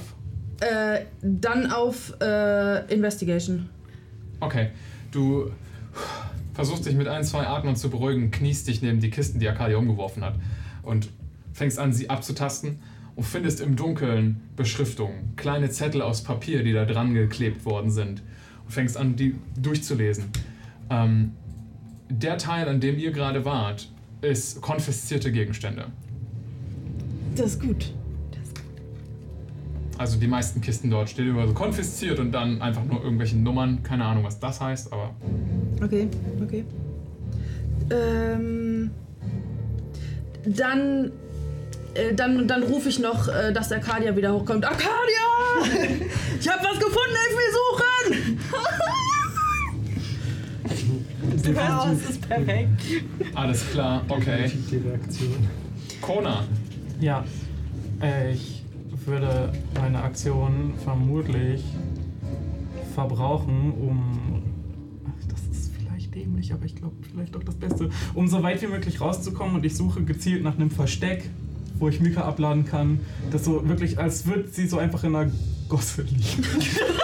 Äh, dann auf äh, Investigation.
Okay. Du versuchst dich mit ein, zwei Atmen zu beruhigen, kniest dich neben die Kisten, die Arcadia umgeworfen hat. Und fängst an, sie abzutasten und findest im Dunkeln Beschriftungen, kleine Zettel aus Papier, die da dran geklebt worden sind. Und fängst an, die durchzulesen. Ähm, der Teil, an dem ihr gerade wart, ist konfiszierte Gegenstände.
Das ist gut.
Also die meisten Kisten dort stehen überall so konfisziert und dann einfach nur irgendwelche Nummern. Keine Ahnung, was das heißt, aber
Okay, okay. Ähm, dann, äh, dann, dann rufe ich noch, äh, dass Arcadia wieder hochkommt. Arcadia! ich hab was gefunden, helf mir suchen!
Du hörst, es ist perfekt.
alles klar, okay. Kona,
Ja, äh, ich würde meine Aktion vermutlich verbrauchen, um. Ach, Das ist vielleicht dämlich, aber ich glaube vielleicht auch das Beste. Um so weit wie möglich rauszukommen und ich suche gezielt nach einem Versteck, wo ich Mika abladen kann. Das so wirklich, als würde sie so einfach in einer Gosse liegen.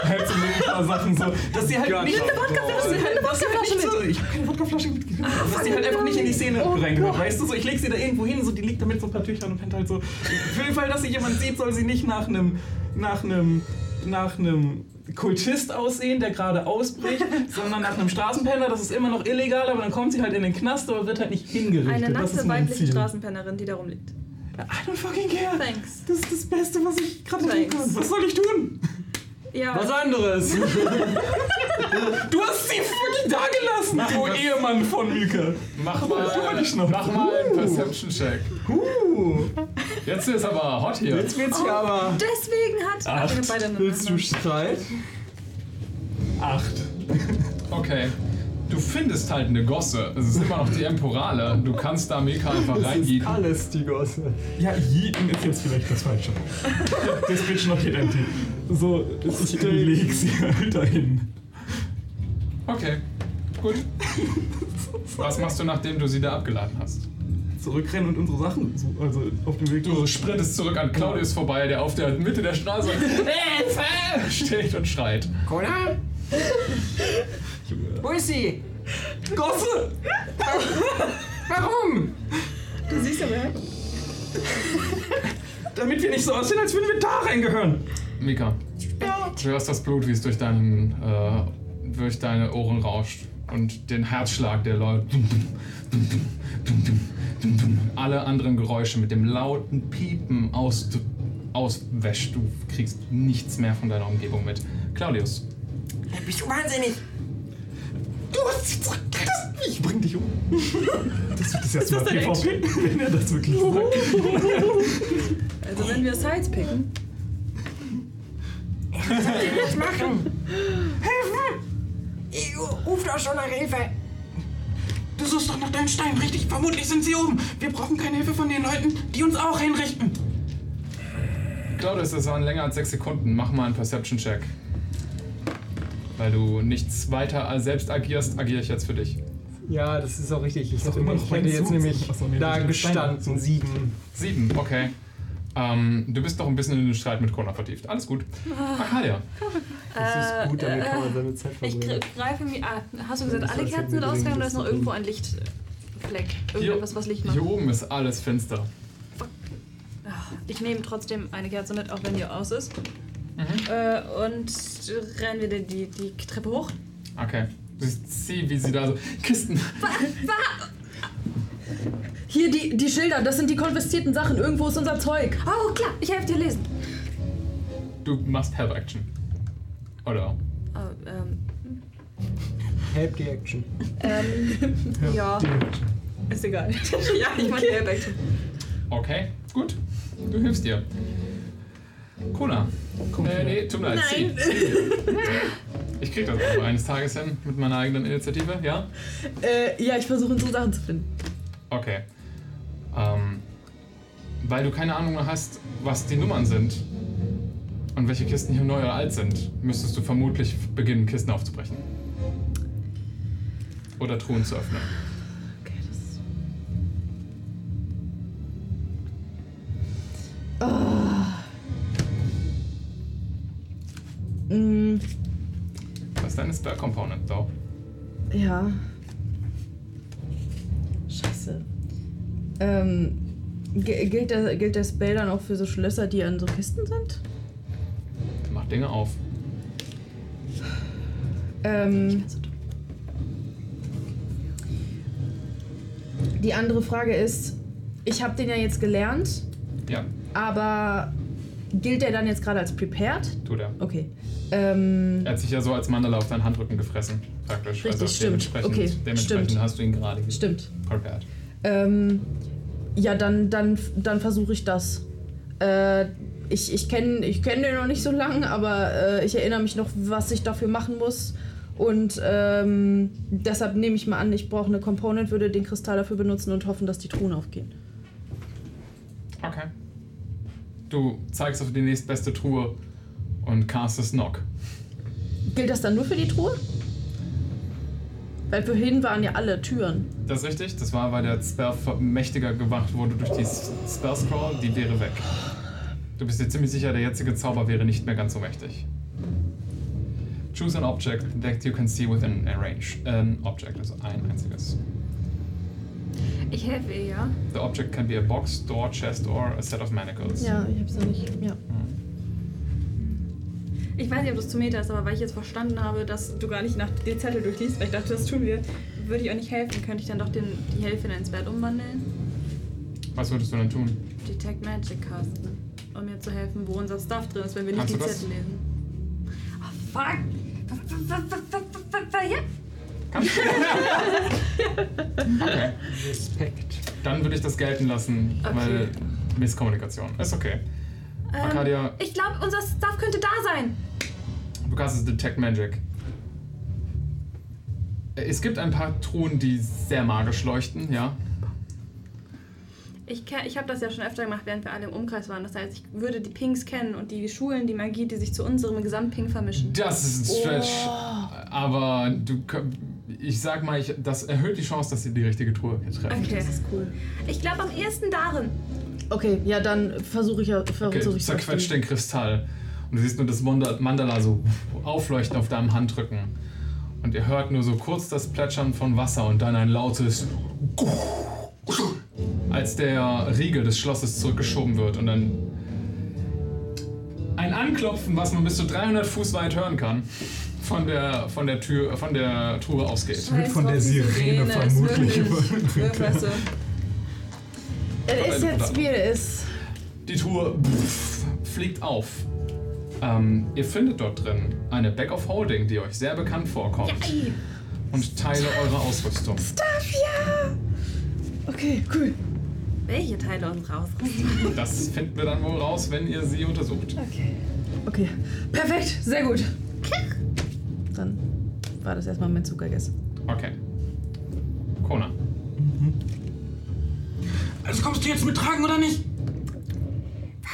halt so mit ein paar Sachen so. Dass sie halt
Gott,
nicht.
Nimm eine Wodkaflasche
dass sie halt-
mit,
dass sie halt
Wodkaflasche
nicht so-
mit.
Ich habe keine Wodkaflasche mitgegeben.
Ah,
dass sie halt
verdammt.
einfach nicht in die Szene
Oh
reingehört.
Gott.
Weißt du so, ich leg sie da irgendwo hin, so die liegt damit so ein paar Tüchern und pennt halt so. Für den Fall, dass sie jemand sieht, soll sie nicht nach einem. nach einem. nach einem. Kultist aussehen, der gerade ausbricht, sondern nach einem Straßenpenner, das ist immer noch illegal, aber dann kommt sie halt in den Knast, aber wird halt nicht hingerichtet.
Eine
das ist
nackte
mein
weibliche
Ziel.
Straßenpennerin, die da rumliegt.
I don't fucking care.
Thanks.
Das ist das Beste, was ich gerade tun
Thanks.
kann. Was soll ich tun?
Ja.
Was anderes. du hast sie fucking da gelassen,
Mach
du
was.
Ehemann von Mika.
mach
Du mal
mal,
die Schnauze.
mach mal einen Perception-Check.
Uh,
Jetzt ist aber hot hier.
jetzt wird's hier aber.
Deswegen hat. Ah, wir haben beide eine-
Oh. Willst du Streit? Acht.
Okay. Du findest halt eine Gosse. Es ist immer noch die Emporale. Du kannst da Mika einfach
Das ist
reinjieten.
alles die Gosse. Ja, Jeden ist jetzt vielleicht das Falsche. das Bitch noch hier empty. So, ich leg sie halt dahin.
Okay, gut. Was machst du, nachdem du sie da abgeladen hast?
Zurückrennen und unsere Sachen, so- also auf dem Weg.
Du sprintest zurück an Claudius vorbei, der auf der Mitte der Straße
Hilfe!
steht und schreit.
Kona? Wo ist sie?
Gosse!
Warum?
Du siehst aber,
Damit wir nicht so aussehen, als würden wir da reingehören.
Mika, du hörst das Blut, wie es durch, deinen, äh, durch deine Ohren rauscht und den Herzschlag der Leute. Alle anderen Geräusche mit dem lauten Piepen aus, auswäscht. Du kriegst nichts mehr von deiner Umgebung mit. Claudius,
Ja, bist du wahnsinnig? Du hast sie zurückgelassen.
Ich bring dich um. Das wird das erste
Ist
Mal
das dein
PvP, wenn er das wirklich sagt.
Also wenn wir Sides picken.
Was soll ich jetzt machen? Hilfe! Ich ruf doch schon nach Hilfe.
Du suchst doch nach deinen Steinen, richtig? Vermutlich sind sie oben. Wir brauchen keine Hilfe von den Leuten, die uns auch hinrichten.
Claudius, das waren länger als sechs Sekunden. Mach mal einen Perception-Check. Weil du nichts weiter als äh, selbst agierst, agiere ich jetzt für dich.
Ja, das ist auch richtig. Ich,
Ist doch
hätte,
immer noch
ich hätte
mein
jetzt
Zug.
nämlich
Ach so, nee,
da
das ist ein Stein.
gestanden. Sieben.
Sieben, okay. Ähm, du bist doch ein bisschen in den Streit mit Kona vertieft. Alles gut. Arcadia.
Das ist gut, damit kann man seine Zeit
Ich
verbringen.
gr- greife mir. Ah, hast du gesagt,
Das
alle
heißt,
Kerzen
wir
sind ausgegangen
bringen
oder ist
das
noch irgendwo ein Lichtfleck? Irgendetwas, was Licht macht?
Hier oben ist alles finster.
Ah, Ich nehme trotzdem eine Kerze mit, auch wenn die aus ist.
Mhm.
Äh, und rennen wir die, die, die Treppe hoch.
Okay. Du siehst, wie sie da so Kisten
Hier, die, die Schilder, das sind die konfiszierten Sachen. Irgendwo ist unser Zeug.
Oh, klar, ich helfe dir lesen.
Du machst Help Action. Oder?
Oh, ähm,
Help the action.
ähm, ja, ist egal. ja, ich meine, okay. Help
Okay, gut. Du hilfst ihr. Kona. Äh, nee, tut mir leid.
Nein.
zieh. Ich krieg das aber eines Tages hin mit meiner eigenen Initiative, ja?
Äh, ja, ich versuche unsere Sachen zu finden.
Okay. Ähm, weil du keine Ahnung mehr hast, was die Nummern sind und welche Kisten hier neu oder alt sind, müsstest du vermutlich beginnen, Kisten aufzubrechen. Oder Truhen zu öffnen.
Okay, das. Ah. Oh. Mm,
Was ist deine Spell Component, though?
ja. Scheiße. Ähm, gi- gilt, der, gilt der Spell dann auch für so Schlösser, die an so Kisten sind?
Mach Dinge auf.
Ähm, die andere Frage ist, ich habe den ja jetzt gelernt,
Ja,
aber gilt der dann jetzt gerade als prepared?
tut er.
Okay. Ähm,
Er hat sich ja so als Mandala auf deinen Handrücken gefressen, praktisch. Also
Richtig, stimmt.
Dementsprechend,
Okay,
dementsprechend
stimmt.
hast du ihn gerade ge-
Stimmt.
prepared.
Ähm, ja, dann, dann, dann versuche ich das. Äh, ich ich kenne ich kenn den noch nicht so lange, aber äh, ich erinnere mich noch, was ich dafür machen muss. Und ähm, deshalb nehme ich mal an, ich brauche eine Component, würde den Kristall dafür benutzen und hoffen, dass die Truhen aufgehen.
Okay. Du zeigst auf die nächstbeste Truhe und castest Knock.
Gilt das dann nur für die Truhe? Weil vorhin waren ja alle Türen.
Das ist richtig, das war, weil der Spell ver- mächtiger gemacht wurde durch die S- Spell Scroll, die wäre weg. Du bist dir ziemlich sicher, der jetzige Zauber wäre nicht mehr ganz so mächtig. Choose an object that you can see within a range. An object, also ein einziges.
Ich helfe ihr, ja.
The object can be a box, door, chest, or a set of manacles.
Ja, ich hab's noch nicht. Ja.
Ich weiß nicht, ob das zu Meta ist, aber weil ich jetzt verstanden habe, dass du gar nicht nach den Zettel durchliest, weil ich dachte, das tun wir, würde ich auch nicht helfen. Könnte ich dann doch den, die Hälfte ins Wert umwandeln?
Was würdest du denn tun?
Detect Magic casten. Um mir zu helfen, wo unser Stuff drin ist, wenn wir nicht
Kannst
die
du das?
Zettel lesen. Ah,
Fuck. Ja.
Okay.
Respekt.
Dann würde ich das gelten lassen,
Okay.
weil Misskommunikation. Ist okay.
Ähm,
Arcadia-
ich glaube, unser Stuff könnte da sein.
Du castest Detect Magic. Äh, Es gibt ein paar Truhen, die sehr magisch leuchten, ja.
Ich, ke- ich habe das ja schon öfter gemacht, während wir alle im Umkreis waren. Das heißt, ich würde die Pings kennen und die Schulen, die Magie, die sich zu unserem Gesamtping vermischen.
Das ist ein Stretch. Aber du, kö- ich sag mal, ich, das erhöht die Chance, dass sie die richtige Truhe treffen.
Das ist cool.
Ich glaube am ehesten darin.
Okay, ja, dann versuche ich ja.
Okay,
Versuch
du
ich
zerquetscht den Kristall. Und du siehst nur das Manda- Mandala so aufleuchten auf deinem Handrücken. Und ihr hört nur so kurz das Plätschern von Wasser und dann ein lautes. Als der Riegel des Schlosses zurückgeschoben wird und dann. Ein Anklopfen, was man bis zu 300 Fuß weit hören kann, von der, von der, Tür, von der Truhe ausgeht.
Es wird von der Sirene vermutlich überbrückt.
Es ist jetzt, wie es ist.
Die Truhe pff, fliegt auf. Ähm, ihr findet dort drin eine Bag of Holding, die euch sehr bekannt vorkommt. Und Teile eurer Ausrüstung.
Stuff, ja! Okay, cool. Welche Teile unserer Ausrüstung?
Das finden wir dann wohl raus, wenn ihr sie untersucht.
Okay. Okay. Perfekt, sehr gut. Dann war das erstmal mein Zug, I guess.
Okay. Kona.
Also kommst du jetzt mit tragen oder nicht?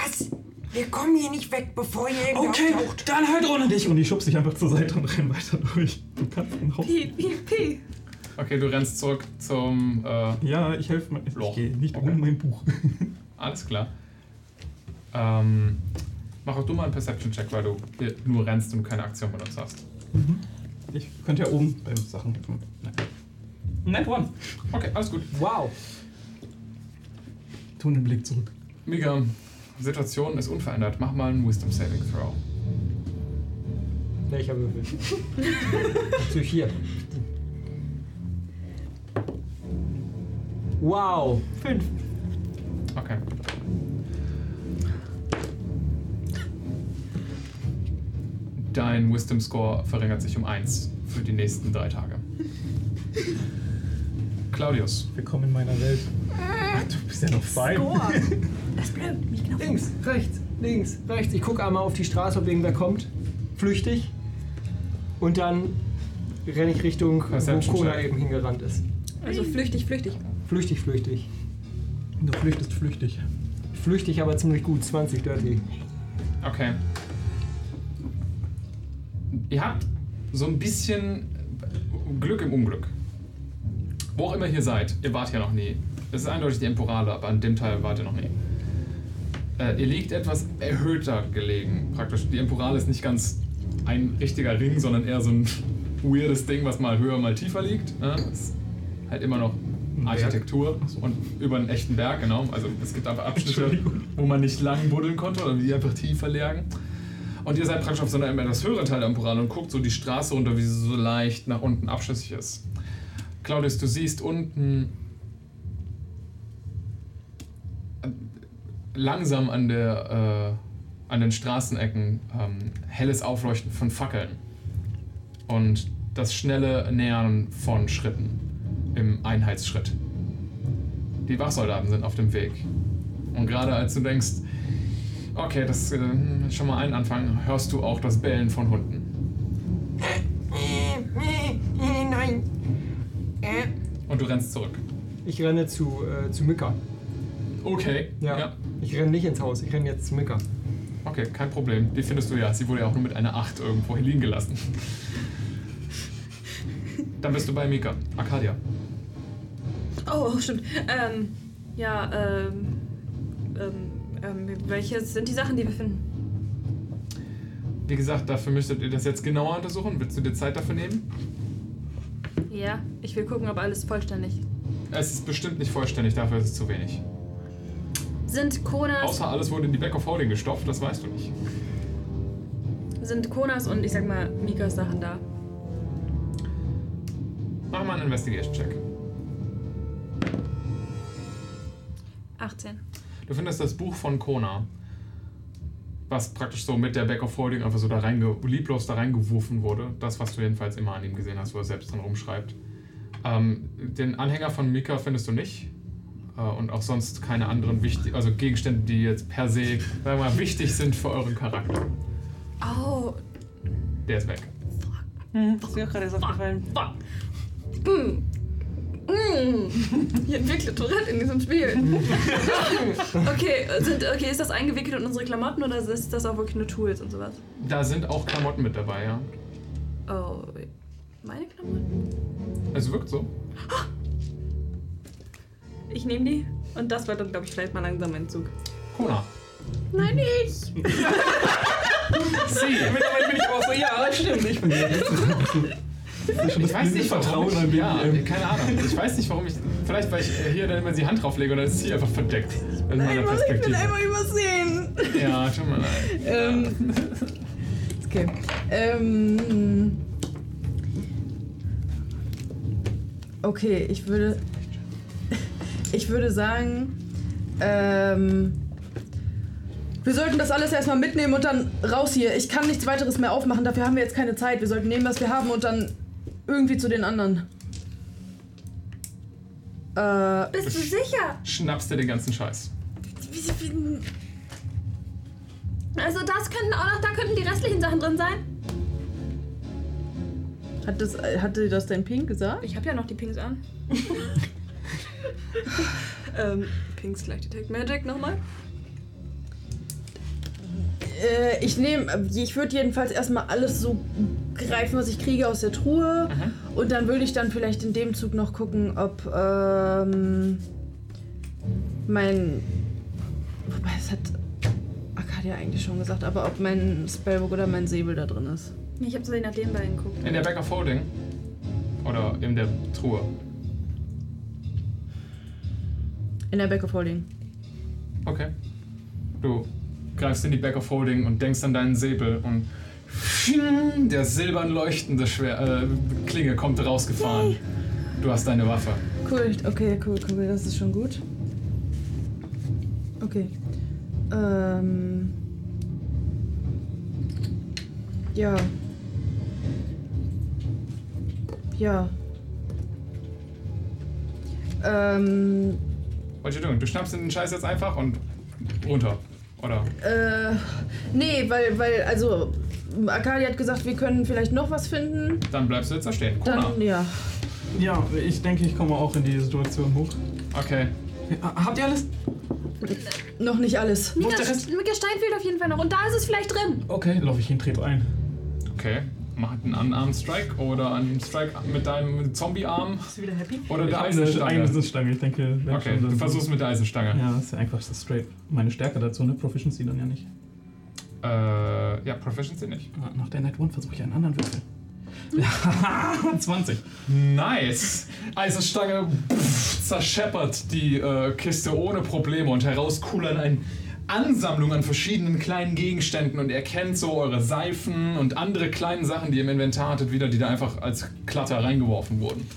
Was? Wir kommen hier nicht weg, bevor ihr irgendwo
Okay,
auftaucht.
dann halt ohne dich. Und ich schubse dich einfach zur Seite und renn weiter durch. Du kannst den Haus.
Okay, du rennst zurück zum. Äh,
Ja, ich helfe mir. Ich
Loch.
gehe nicht ohne mein Buch.
Alles klar. Ähm, mach auch du mal einen Perception-Check, weil du hier nur rennst und keine Aktion benutzt hast.
Mhm. Ich könnte ja oben bei Sachen helfen. Nein, one.
Okay, alles gut.
Wow. Tun den Blick zurück.
Mega. Situation ist unverändert. Mach mal einen Wisdom Saving Throw.
Welcher Würfel? Zu hier. Wow. Fünf.
Okay. Dein Wisdom Score verringert sich um 1 für die nächsten drei Tage. Claudius.
Willkommen in meiner Welt. Ach, du bist ja noch fein.
Das bleibt mich genau. Links, rechts, links, rechts. Ich gucke einmal auf die Straße, ob irgendwer kommt. Flüchtig. Und dann renne ich Richtung, wo
Perception
Kona
check.
eben hingerannt ist.
Also flüchtig, flüchtig.
Flüchtig, flüchtig.
Du flüchtest flüchtig.
Flüchtig, aber ziemlich gut. 20 Dirty.
Okay. Ihr habt so ein bisschen Glück im Unglück. Wo auch immer ihr seid, ihr wart hier noch nie. Es ist eindeutig die Emporale, aber an dem Teil wart ihr noch nie. Äh, ihr liegt etwas erhöhter gelegen. Praktisch die Emporale ist nicht ganz ein richtiger Ring, sondern eher so ein weirdes Ding, was mal höher, mal tiefer liegt. Ne? Ist halt immer noch Architektur und über einen echten Berg, genau. Also es gibt einfach Abschnitte, wo man nicht lang buddeln konnte oder die einfach tiefer lagen. Und ihr seid praktisch auf so einem etwas höheren Teil der Emporale und guckt so die Straße runter, wie sie so leicht nach unten abschüssig ist. Claudius, du siehst unten ähm, langsam an, der, äh, an den Straßenecken ähm, helles Aufleuchten von Fackeln und das schnelle Nähern von Schritten im Einheitsschritt. Die Wachsoldaten sind auf dem Weg. Und gerade als du denkst, okay, das äh, ist schon mal ein Anfang, hörst du auch das Bellen von Hunden.
Nein. Äh,
Und du rennst zurück.
Ich renne zu, äh, zu Mika.
Okay.
Ja. Ich renne nicht ins Haus, ich renne jetzt zu Mika.
Okay, kein Problem. Die findest du ja. Sie wurde ja auch nur mit einer 8 irgendwo liegen gelassen. Dann bist du bei Mika. Arcadia.
Oh, stimmt. Ähm, ja, ähm, ähm, ähm, welche sind die Sachen, die wir finden?
Wie gesagt, dafür müsstet ihr das jetzt genauer untersuchen. Willst du dir Zeit dafür nehmen?
Ja, ich will gucken, ob alles vollständig.
Es ist bestimmt nicht vollständig, dafür ist es zu wenig.
Sind Konas,
Außer alles wurde in die Back of Holding gestopft, das weißt du nicht.
sind Konas und ich sag mal Mikas Sachen da?
Mach mal einen Investigation-Check.
18.
Du findest das Buch von Kona, was praktisch so mit der Back of Holding einfach so da reinge lieblos da reingeworfen wurde. Das, was du jedenfalls immer an ihm gesehen hast, wo er selbst dran rumschreibt. Ähm, den Anhänger von Mika findest du nicht. Äh, und auch sonst keine anderen wichtigen, also Gegenstände, die jetzt per se, sagen wir mal, wichtig sind für euren Charakter.
Oh,
Der ist weg.
Hm, ist mir auch gerade erst aufgefallen.
Mm. Mm. Ich entwickle Tourette in diesem Spiel.
okay, sind, okay, ist das eingewickelt in unsere Klamotten oder ist das auch wirklich nur Tools und sowas?
Da sind auch Klamotten mit dabei, ja.
Oh, meine Klamotten?
Es wirkt so.
Ich nehme die und das war dann, glaube ich, vielleicht mal langsam mein Zug.
Kona.
Nein, ich!
Sie.
Mittlerweile bin ich aber auch so, ja, das stimmt, ich bin hier.
Ich weiß nicht, warum
Vertrauen an
ich, ja,
BDM.
keine Ahnung. Ich weiß nicht, warum ich. Vielleicht, weil ich äh, hier dann immer die Hand drauflege und dann ist sie einfach verdeckt. Ah, Aus meiner Perspektive.
übersehen.
Ja, tut mir leid.
ähm, okay. Ähm, okay, ich würde. Ich würde sagen, ähm, wir sollten das alles erstmal mitnehmen und dann raus hier. Ich kann nichts weiteres mehr aufmachen, dafür haben wir jetzt keine Zeit. Wir sollten nehmen, was wir haben und dann irgendwie zu den anderen. Äh,
Bist du sicher?
Schnappst dir den ganzen Scheiß.
Also das könnten auch noch, da könnten die restlichen Sachen drin sein.
Hat das, hatte das dein Pink gesagt?
Ich habe ja noch die Pings an. ähm, Pings gleich Detect Magic nochmal.
Äh, ich nehme, ich würde jedenfalls erstmal alles so greifen, was ich kriege aus der Truhe. Und dann würde ich dann vielleicht in dem Zug noch gucken, ob ähm, mein. Wobei, es hat Arcadia eigentlich schon gesagt, aber ob mein Spellbook oder mein Säbel da drin ist.
Ich habe so nach den beiden geguckt.
In der Back of Holding. Oder in der Truhe.
In der Back of Holding.
Okay. Du greifst in die Back of Holding und denkst an deinen Säbel und der silbern leuchtende Schwer äh, Klinge kommt rausgefahren. Du hast deine Waffe.
Cool, okay, cool, cool, das ist schon gut. Okay. Ähm. Ja. Ja. Ähm.
What you doing? Du schnappst dir den Scheiß jetzt einfach und runter. Oder?
Äh. Nee, weil, weil, also. Akali hat gesagt, wir können vielleicht noch was finden.
Dann bleibst du jetzt da stehen. Kona.
Dann, ja.
Ja, ich denke, ich komme auch in die Situation hoch.
Okay.
Habt ihr alles?
Noch nicht alles.
Wo ist der Rest? Oh.
Mika Stein fehlt auf jeden Fall noch und da ist es vielleicht drin.
Okay, laufe ich hin, trete ein.
Okay.
mach einen Unarmed Strike oder einen Strike mit deinem Zombie-Arm.
Bist du wieder happy?
Oder
Ich
der
habe eine
Eisenstange.
Eisenstange, ich denke. wenn
Okay,
schon, dann-
du versuchst mit der Eisenstange.
Ja, das ist ja einfach so straight meine Stärke dazu, ne? Proficiency dann ja nicht.
Äh, ja, Proficiency nicht.
Ah, Nach der Net One versuche ich einen anderen Würfel.
20. Nice! Eisenstange pff, zerscheppert die äh, Kiste ohne Probleme und heraus kullern eine Ansammlung an verschiedenen kleinen Gegenständen und ihr kennt so eure Seifen und andere kleinen Sachen, die ihr im Inventar hattet, wieder, die da einfach als Klatter reingeworfen wurden.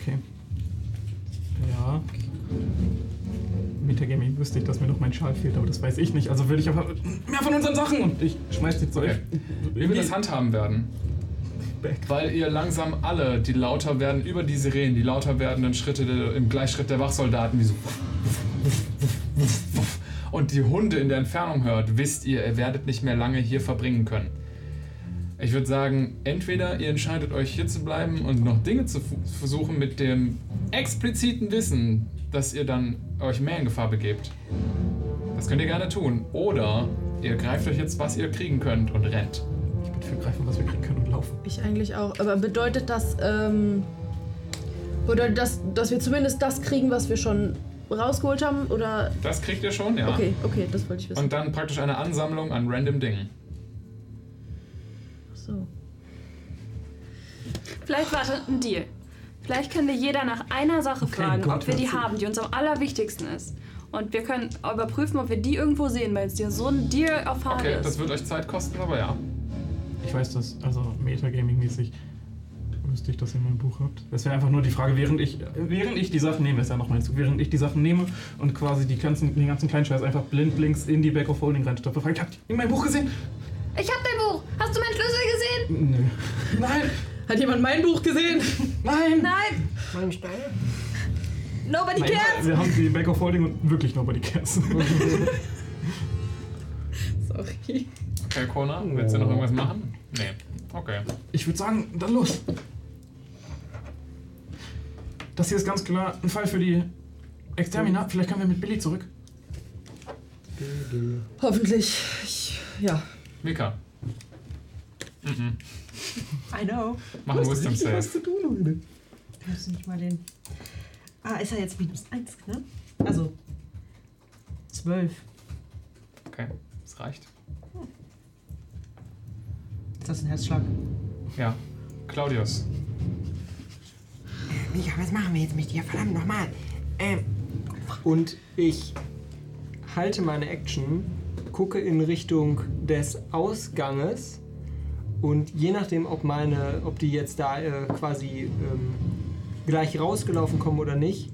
Okay. Ja. Metagaming wüsste ich, dass mir noch mein Schal fehlt, aber das weiß ich nicht. Also will ich einfach mehr von unseren Sachen und ich schmeiß jetzt so.
Okay. Wie wir das handhaben werden. Weil ihr langsam alle, die lauter werden, über die Sirenen, die lauter werdenden Schritte der, im Gleichschritt der Wachsoldaten, die so. Und die Hunde in der Entfernung hört, wisst ihr, ihr werdet nicht mehr lange hier verbringen können. Ich würde sagen, entweder ihr entscheidet euch hier zu bleiben und noch Dinge zu fu- versuchen mit dem expliziten Wissen, dass ihr dann euch mehr in Gefahr begebt. Das könnt ihr gerne tun. Oder ihr greift euch jetzt, was ihr kriegen könnt und rennt.
Ich bin für greifen, was wir kriegen können und laufen.
Ich eigentlich auch. Aber bedeutet das, ähm, bedeutet das, dass wir zumindest das kriegen, was wir schon rausgeholt haben? Oder.
Das kriegt ihr schon, ja.
Okay, okay, das wollte ich wissen.
Und dann praktisch eine Ansammlung an random Dingen.
so.
Vielleicht warte ein Deal. Vielleicht können wir jeder nach einer Sache fragen,
Gott,
ob wir die
hör zu.
haben, die uns am allerwichtigsten ist. Und wir können überprüfen, ob wir die irgendwo sehen, weil es dir so ein Deal erfahren
Okay, das
ist.
wird euch Zeit kosten, aber ja.
Ich weiß das, also Metagaming-mäßig wüsste ich, dass ihr mein Buch habt. Es wäre einfach nur die Frage, während ich, während ich die Sachen nehme, ist ja noch mein Zug, während ich die Sachen nehme und quasi die ganzen, den ganzen kleinen Scheiß einfach blind links in die Back of Holding reinstopfe, frage ich, habt ihr mein Buch gesehen?
Ich hab dein Buch. Hast du meinen Schlüssel gesehen?
Nö. Nein!
Hat jemand mein Buch gesehen?
Nein!
Nein.
Mein Stein?
Nobody
Nein,
cares.
Wir haben die Back of Holding und wirklich nobody cares.
Sorry.
Okay, Kona, willst du noch irgendwas machen? Nee. Okay.
Ich würde sagen, dann los. Das hier ist ganz klar ein Fall für die Extermina. Vielleicht können wir mit Billy zurück.
Hoffentlich. Ich, ja.
Mika. Mhm.
I know.
Mach einen Wisdom Save.
Was zu tun, Leute. Du hast nicht mal den. Ah, ist er jetzt minus 1, ne? Also. 12.
Okay, das reicht.
Ist das ein Herzschlag?
Ja. Claudius.
Mika, was machen wir jetzt mit dir? Verdammt nochmal. Ähm,
Und ich halte meine Action, gucke in Richtung des Ausganges und je nachdem, ob meine, ob die jetzt da äh, quasi ähm, gleich rausgelaufen kommen oder nicht,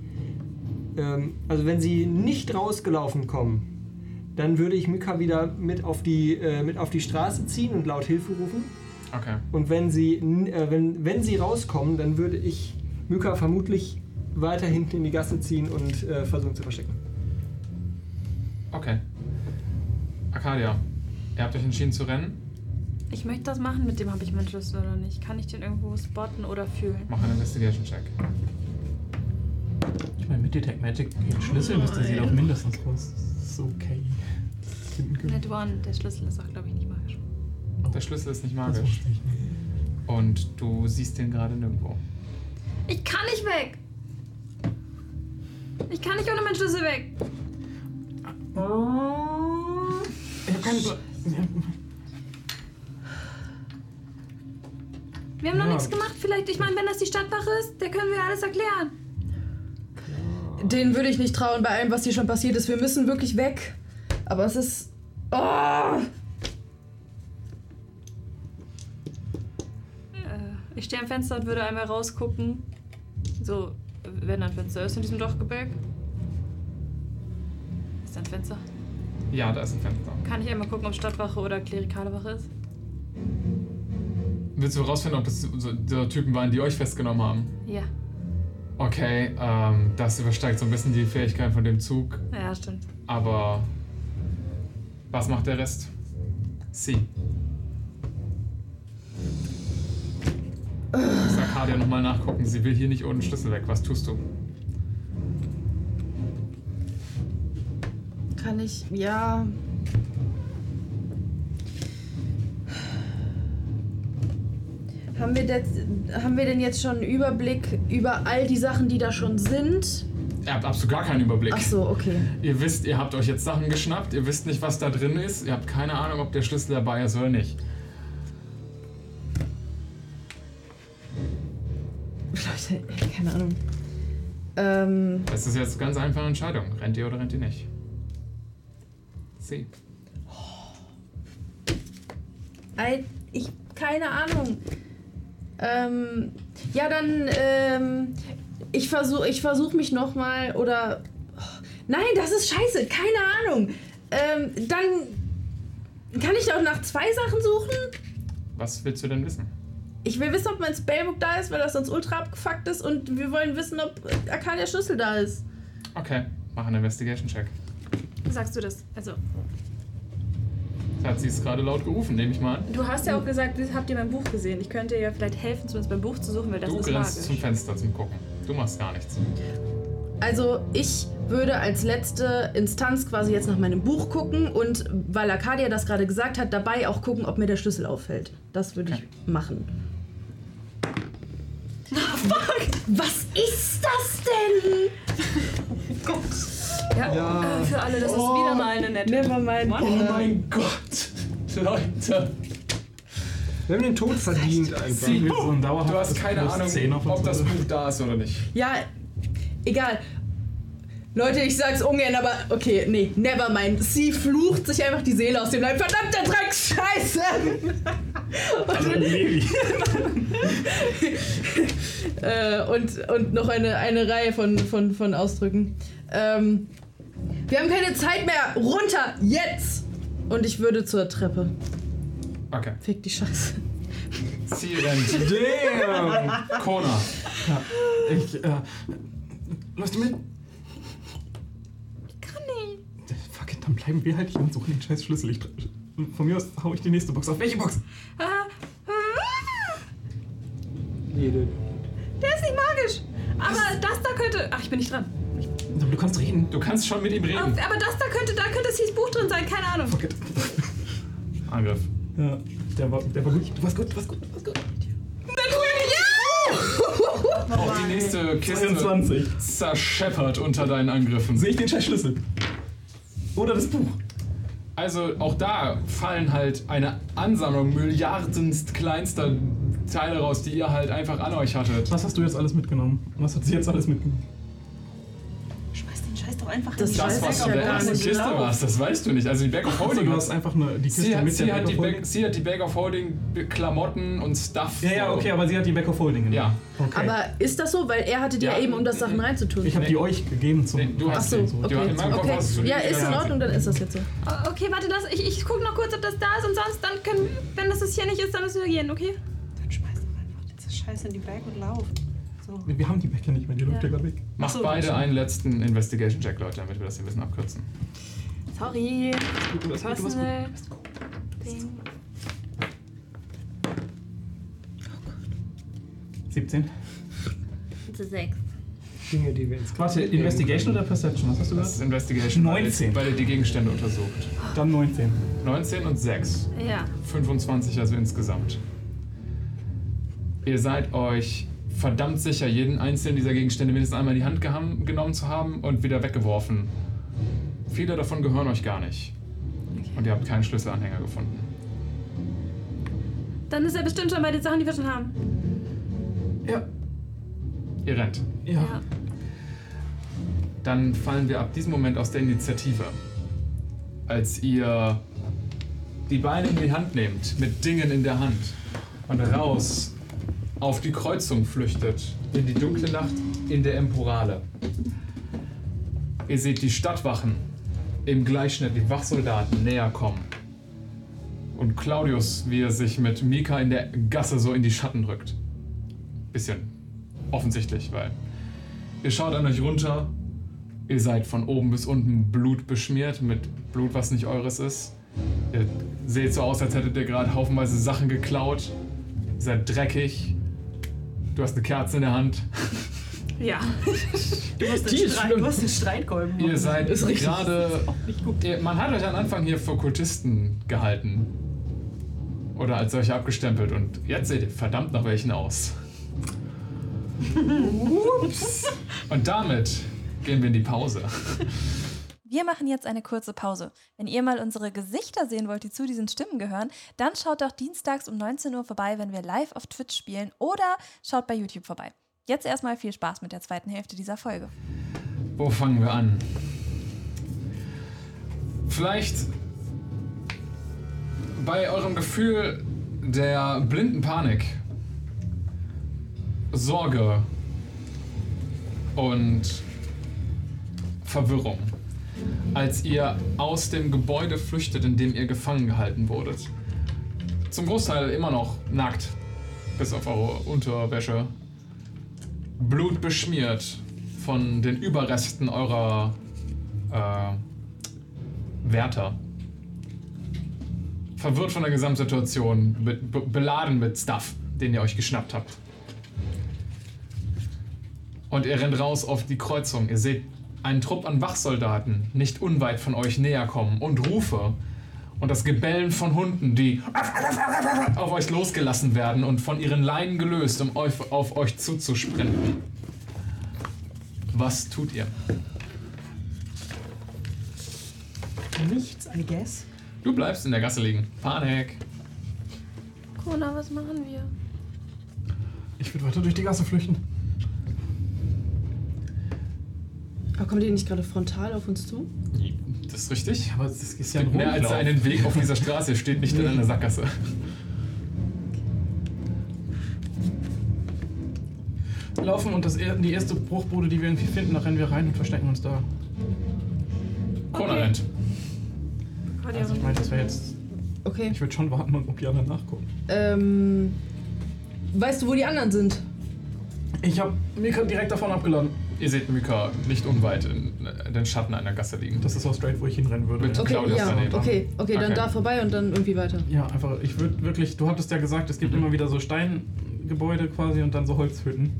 ähm, also wenn sie nicht rausgelaufen kommen, dann würde ich Mika wieder mit auf die, äh, mit auf die Straße ziehen und laut Hilfe rufen.
Okay.
Und wenn sie, n- äh, wenn, wenn sie rauskommen, dann würde ich Myka vermutlich weiter hinten in die Gasse ziehen und äh, versuchen zu verstecken.
Okay. Arcadia, ihr habt euch entschieden zu rennen.
Ich möchte das machen, mit dem habe ich meinen Schlüssel oder nicht. Kann ich den irgendwo spotten oder fühlen?
Mach einen Investigation-Check.
Ich meine, mit Detect Magic den Schlüssel müsste sie doch mindestens raus. Das ist okay. Finden können.
Net One, der Schlüssel ist auch, glaube ich, nicht magisch.
Der Schlüssel ist nicht
Das
magisch. Und du siehst den gerade nirgendwo.
Ich kann nicht weg. Ich kann nicht ohne meinen Schlüssel weg.
Ich hab keine Be
Wir haben noch
Ja.
nichts gemacht. Vielleicht, ich meine, wenn das die Stadtwache ist, der können wir alles erklären.
Den würde ich nicht trauen bei allem, was hier schon passiert ist. Wir müssen wirklich weg. Aber es ist. Oh!
Äh, ich stehe am Fenster und würde einmal rausgucken. So, wenn da ein Fenster ist in diesem Dachgebälk. Ist da ein Fenster?
Ja, da ist ein Fenster.
Kann ich einmal gucken, ob Stadtwache oder klerikale Wache ist?
Willst du herausfinden, ob das so, so Typen waren, die euch festgenommen haben?
Ja.
Okay, ähm, das übersteigt so ein bisschen die Fähigkeiten von dem Zug,
Ja, stimmt.
aber was macht der Rest? Sie. Ich sag Hadia nochmal nachgucken, sie will hier nicht ohne Schlüssel weg. Was tust du?
Kann ich. Ja. Haben wir, das, haben wir denn jetzt schon einen Überblick über all die Sachen, die da schon sind?
Ihr habt absolut gar keinen Überblick.
Ach so, okay.
Ihr wisst, ihr habt euch jetzt Sachen geschnappt, ihr wisst nicht, was da drin ist, ihr habt keine Ahnung, ob der Schlüssel dabei ist oder nicht.
Leute, keine Ahnung. Ähm,
Das ist jetzt eine ganz einfache Entscheidung. Rennt ihr oder rennt ihr nicht? C.
Ei, ich, keine Ahnung. Ähm, ja, dann, ähm, ich versuche ich versuch mich nochmal oder. Oh, nein, das ist scheiße, keine Ahnung. Ähm, dann kann ich doch nach zwei Sachen suchen.
Was willst du denn wissen?
Ich will wissen, ob mein Spellbook da ist, weil das sonst ultra abgefuckt ist und wir wollen wissen, ob Arcadia Schlüssel da ist.
Okay, mach einen Investigation-Check.
Sagst du das? Also,
Hat sie es gerade laut gerufen, nehme ich mal an.
du hast ja auch gesagt, das habt ihr mein Buch gesehen. Ich könnte ja vielleicht helfen, zumindest beim Buch zu suchen, weil das
Du
ist
grinst
magisch.
zum Fenster zum Gucken. Du machst gar nichts.
Also ich würde als letzte Instanz quasi jetzt nach meinem Buch gucken und weil Arcadia das gerade gesagt hat, dabei auch gucken, ob mir der Schlüssel auffällt. Das würde ich machen. Was ist das denn?
Gott. Ja,
Ja.
äh, für alle, das ist wieder mal eine nette. Nevermind.
Gott! Leute!
Wir haben den Tod verdient einfach.
Zieh mit so einem
Du hast
dauerhaften
keine
Plus zehn auf
Ahnung, ob das Buch da ist oder nicht.
Ja, egal. Leute, ich sag's ungern, aber okay, nee, nevermind. Sie flucht sich einfach die Seele aus dem Leib. Verdammter Dreck, Scheiße! äh, und, und noch eine, eine Reihe von, von, von Ausdrücken. Ähm, wir haben keine Zeit mehr. Runter, jetzt! Und ich würde zur Treppe.
Okay.
Fick die Scheiße.
Sie rennt.
Damn!
Kona.
Ja, ich, äh, läufst du mit?
Kann nicht.
Fuck it, dann bleiben wir halt hier und suchen den scheiß Schlüssel. Ich, von mir aus hau ich die nächste Box auf. Welche Box?
Ah, ah,
Jede.
Der ist nicht magisch. Aber das da könnte. Ach, ich bin nicht dran.
Du kannst reden.
Du kannst schon mit ihm
Ah,
reden.
Aber das da könnte, da könnte dieses Buch drin sein, keine
Hm.
Ahnung.
Angriff.
Ja, der war, der war gut. Du warst gut, du warst gut, du warst gut.
Auch die nächste Kiste
22.
zerscheppert unter deinen Angriffen.
Sehe ich den scheiß Schlüssel? Oder das Buch?
Also auch da fallen halt eine Ansammlung milliardenst kleinster Teile raus, die ihr halt einfach an euch hattet.
Was hast du jetzt alles mitgenommen? Was hat sie jetzt alles mitgenommen?
Schmeiß den Scheiß doch einfach
Das,
in die
was auf der ersten
Genau.
Kiste war, das weißt du nicht. Also die Bag of
Ach so,
Holding.
du hast einfach nur die
sie
Kiste
hat,
mit
sie
der
hat
Bag
die
of
Bag-
Holding?
Sie hat die Bag of Holding Klamotten und Stuff.
Ja, ja, okay, aber sie hat die Back of Holding genommen. Ja. Okay.
Aber ist das so? Weil er hatte dir
Ja.
ja, eben, um das Sachen reinzutun.
ich habe die euch gegeben zum.
du hast
Achso,
sie. Du-
okay.
in meinem Kopf
okay.
hast du die.
Ja, ist in Ordnung, dann ist das jetzt so.
Ah, Okay, warte, das, ich, ich guck noch kurz, ob das da ist und sonst, dann können, wenn das es hier nicht ist, dann müssen wir gehen, okay?
Jetzt Scheiß in die Bag und lauf. So.
Wir haben die Bag ja nicht mehr, die läuft ja gerade weg.
Macht beide einen letzten Investigation-Check, Leute, damit wir das hier ein bisschen abkürzen.
Sorry.
Gut, du hast gut, du hast gut.
Personal. Ding.
17.
Zu sechs.
Dinge, die wir ins
Warte, Investigation oder Perception? Was hast du
Das ist
gesagt?
Investigation. weil ihr-
19.
Weil ihr die Gegenstände untersucht.
Dann 19.
19 und 6.
Ja.
25 also insgesamt. Ihr seid euch verdammt sicher, jeden einzelnen dieser Gegenstände mindestens einmal in die Hand geham- genommen zu haben und wieder weggeworfen. Viele davon gehören euch gar nicht. Und ihr habt keinen Schlüsselanhänger gefunden.
Dann ist er bestimmt schon bei den Sachen, die wir schon haben.
Ja.
Ihr rennt.
Ja.
Dann fallen wir ab diesem Moment aus der Initiative. Als ihr die Beine in die Hand nehmt, mit Dingen in der Hand und raus auf die Kreuzung flüchtet, in die dunkle Nacht in der Emporale. Ihr seht die Stadtwachen im Gleichschnitt, die Wachsoldaten näher kommen. Und Claudius, wie er sich mit Mika in der Gasse so in die Schatten rückt. Bisschen offensichtlich, weil Ihr schaut an euch runter. Ihr seid von oben bis unten blutbeschmiert mit Blut, was nicht eures ist. Ihr seht so aus, als hättet ihr gerade haufenweise Sachen geklaut. Ihr seid dreckig. Du hast eine Kerze in der Hand.
Ja. Du hast
Die
einen,
ist
Streit,
schlimm.
du hast einen Streitkolben.
Ihr seid
Ist richtig.
gerade. ihr- Man hat euch am Anfang hier für Kultisten gehalten. oder als solche abgestempelt und jetzt seht ihr verdammt nach welchen aus. Ups. Und damit gehen wir in die Pause.
Wir machen jetzt eine kurze Pause. Wenn ihr mal unsere Gesichter sehen wollt, die zu diesen Stimmen gehören, dann schaut doch dienstags um 19 Uhr vorbei, wenn wir live auf Twitch spielen oder schaut bei YouTube vorbei. Jetzt erstmal viel Spaß mit der zweiten Hälfte dieser Folge.
Wo fangen wir an? Vielleicht bei eurem Gefühl der blinden Panik, Sorge und Verwirrung, als ihr aus dem Gebäude flüchtet, in dem ihr gefangen gehalten wurdet. Zum Großteil immer noch nackt, bis auf eure Unterwäsche, blutbeschmiert von den Überresten eurer äh, Wärter. Verwirrt von der Gesamtsituation, be be beladen mit Stuff, den ihr euch geschnappt habt. Und ihr rennt raus auf die Kreuzung. Ihr seht einen Trupp an Wachsoldaten nicht unweit von euch näher kommen und Rufe und das Gebellen von Hunden, die auf euch losgelassen werden und von ihren Leinen gelöst, um euch, auf euch zuzusprinten. Was tut ihr?
Nichts, I guess.
Du bleibst in der Gasse liegen. Panik.
Hm.
Cola, was machen wir?
Ich würde weiter durch die Gasse flüchten.
Aber kommt ihr nicht gerade frontal auf uns zu?
Das ist richtig.
Aber es ist
ja
ein
mehr als
Rundlauf.
einen Weg auf dieser Straße. Ihr Steht nicht in einer Sackgasse.
Laufen und das, er- die erste Bruchbude, die wir irgendwie finden, da rennen wir rein und verstecken uns da.
Corona rennt.
Also ich meine, das wäre jetzt.
Okay.
Ich würde schon warten und ob die anderen nachgucken.
Ähm. Weißt du, wo die anderen sind?
Ich habe Mika direkt davon abgeladen.
Ihr seht Mika nicht unweit in äh, den Schatten einer Gasse liegen.
Das ist auch straight, wo ich hinrennen würde.
Mit
Okay,
Claudius
ja.
daneben.
Okay, okay, dann da vorbei und dann irgendwie weiter.
Ja, einfach, ich würde wirklich, du hattest ja gesagt, es gibt immer wieder so Steingebäude quasi und dann so Holzhütten.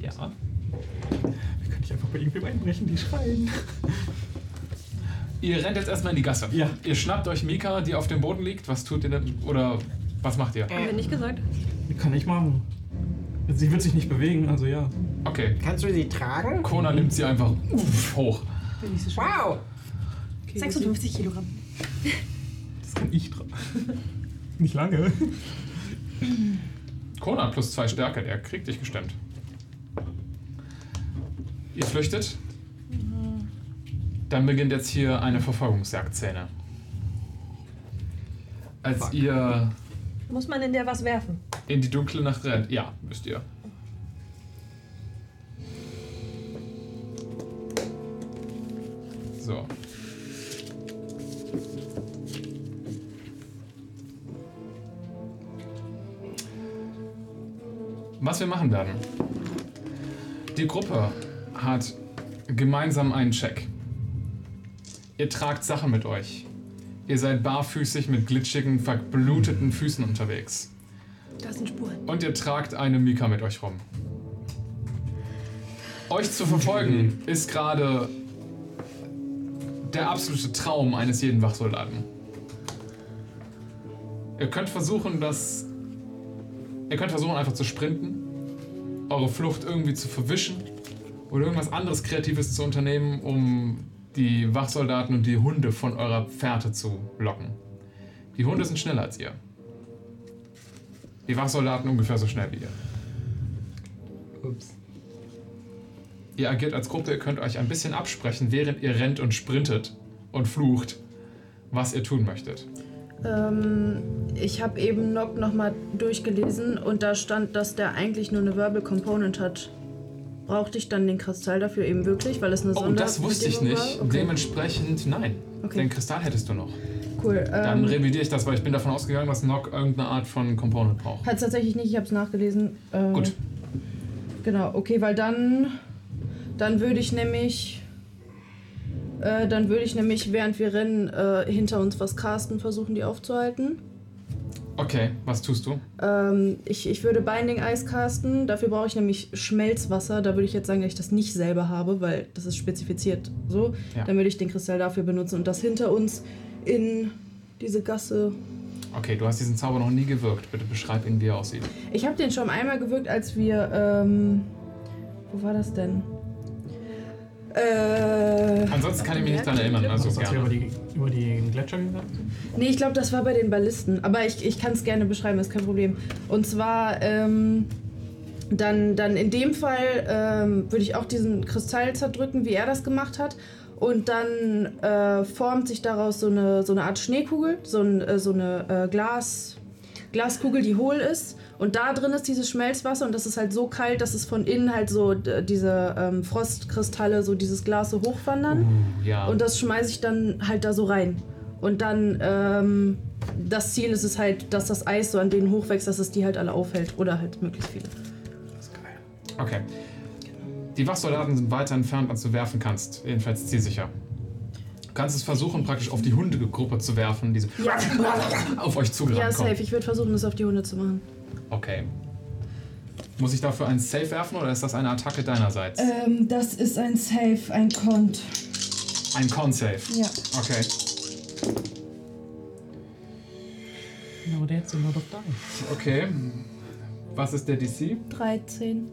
Ja.
Wir können nicht einfach bei irgendwem einbrechen, die schreien.
Ihr rennt jetzt erstmal in die Gasse.
Ja.
Ihr schnappt euch Mika, die auf dem Boden liegt. Was tut ihr denn? Oder was macht ihr?
Haben wir nicht gesagt?
Kann ich machen. Sie wird sich nicht bewegen, also ja.
Okay.
Kannst du sie tragen?
Kona nimmt sie einfach uff, hoch.
wow! 56 Kilogramm.
Das kann ich tragen. Nicht lange.
Kona plus zwei Stärke, der kriegt dich gestemmt. Ihr flüchtet. Dann beginnt jetzt hier eine Verfolgungsjagdszene. Als ihr
Muss man in der was werfen?
in die dunkle Nacht rennt, ja, müsst ihr. So. Was wir machen werden. Die Gruppe hat gemeinsam einen Check. Ihr tragt Sachen mit euch. Ihr seid barfüßig mit glitschigen, verbluteten Füßen unterwegs.
Da sind Spuren.
Und ihr tragt eine Mika mit euch rum. Euch zu verfolgen ist gerade der absolute Traum eines jeden Wachsoldaten. Ihr könnt versuchen, das. Ihr könnt versuchen, einfach zu sprinten, eure Flucht irgendwie zu verwischen oder irgendwas anderes Kreatives zu unternehmen, um die Wachsoldaten und die Hunde von eurer Fährte zu locken. Die Hunde sind schneller als ihr. Die Wachsoldaten ungefähr so schnell wie ihr.
Ups.
Ihr agiert als Gruppe, ihr könnt euch ein bisschen absprechen, während ihr rennt und sprintet und flucht, was ihr tun möchtet.
Ähm, ich habe eben Nock nochmal durchgelesen und da stand, dass der eigentlich nur eine Verbal Component hat. Brauchte ich dann den Kristall dafür eben wirklich, weil es eine
Oh,
Sonder
das wusste ich nicht.
Bedingung war? Okay.
Dementsprechend nein.
Okay.
Den Kristall hättest du noch.
Cool.
Dann
Ähm,
revidiere ich das, weil ich bin davon ausgegangen, dass Nock irgendeine Art von Component braucht.
Hat es tatsächlich nicht, ich habe es nachgelesen. Äh,
Gut.
Genau, okay, weil dann, dann würde ich nämlich, äh, dann würde ich nämlich, während wir rennen, äh, hinter uns was casten, versuchen die aufzuhalten.
Okay, was tust du?
Ähm, ich, ich würde Binding Ice casten, dafür brauche ich nämlich Schmelzwasser. Da würde ich jetzt sagen, dass ich das nicht selber habe, weil das ist spezifiziert so.
Ja.
Dann würde ich den Kristall dafür benutzen und das hinter uns in diese Gasse
Okay, du hast diesen Zauber noch nie gewirkt. Bitte beschreib ihn, wie er aussieht.
Ich habe den schon einmal gewirkt, als wir. Ähm, wo war das denn? Äh,
Ansonsten kann ich mich nicht daran erinnern. Also
Sonst hat sie
gerne.
über, die, über den Gletscher gegangen?
Nee, ich glaube, das war bei den Ballisten. Aber ich, ich kann es gerne beschreiben, ist kein Problem. Und zwar, ähm, dann, dann in dem Fall ähm, würde ich auch diesen Kristall zerdrücken, wie er das gemacht hat. Und dann äh, formt sich daraus so eine, so eine Art Schneekugel, so, ein, äh, so eine äh, Glas, Glaskugel, die hohl ist. Und da drin ist dieses Schmelzwasser und das ist halt so kalt, dass es von innen halt so d- diese ähm, Frostkristalle, so dieses Glas so hochwandern.
ja.
Und das schmeiße ich dann halt da so rein. Und dann, ähm, das Ziel ist es halt, dass das Eis so an denen hochwächst, dass es die halt alle aufhält. Oder halt möglichst viele.
Okay. Die Wachsoldaten sind weiter entfernt, als du werfen kannst. Jedenfalls zielsicher. Du kannst es versuchen, praktisch auf die Hundegruppe zu werfen, die so
Ja.
auf euch
Ja,
zugerannt kommen.
safe. Ich würde versuchen, das auf die Hunde zu machen.
Okay. Muss ich dafür einen Safe werfen oder ist das eine Attacke deinerseits?
Ähm, das ist ein Safe, ein Cont.
Ein Con-Safe.
Ja.
Okay.
No, that's a lot of time.
Okay. Was ist der DC?
13.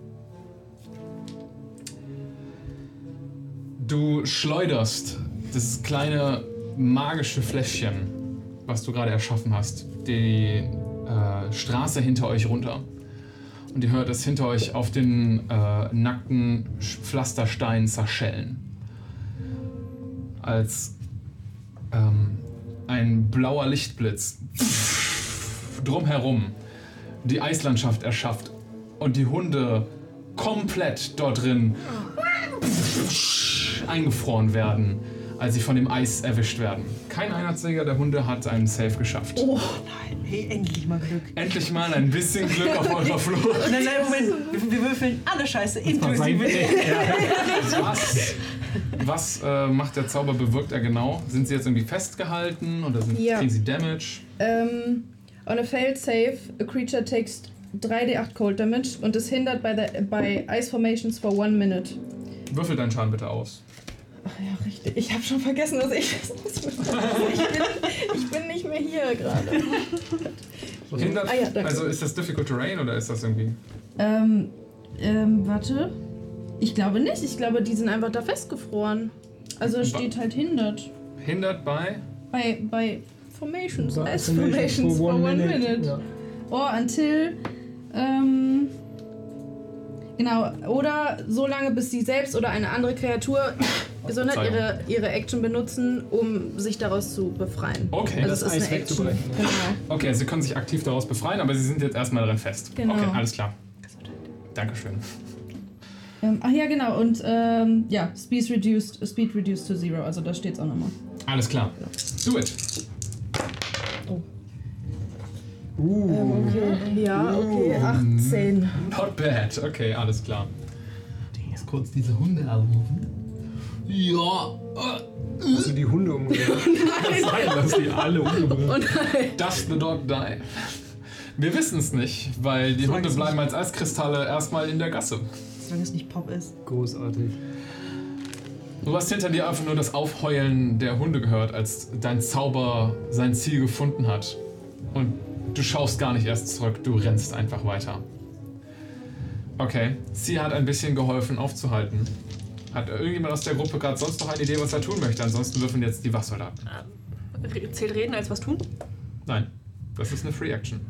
Du schleuderst das kleine magische Fläschchen, was du gerade erschaffen hast, die äh, Straße hinter euch runter. Und ihr hört es hinter euch auf den äh, nackten Sch- Pflasterstein zerschellen. Als ähm, ein blauer Lichtblitz drumherum die Eislandschaft erschafft und die Hunde komplett dort drin eingefroren werden, als sie von dem Eis erwischt werden. Kein Einheitssieger der Hunde hat einen Safe geschafft.
Oh nein, hey, endlich mal Glück.
Endlich mal ein bisschen Glück auf eurer Flur.
Nein, nein, Moment, wir, wir würfeln alle Scheiße, inklusive
Was, was äh, macht der Zauber, bewirkt er genau? Sind sie jetzt irgendwie festgehalten oder sind,
Ja.
kriegen sie Damage?
Ähm, on a failed save, a creature takes 3d8 cold damage und ist hindered by, the, by ice formations for one minute.
Würfel deinen Schaden bitte aus.
Ich habe schon vergessen, dass ich das ausgemacht habe. Ich bin, ich bin nicht mehr hier gerade.
Hindert,
Ah ja, danke.
also ist das Difficult Terrain oder ist das irgendwie...
Ähm, ähm, warte. Ich glaube nicht. Ich glaube, die sind einfach da festgefroren. Also es steht halt hindert.
Hindert bei...
Bei, bei Formations,
Bei
Ice
Formations
Formations for one minute.
ja.
Or until. Ähm, genau. Oder so lange, bis sie selbst oder eine andere Kreatur gesondert ihre, ihre Action benutzen, um sich daraus zu befreien.
Okay.
also es ist eine Action. Genau.
Okay, also sie können sich aktiv daraus befreien, aber sie sind jetzt erstmal darin fest.
Genau.
Okay, alles klar. Dankeschön.
Ähm, ach ja, genau. Und ähm, ja, Speed reduced, Speed reduced to zero. Also da steht's auch nochmal.
Alles klar. Do it.
Ähm, okay. Ja, okay. 18.
Not bad. Okay, alles klar.
Jetzt kurz diese Hunde anrufen.
Ja.
Hast du die Hunde umgebracht?
Nein, dass die alle umgebracht.
nein.
Does the dog die? Wir wissen es nicht, weil die Hunde bleiben als Eiskristalle erstmal in der Gasse.
Solange es nicht Pop ist.
Großartig.
Du hast hinter dir einfach nur das Aufheulen der Hunde gehört, als dein Zauber sein Ziel gefunden hat. Und du schaust gar nicht erst zurück, du rennst einfach weiter. Okay, sie hat ein bisschen geholfen aufzuhalten. Hat irgendjemand aus der Gruppe gerade sonst noch eine Idee, was er tun möchte? Ansonsten würfeln jetzt die Wachsoldaten.
Re- Zählt reden als was tun?
Nein, das ist eine Free Action.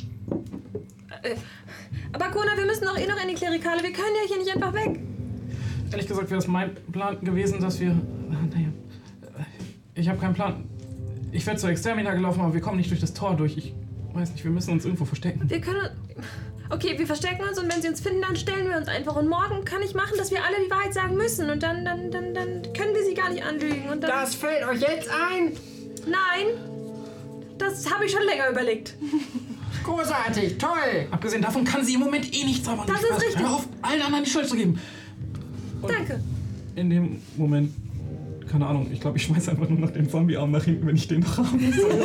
Äh, aber Kona, wir müssen doch eh noch in die Klerikale. Wir können ja hier nicht einfach weg.
Ehrlich gesagt wäre es mein Plan gewesen, dass wir. Naja. Ich habe keinen Plan. Ich wäre zur Extermina gelaufen, aber wir kommen nicht durch das Tor durch. Ich weiß nicht, wir müssen uns irgendwo verstecken.
Wir können. Okay, wir verstecken uns und wenn sie uns finden, dann stellen wir uns einfach. Und morgen kann ich machen, dass wir alle die Wahrheit sagen müssen. Und dann, dann, dann, dann können wir sie gar nicht anlügen. Und dann das
fällt euch jetzt ein?
Nein! Das habe ich schon länger überlegt.
Großartig, toll!
Abgesehen davon kann sie im Moment eh nichts zaubern.
Das
nicht
ist
wahr?
richtig.
Hör auf, allen anderen die Schuld zu geben.
Danke.
In dem Moment, keine Ahnung, ich glaube, ich schmeiß einfach nur noch den Zombiearm nach hinten, wenn ich den noch habe. Soll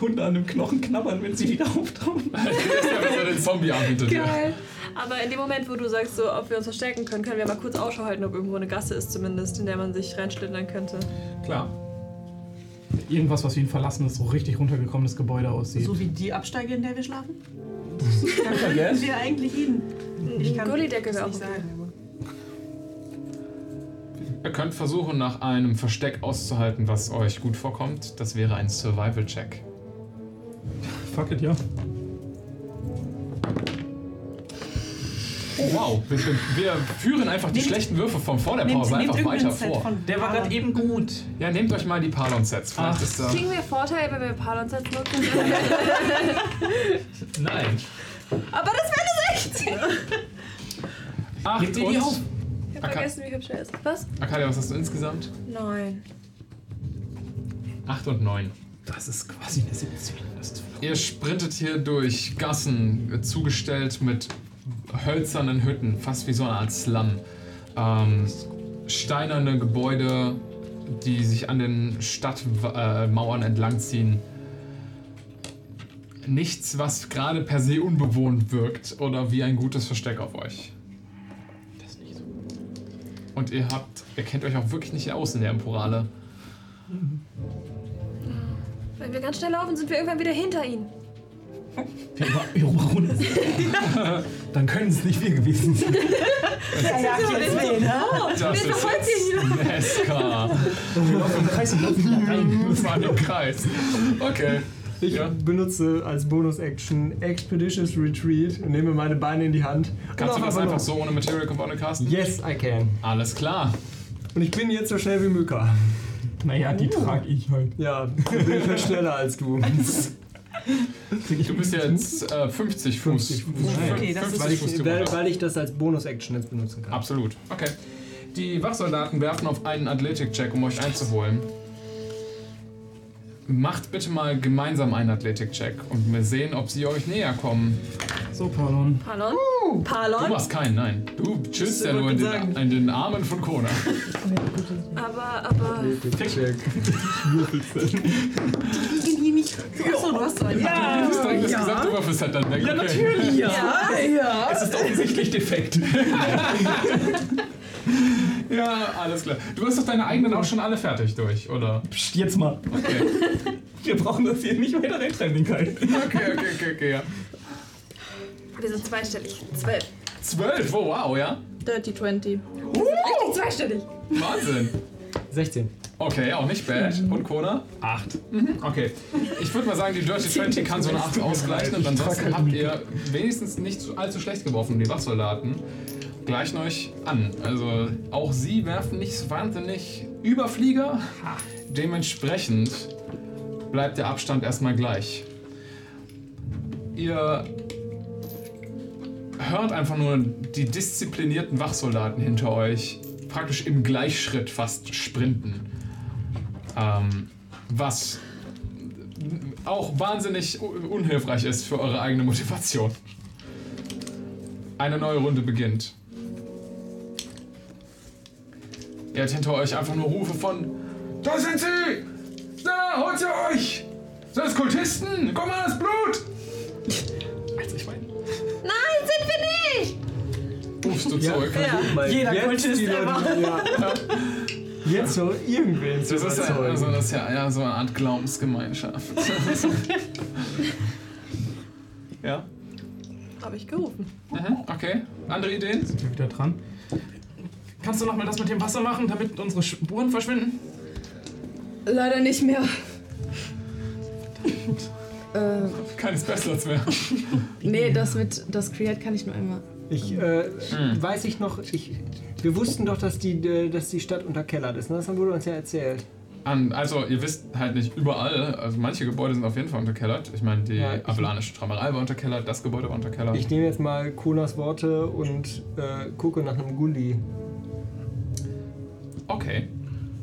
Hunde an dem Knochen knabbern, wenn sie wieder auftauchen.
Also den Zombie-Arm hinter
Genau.
dir.
Geil. Aber in dem Moment, wo du sagst, so, ob wir uns verstecken können, können wir mal kurz Ausschau halten, ob irgendwo eine Gasse ist zumindest, in der man sich reinschlindern könnte.
Klar.
Irgendwas, was wie ein verlassenes, so richtig runtergekommenes Gebäude aussieht.
So wie die Absteige, in der wir schlafen? Da
Yes.
könnten wir eigentlich hin.
Mhm.
Ich kann
Gullidecke
das
wäre
nicht
auch okay.
sagen.
Ihr könnt versuchen, nach einem Versteck auszuhalten, was euch gut vorkommt. Das wäre ein Survival-Check.
Fuck it, ja.
Oh, wow. Wir, wir führen einfach die schlechten Würfe von vor der
Oh,
Nehmt-
Pause
nehmt
einfach
irgendein
weiter
Set
vor.
von Der war Palon. grad
eben gut. Ja, nehmt euch mal die Palon-Sets. Vielleicht ist da.
Kriegen wir Vorteil, wenn wir Palonsatz nutzen?
Nein.
Aber das wäre eine 16!
Acht und.
Ich hab
Aka-
vergessen, wie hübsch er ist. Was?
Arcadia, was hast du insgesamt?
Nein.
8 und 9. Das ist quasi eine 17. Ihr sprintet hier durch Gassen, äh, zugestellt mit hölzernen Hütten, fast wie so eine Art Slum. Ähm, steinerne Gebäude, die sich an den Stadtmauern entlangziehen. Nichts, was gerade per se unbewohnt wirkt oder wie ein gutes Versteck auf euch. Und ihr habt, ihr kennt euch auch wirklich nicht aus in der Emporale.
Wenn wir ganz schnell laufen, sind wir irgendwann wieder hinter ihnen.
Dann können es nicht wir gewesen sein.
Ja, ja,
jetzt wen,
ne?
Das
Wen
ist
verfolgt ihr hier?
Nesca.
Wir laufen im Kreis und laufen da rein.
Das war ein Kreis. Okay.
Ich benutze als Bonus-Action Expeditious Retreat und nehme meine Beine in die Hand. und
Kannst
laufe
du das
los.
einfach so ohne Material Component casten?
Yes, I can.
Alles klar.
Und ich bin jetzt so schnell wie Myka.
Naja, die trag ich halt.
Ja, dann bin ich halt schneller als du.
Du bist jetzt äh, 50 Fuß. 50 Fuß.
Okay, das ist- weil, weil ich das als Bonus-Action jetzt benutzen kann.
Absolut. Okay. Die Wachsoldaten werfen auf einen Athletic-Check, um euch einzuholen. Macht bitte mal gemeinsam einen Athletic-Check und wir sehen, ob sie euch näher kommen.
So, Palon.
Palon?
Du
Palon?
machst keinen, nein. Du chillst ja nur in den,
sagen.
in den Armen von Kona.
Aber, aber.
Tick-Check.
Die gehen hier nicht. Achso, du hast so einen.
Du bist direkt das gesamte Würfelset dann weg.
Ja,
okay.
natürlich, ja. Ja, ja.
Es ist offensichtlich defekt. ja, alles klar. Du hast doch deine eigenen auch schon alle fertig durch, oder?
Psst, jetzt mal.
Okay.
Wir brauchen das hier nicht weiter reintreiben, den Kai.
Okay, okay, okay, okay, ja.
Wir sind zweistellig. Zwölf.
Zwölf, oh, wow, ja.
Dirty 20.
Wir sind richtig zweistellig.
Wahnsinn.
16.
Okay, auch nicht bad. Und Kona? Acht. Okay. Ich würde mal sagen, die Dirty 20 kann so eine 8 ausgleichen und
halt
ansonsten habt ihr wenigstens nicht so- allzu schlecht geworfen. Die Wachsoldaten gleichen euch an. Also auch sie werfen nicht so wahnsinnig Überflieger. Dementsprechend bleibt der Abstand erstmal gleich. Ihr hört einfach nur die disziplinierten Wachsoldaten hinter euch praktisch im Gleichschritt fast sprinten. Ähm, was auch wahnsinnig u- unhilfreich ist für eure eigene Motivation. Eine neue Runde beginnt. Ihr hört hinter euch einfach nur Rufe von Da sind sie! Da, holt sie euch! Sind das Kultisten? Guck mal, das Blut! Also ich meine,
Nein, sind wir nicht!
rufst du
Ja,
zurück.
versuch mal. Jeder Jetzt Kultist die Leute- ever. ja. Jetzt so irgendwen zu
Das ist, ja,
überzeugen.
also das ist ja, ja so eine Art Glaubensgemeinschaft. ja?
Habe ich gerufen.
Mhm, okay. Andere Ideen?
Sind wir wieder dran? Kannst du nochmal das mit dem Wasser machen, damit unsere Spuren verschwinden?
Leider nicht mehr. äh,
Keine Specials mehr.
nee, das mit das Create kann ich nur einmal.
Ich, äh, weiß ich noch, ich, wir wussten doch, dass die, äh, dass die Stadt unterkellert ist. Ne? Das wurde uns ja erzählt.
An, also, ihr wisst halt nicht überall. Also, manche Gebäude sind auf jeden Fall unterkellert. Ich meine, die
Ja, ich-
Avelanische Trammerei war unterkellert, das Gebäude war unterkellert.
Ich nehme jetzt mal Konas Worte und äh, gucke nach einem Gulli.
Okay.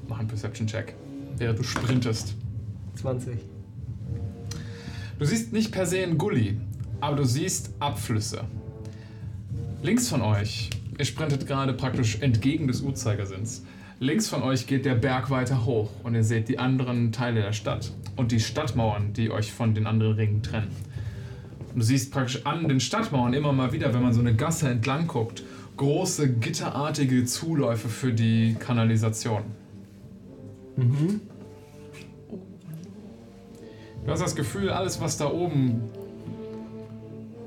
Mach einen Perception-Check, während du sprintest.
20.
Du siehst nicht per se einen Gully, aber du siehst Abflüsse. Links von euch, ihr sprintet gerade praktisch entgegen des Uhrzeigersinns, links von euch geht der Berg weiter hoch und ihr seht die anderen Teile der Stadt und die Stadtmauern, die euch von den anderen Ringen trennen. Und du siehst praktisch an den Stadtmauern immer mal wieder, wenn man so eine Gasse entlang guckt, große gitterartige Zuläufe für die Kanalisation.
Mhm.
Du hast das Gefühl, alles, was da oben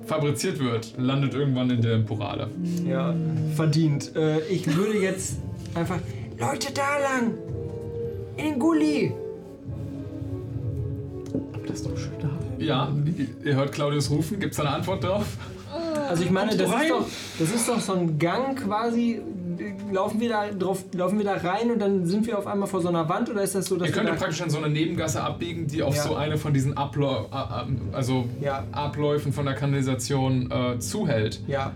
fabriziert wird, landet irgendwann in der Empurade.
Ja, verdient. Äh, ich würde jetzt einfach. Leute, da lang! In den Gully!
Das ist doch schön da. Ja, ihr hört Claudius rufen. Gibt es eine Antwort drauf?
Also ich meine,
Kommt
das
rein.
ist, doch, das ist doch so ein Gang quasi. Laufen wir, da drauf, laufen wir da rein und dann sind wir auf einmal vor so einer Wand oder ist das so, dass
Ihr
wir
könnt
da,
praktisch in so eine Nebengasse abbiegen, die auf
Ja.
so eine von diesen Abläu a- a- also Abläufen von der Kanalisation äh, zuhält.
Ja.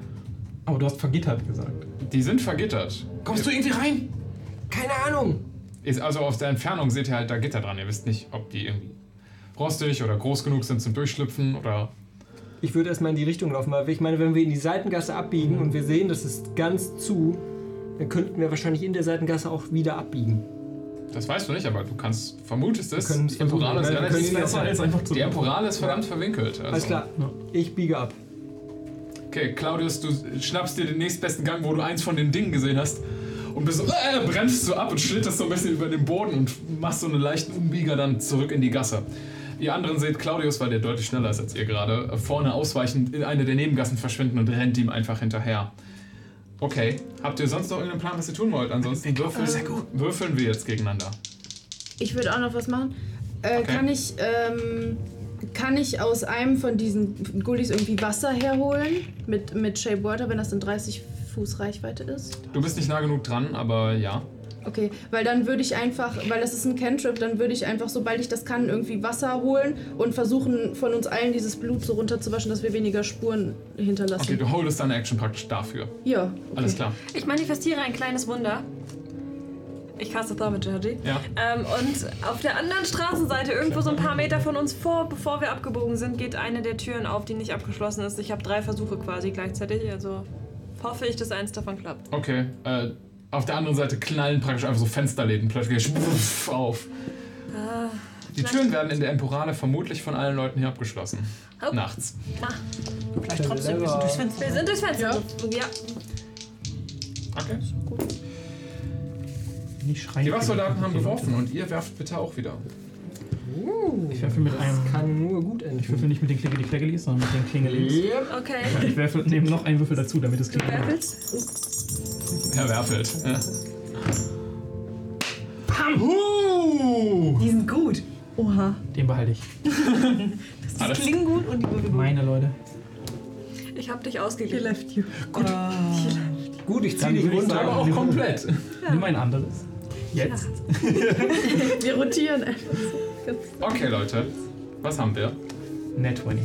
Aber du hast vergittert gesagt. Die sind vergittert.
Kommst du irgendwie rein?
Keine Ahnung.
Ist also aus der Entfernung seht ihr halt da Gitter dran. Ihr wisst nicht, ob die irgendwie rostig oder groß genug sind zum Durchschlüpfen oder
Ich würde erstmal in die Richtung laufen, weil ich meine, wenn wir in die Seitengasse
Mhm.
abbiegen und wir sehen, das ist ganz zu, dann könnten wir wahrscheinlich in der Seitengasse auch wieder abbiegen.
Das weißt du nicht, aber du kannst vermutest es.
können es
Die Emporale ist
versuchen. Wir
relativ
können es
verwinkelt.
jetzt einfach zu-
Die Emporale ist verdammt verwinkelt. Also.
Alles klar, ich biege ab.
Okay, Claudius, du schnappst dir den nächstbesten Gang, wo du eins von den Dingen gesehen hast. Und bist so, äh, bremst so ab und schlitterst so ein bisschen über den Boden und machst so einen leichten Umbieger dann zurück in die Gasse. Ihr anderen seht Claudius, weil der deutlich schneller ist als ihr gerade, äh, vorne ausweichend in eine der Nebengassen verschwinden und rennt ihm einfach hinterher. Okay, habt ihr sonst noch irgendeinen Plan, was ihr tun wollt? Ansonsten würfeln,
Äh, sehr gut.
würfeln wir jetzt gegeneinander.
Ich würde auch noch was machen. Äh,
Okay.
Kann ich, ähm, kann ich aus einem von diesen Gullis irgendwie Wasser herholen mit, mit Shape Water, wenn das in 30 Fuß Reichweite ist?
Du bist nicht nah genug dran, aber Äh, ja.
Okay, weil dann würde ich einfach, weil das ist ein Cantrip, dann würde ich einfach, sobald ich das kann, irgendwie Wasser holen und versuchen, von uns allen dieses Blut so runterzuwaschen, dass wir weniger Spuren hinterlassen.
Okay, du holdest deine Action praktisch dafür.
Ja, okay.
Alles klar.
Ich manifestiere ein kleines Wunder. Ich caste Thermal Energy.
Ja.
Ähm, und auf der anderen Straßenseite, irgendwo so ein paar Meter von uns vor, bevor wir abgebogen sind, geht eine der Türen auf, die nicht abgeschlossen ist. Ich habe drei Versuche quasi gleichzeitig, also hoffe ich, dass eins davon klappt.
Okay, äh, auf der anderen Seite knallen praktisch einfach so Fensterläden plötzlich puff, auf.
Ah,
Die Türen werden in der Emporale vermutlich von allen Leuten hier abgeschlossen.
Oh.
Nachts.
ah.
Vielleicht trotzdem, wir sind durchs Fenster.
Wir sind durchs Fenster. Ja.
Okay. Die Wachsoldaten haben geworfen und ihr werft bitte auch wieder.
Ich werfe mit einem. Das
kann nur gut enden.
Ich würfel nicht mit den Klingeli-Klingelis, sondern mit den Klingelis.
Yep.
Okay.
Ich werfe neben noch einen Würfel dazu, damit es klingt.
Er werfelt. Ja.
Pam! Die sind gut. Oha.
Den behalte ich.
Die klingen gut und die Würfel gut.
Meine Leute.
Ich habe dich ausgegeben.
He left you.
Gut.
Gut, ich
Dann
ziehe dich
würde ich
runter.
sagen, nimm- Nimm ein anderes. Jetzt.
wir rotieren einfach.
Okay, Leute. Was haben wir?
Net 20.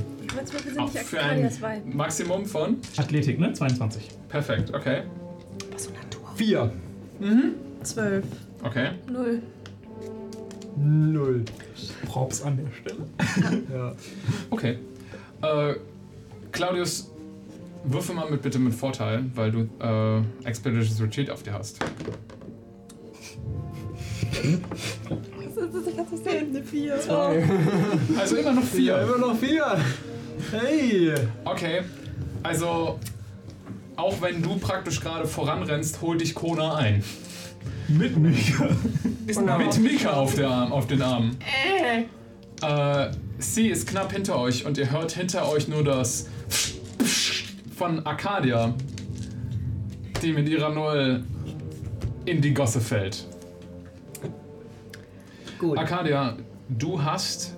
Auch für ein Maximum von?
Athletik, ne? 22.
Perfekt, okay.
Vier.
Mhm.
Zwölf.
Okay.
Null.
Null.
Props an der Stelle.
ja.
Okay. Äh, Claudius, würfe mal mit bitte mit Vorteil, weil du äh, Expeditions Retreat auf dir hast.
Ich hab's nicht sehen. Eine 4.
Also immer noch vier.
Ja, immer noch vier. Hey.
Okay. Also, auch wenn du praktisch gerade voranrennst, hol dich Kona ein.
Mit Mika.
Mit Mika auf, der Arm, auf den Armen. Äh, sie ist knapp hinter euch und ihr hört hinter euch nur das von Arcadia, die mit ihrer Null in die Gosse fällt.
Gut.
Arcadia, du hast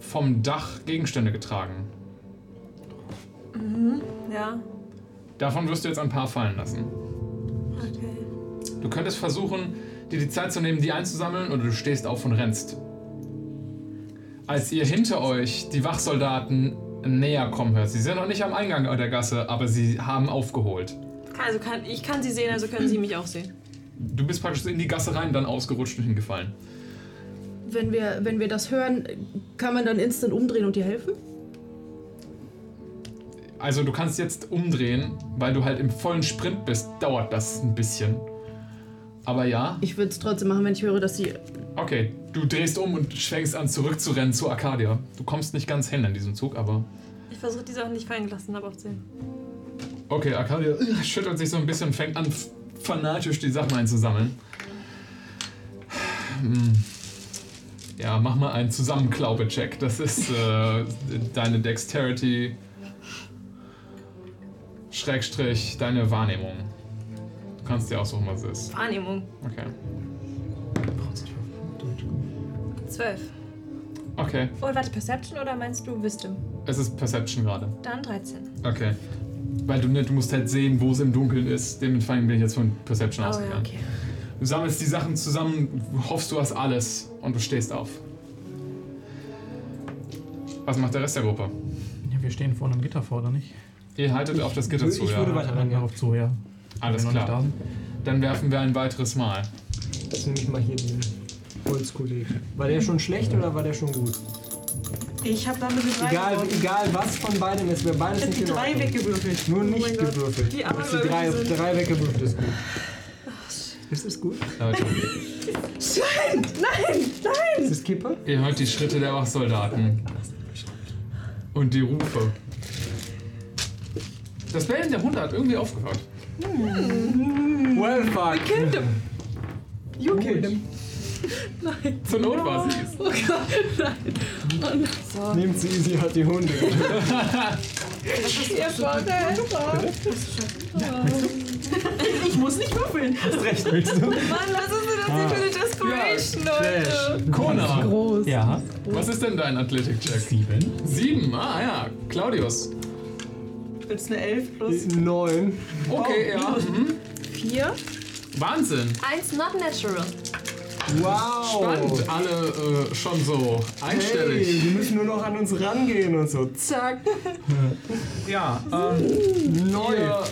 vom Dach Gegenstände getragen.
Mhm. Ja.
Davon wirst du jetzt ein paar fallen lassen.
Okay.
Du könntest versuchen, dir die Zeit zu nehmen, die einzusammeln, oder du stehst auf und rennst. Als ihr hinter euch die Wachsoldaten näher kommen hört, sie sind noch nicht am Eingang der Gasse, aber sie haben aufgeholt.
Also kann, ich kann sie sehen, also können sie mich auch sehen.
Du bist praktisch in die Gasse rein, dann ausgerutscht und hingefallen.
Wenn wir, wenn wir das hören, kann man dann instant umdrehen und dir helfen?
Also du kannst jetzt umdrehen, weil du halt im vollen Sprint bist, dauert das ein bisschen. Aber ja.
Ich würde es trotzdem machen, wenn ich höre, dass sie.
Okay, du drehst um und schwenkst an, zurückzurennen zu Arcadia. Du kommst nicht ganz hin in diesem Zug, aber
Ich versuche die Sachen nicht fallen gelassen, aber auch sehen.
Okay, Arcadia äh, schüttelt sich so ein bisschen und fängt an, f- fanatisch die Sachen einzusammeln. Hm. Ja, mach mal einen Zusammenklaube-Check. Das ist äh, deine Dexterity. Schrägstrich, deine Wahrnehmung. Du kannst dir aussuchen, was es ist.
Wahrnehmung.
Okay.
Zwölf.
Okay.
Oh, warte, Perception oder meinst du Wisdom?
Es ist Perception gerade.
Dann 13.
Okay. Weil du, ne, du musst halt sehen, wo es im Dunkeln ist. Dementsprechend bin ich jetzt von Perception
Oh, ja,
ausgegangen.
okay.
Du sammelst die Sachen zusammen, hoffst, du hast alles und du stehst auf. Was macht der Rest der Gruppe?
Ja, wir stehen vor einem Gitter vor, oder nicht?
Ihr haltet auf das
Also
Gitter zu, ja.
rennen. Darauf zu, ja.
Alles
Wenn wir noch
klar.
nicht
Dann werfen wir ein weiteres Mal.
Jetzt nehme ich mal hier den Holzkollegen. War der schon schlecht oder war der schon gut?
Ich habe damit eine drei
Egal,
gewürfelt.
egal was von beidem ist, wäre beides
Ich hab
nicht
die
in
drei
Ordnung.
weggewürfelt.
Nur
Oh
nicht
mein Gott.
gewürfelt.
Die
Hast du
armen
drei,
Leute sind-
drei weggewürfelt ist gut. Ist es gut?
Leute,
Nein, nein, nein!
Ist es Kippe?
ihr hört die Schritte der Wachsoldaten. Und die Rufe. Das Bellen der Hunde hat irgendwie aufgehört.
Well, fuck.
killed him. You killed him.
Nein.
Zur Not war sie
Oh Gott, nein. Oh nein. So.
Nehmt sie easy, hat die Hunde.
Ihr Vorteil.
Ich muss nicht würfeln.
Hast recht, willst du?
Mann, lass uns das nicht für eine Desperation, Leute.
Kona.
Groß.
Ja. Äh,
Was ist denn dein Athletic-Check?
Sieben.
Sieben, ah ja. Claudius.
Willst eine 11 plus?
Neun.
Okay,
Oh,
ja.
minus
Mhm.
Vier.
Wahnsinn.
Eins not natural.
Wow.
Spannend, alle äh, schon so einstellig.
Hey, wir müssen nur noch an uns rangehen und so. Zack.
Ja, ähm,
Neu.
ihr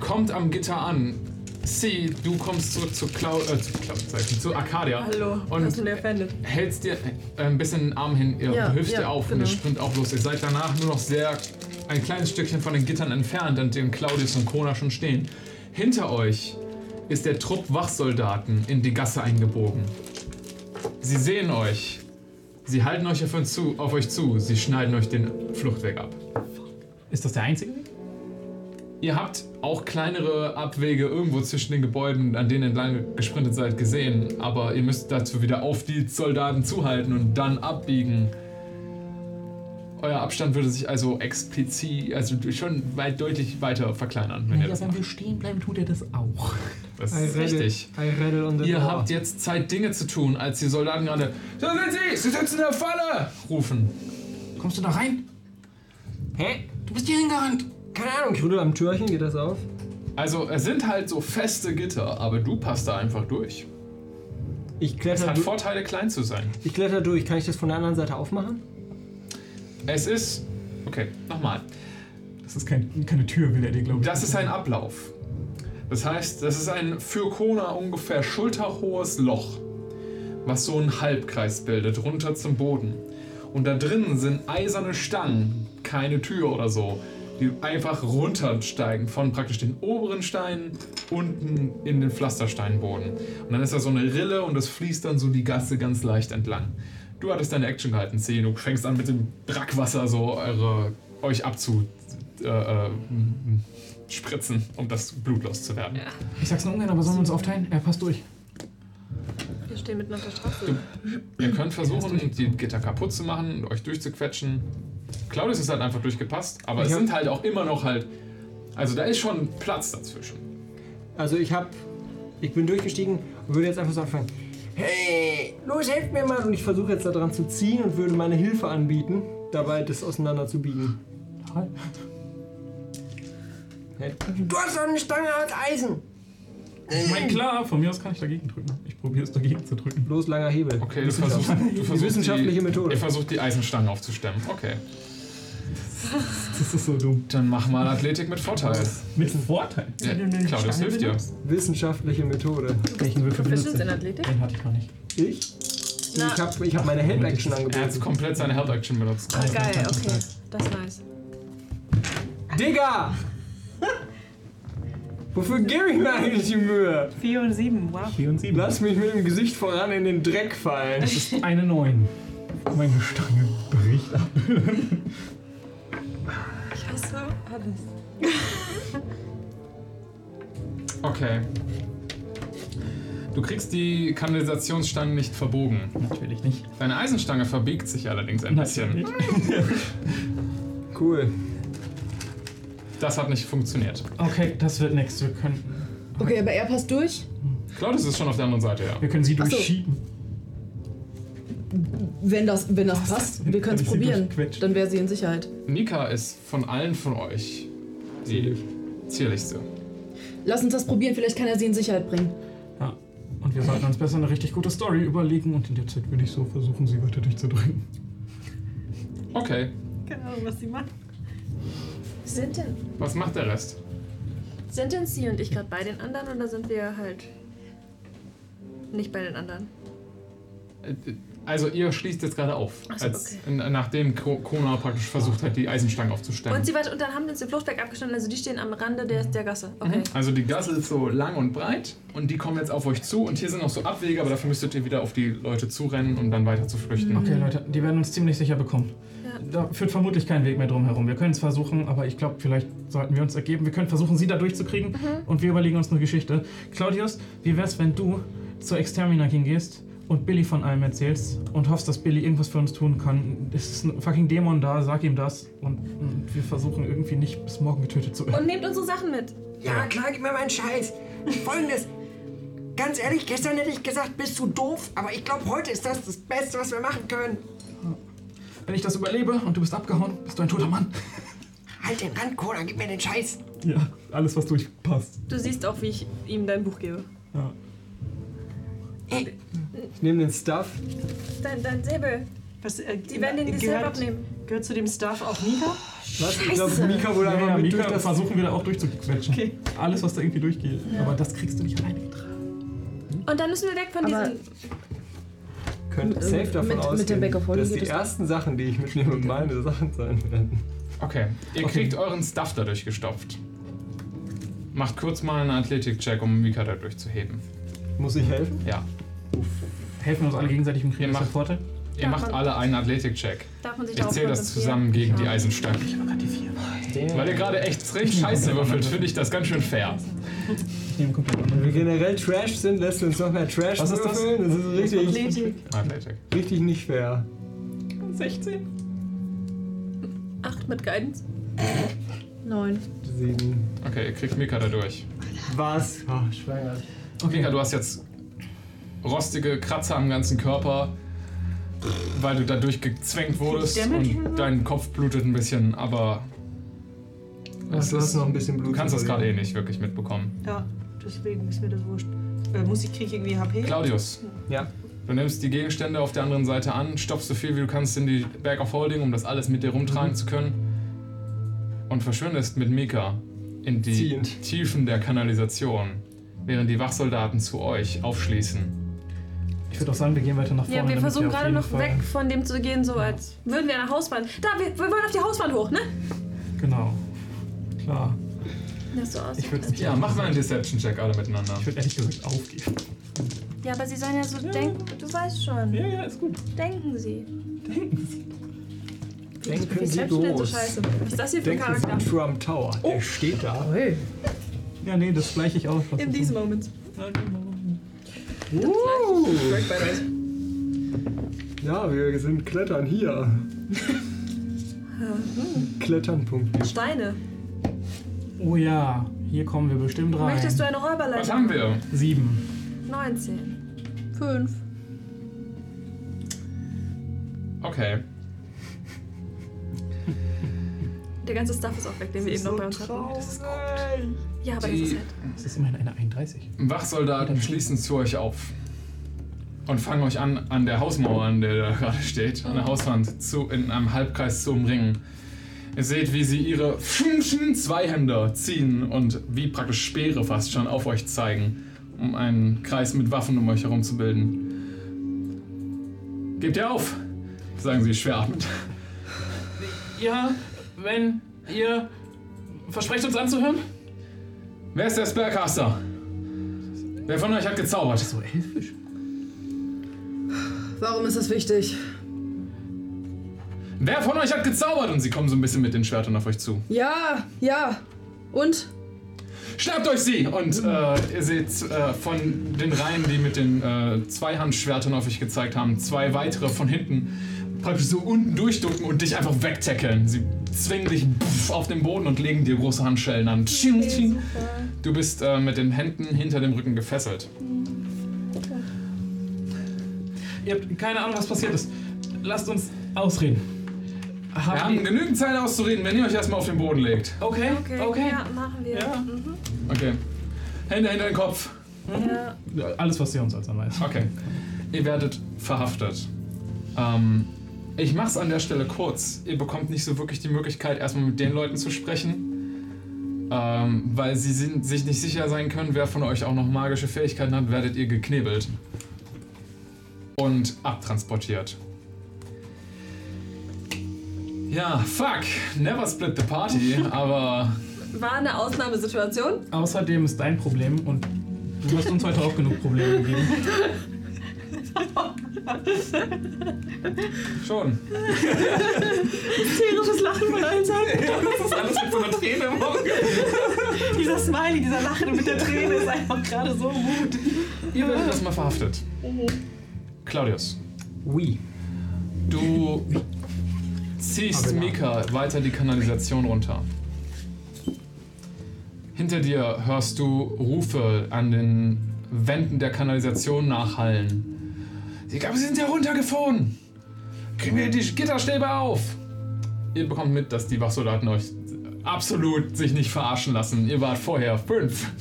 kommt am Gitter an. Sie, du kommst zurück zu Clau äh, zu, Clau sag ich schon, zu Arcadia.
Hallo,
Und
hast du mir offended?
Hältst dir äh, ein bisschen den Arm hin, ihr
Ja,
hilft dir
ja,
auf
genau.
und ihr springt auch los. Ihr seid danach nur noch sehr ein kleines Stückchen von den Gittern entfernt, an denen Claudius und Kona schon stehen. Hinter euch ist der Trupp Wachsoldaten in die Gasse eingebogen. Sie sehen euch. Sie halten euch auf, uns zu, auf euch zu. Sie schneiden euch den Fluchtweg ab.
Ist das der einzige Weg?
Ihr habt auch kleinere Abwege irgendwo zwischen den Gebäuden, an denen entlang gesprintet seid, gesehen, aber ihr müsst dazu wieder auf die Soldaten zuhalten und dann abbiegen. Euer Abstand würde sich also explizit, also schon weit, deutlich weiter verkleinern, wenn ihr das macht.
wir stehen bleiben, tut er das auch.
Das
I
ist
read it.
richtig.
I rattle on the
Ihr
door.
habt jetzt Zeit, Dinge zu tun, als die Soldaten gerade Da sind sie! Sie sitzen in der Falle! rufen.
Kommst du da rein?
Hä?
Du bist hier hingerannt.
Keine Ahnung, ich rüttel am Türchen, geht das auf?
Also, es sind halt so feste Gitter, aber du passt da einfach durch.
Ich
Es
kletter,
hat
du
Vorteile, klein zu sein.
ich kletter durch. Kann ich das von der anderen Seite aufmachen?
Es ist. Okay, nochmal.
Das ist kein, keine Tür, will er dir, glaube ich.
Das ist ein Ablauf. Das heißt, das ist ein für Kona ungefähr schulterhohes Loch, was so einen Halbkreis bildet, runter zum Boden. Und da drinnen sind eiserne Stangen, keine Tür oder so, die einfach runtersteigen von praktisch den oberen Steinen unten in den Pflastersteinboden. Und dann ist da so eine Rille und das fließt dann so die Gasse ganz leicht entlang. Du hattest deine Action gehalten, C. Du fängst an mit dem Brackwasser so eure, euch abzu. Äh, äh, m- m- spritzen, um das Blut loszuwerden.
Ich sag's nur ungern, aber sollen wir uns aufteilen? Er passt durch.
Wir stehen mitten auf der Straße.
Ihr könnt versuchen, die Gitter kaputt zu machen, euch durchzuquetschen. Claudius ist halt einfach durchgepasst, aber
Ich
es
hab-
sind halt auch immer noch halt. Also da ist schon Platz dazwischen.
Also ich hab. Ich bin durchgestiegen und würde jetzt einfach so anfangen. Hey, los, helft mir mal! Und ich versuche jetzt daran zu ziehen und würde meine Hilfe anbieten, dabei das auseinander zu biegen. Hey. Du hast doch eine Stange aus Eisen!
Ich meine, klar, von mir aus kann ich dagegen drücken. Ich probiere es dagegen zu drücken.
Los, langer Hebel.
Okay, du versuchst,
Wissenschaft-
du
die
versuchst
wissenschaftliche
Methode. Ihr versucht die Eisenstangen aufzustemmen. Okay.
Das ist so dumm.
Dann mach mal Athletik mit Vorteil.
Mit Vorteil.
Ja, Claudius hilft dir.
Wissenschaftliche Methode.
Welchen Würfel
Proficient
benutzt
in
er?
Athletik?
Den hatte ich noch nicht.
Ich?
Na.
Ich habe ich hab meine Help-Action
Er hat
angeboten.
komplett seine Health Action benutzt.
Ah, geil, okay. Das ist nice.
Digga! Wofür gebe ich mir eigentlich die Mühe?
4 und 7, wow.
4 und 7.
Lass mich mit dem Gesicht voran in den Dreck fallen.
Das ist eine 9. Meine Stange bricht ab.
Ich hasse alles.
Okay. Du kriegst die Kanalisationsstange nicht verbogen. Natürlich nicht. Deine Eisenstange verbiegt sich allerdings ein bisschen. cool. Das hat nicht funktioniert.
Okay, das wird nichts. Wir können.
Okay, aber er passt durch.
Claudius ist schon auf der anderen Seite, ja.
Wir können sie
Ach so.
durchschieben.
Wenn das, wenn das passt, wir können es
ich sie
probieren. Dann wäre sie in Sicherheit.
Nika ist von allen von euch die zierlichste.
Lass uns das probieren, vielleicht kann er sie in Sicherheit bringen.
Ja. Und wir sollten uns besser eine richtig gute Story überlegen und in der Zeit würde ich so versuchen, sie weiter durchzudrücken.
Okay,
Keine Ahnung, was sie macht.
Sind denn,
was macht der Rest?
sind denn sie und ich gerade bei den anderen oder sind wir halt nicht bei den anderen?
Äh, Also ihr schließt jetzt gerade auf,
Ach so,
als, n- nachdem Ko- Kona praktisch versucht hat, die Eisenstange aufzustemmen.
Und sie weit, und dann haben wir uns den Fluchtweg abgestanden, also die stehen am Rande der, der Gasse. Okay.
Mhm. Also die Gasse ist so lang und breit und die kommen jetzt auf euch zu und hier sind noch so Abwege, aber dafür müsstet ihr wieder auf die Leute zurennen, um dann weiter zu
Mhm.
flüchten.
Okay, Leute, die werden uns ziemlich sicher bekommen.
Ja.
Da führt vermutlich kein Weg mehr drum herum. Wir können es versuchen, aber ich glaube, vielleicht sollten wir uns ergeben. Wir können versuchen, sie da durchzukriegen und wir überlegen uns eine Geschichte. Claudius, wie wär's, wenn du zur Extermina hingehst und Billy von allem erzählst und hoffst, dass Billy irgendwas für uns tun kann? Es ist ein fucking Dämon da, sag ihm das und mm, wir versuchen irgendwie nicht bis morgen getötet zu werden.
Und nehmt unsere Sachen mit.
Ja, klar, gib mir meinen Scheiß. Folgendes. Ganz ehrlich, gestern hätte ich gesagt, bist du doof, aber ich glaube, heute ist das das Beste, was wir machen können.
Wenn ich das überlebe und du bist abgehauen, bist du ein toter Mann.
Halt den Rand, Cola, gib mir den Scheiß.
Ja, alles, was durchpasst.
Du siehst auch, wie ich ihm dein Buch gebe.
Ja.
Ich nehme den Stuff.
Dein, dein Säbel.
Was, äh,
Die werden den Dessert
gehört,
abnehmen.
Gehört zu dem Stuff auch Nika?
Was? Ich glaube, Mika wurde einfach
ja,
mit
Mika
durch das...
versuchen wir da auch durchzuquetschen. Alles, was da irgendwie durchgeht. Aber das kriegst du nicht alleine getragen.
Und dann müssen wir weg von
Aber-
diesen.
Könnt
Mit-
safe davon
mit- mit
ausgehen,
dem Back of Holding
dass
geht
die
es-
ersten Sachen, die ich mitnehme, meine Sachen sein werden.
Okay, ihr kriegt euren Stuff dadurch gestopft. Macht kurz mal einen Athletik-Check, um Mika da durchzuheben.
Muss ich helfen?
Ja.
Helfen wir uns alle gegenseitig und kriegen
Ihr
das
macht-
Vorteil?
Ihr
Darf
macht
man-
alle einen Athletik-Check.
Darf man sich
Ich
darauf
zähle das
konzentrieren?
zusammen gegen die Eisenstange. Weil ihr gerade echt richtig scheiße würfelt, finde ich das ganz schön fair.
Ich nehme komplett andere.
Wenn wir generell Trash sind, lässt uns noch mehr Trash
Was ist das?
würfeln. Das ist richtig,
Athletik.
richtig nicht fair.
16.
Acht mit Guidance.
Neun.
Sieben.
Okay, ihr kriegt Mika da durch.
Was? Oh, schwanger.
Mika, du hast jetzt rostige Kratzer am ganzen Körper, weil du dadurch gezwängt wurdest
Damage?
und dein Kopf blutet ein bisschen, aber
Das lass noch ein bisschen Blut.
du kannst das
übrig.
gerade eh nicht wirklich mitbekommen.
Ja, deswegen ist mir das wurscht. Äh, muss ich kriege ich irgendwie HP?
Claudius,
Ja.
du nimmst die Gegenstände auf der anderen Seite an, stopfst so viel wie du kannst in die Bag of Holding, um das alles mit dir rumtragen zu können und verschwindest mit Mika in die
Ziehend.
Tiefen der Kanalisation, während die Wachsoldaten zu euch aufschließen.
Ich würde auch sagen, wir gehen weiter nach vorne.
Ja, wir
damit
versuchen
auf
gerade
jeden
noch
Fall-
weg von dem zu gehen, so als würden wir eine Hauswand. Da, wir, wir wollen auf die Hauswand hoch, ne?
Genau. Klar.
Das so aus.
Ich würde
Ja, mach mal einen Deception-Check alle miteinander.
Ich würde ehrlich gesagt aufgeben.
Ja, aber sie sollen ja so denken. Du weißt schon.
Ja, ja, ist gut.
Denken sie.
Denken
Wie
Sie
selbst denn so
groß.
scheiße? Was ist das hier für ein
Denken Sie
Charakter?
an Trump Tower. Der steht da.
Ja, nee, das gleiche ich aus. was
In
du-
these moments.
Ja, wir sind klettern hier. Kletternpunkt.
Steine.
Oh ja, hier kommen wir bestimmt rein.
Möchtest du eine
Was
Räuberleiter?
haben wir?
Sieben.
19.
Fünf.
Okay.
Der ganze Stuff ist auch weg, den wir eben noch bei uns hatten. Ja, aber das ist
Die
halt.
Das ist immerhin eine 31.
Wachsoldaten schließen zu euch auf und fangen euch an, an der Hausmauer, an der da gerade steht, an der Hauswand, zu, in einem Halbkreis zu umringen. Ihr seht, wie sie ihre Zweihänder ziehen und wie praktisch Speere fast schon auf euch zeigen, um einen Kreis mit Waffen um euch herum zu bilden. Gebt ihr auf, sagen sie schwer atmend.
Ja, wenn ihr versprecht uns anzuhören?
Wer ist der Spellcaster? Wer von euch hat gezaubert?
So elfisch.
Warum ist das wichtig?
Wer von euch hat gezaubert? Und sie kommen so ein bisschen mit den Schwertern auf euch zu.
Ja, ja. Und?
Schnappt euch sie! Und äh, ihr seht äh, von den Reihen, die mit den äh, Zweihandschwertern auf euch gezeigt haben, zwei weitere von hinten praktisch so unten durchducken und dich einfach wegtackeln. Sie zwingen dich pff, auf den Boden und legen dir große Handschellen an. Tsching, tsching. Du bist äh, mit den Händen hinter dem Rücken gefesselt.
Ihr habt keine Ahnung, was passiert ist. Lasst uns ausreden.
Wir haben genügend Zeit auszureden, wenn ihr euch erstmal auf den Boden legt.
Okay,
Okay,
okay.
ja, machen wir.
Ja.
Mhm.
Okay. Hände hinter den Kopf.
Ja.
Alles, was ihr uns als Anweis.
Okay. Ihr werdet verhaftet. Ähm, ich mach's an der Stelle kurz. Ihr bekommt nicht so wirklich die Möglichkeit, erstmal mit den Leuten zu sprechen. Ähm, weil sie sind, sich nicht sicher sein können, wer von euch auch noch magische Fähigkeiten hat, werdet ihr geknebelt. Und abtransportiert. Ja, fuck. Never split the party, aber.
War eine Ausnahmesituation.
Außerdem ist dein Problem und du hast uns heute auch genug Probleme gegeben.
Schon.
Hysterisches Lachen von allen Seiten.
Ja, das ist alles mit so einer Träne im Auge.
dieser Smiley, dieser Lachen mit der Träne ist einfach gerade so gut.
Ihr werdet erstmal verhaftet. Claudius. Oui. Du ziehst Mika weiter die Kanalisation runter. Hinter dir hörst du Rufe an den Wänden der Kanalisation nachhallen. Ich glaube, sie sind heruntergefroren. Kriegen wir die Gitterstäbe auf. Ihr bekommt mit, dass die Wachsoldaten euch absolut sich nicht verarschen lassen. Ihr wart vorher fünf.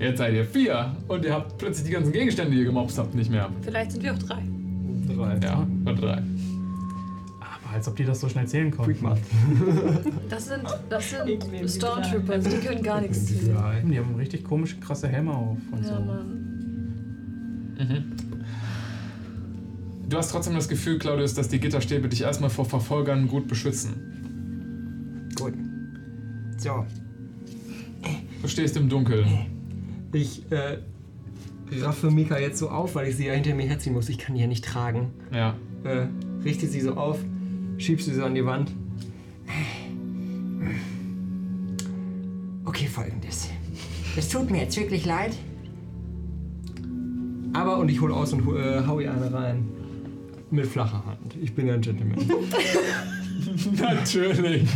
Jetzt seid ihr vier und ihr habt plötzlich die ganzen Gegenstände, die ihr gemobst habt, nicht mehr.
Vielleicht sind wir auch drei.
Drei.
Ja, oder drei.
Aber Ah, als ob die das so schnell zählen konnten.
Das sind, das sind Stormtrooper, die können gar nichts zu sehen.
Ja, die haben richtig komische, krasse Hämmer auf und
Ja,
so.
Mann.
Du hast trotzdem das Gefühl, Claudius, dass die Gitterstäbe dich erstmal vor Verfolgern gut beschützen.
Gut. So.
Du stehst im Dunkeln.
Ich äh, raffe Mika jetzt so auf, weil ich sie ja hinter mir herziehen muss. Ich kann die ja nicht tragen.
Ja.
Äh, richte sie so auf, schieb sie so an die Wand. Okay, folgendes.
Es tut mir jetzt wirklich leid.
Aber, und ich hole aus und hol, äh, hau ihr eine rein. Mit flacher Hand. Ich bin ja ein Gentleman.
Natürlich.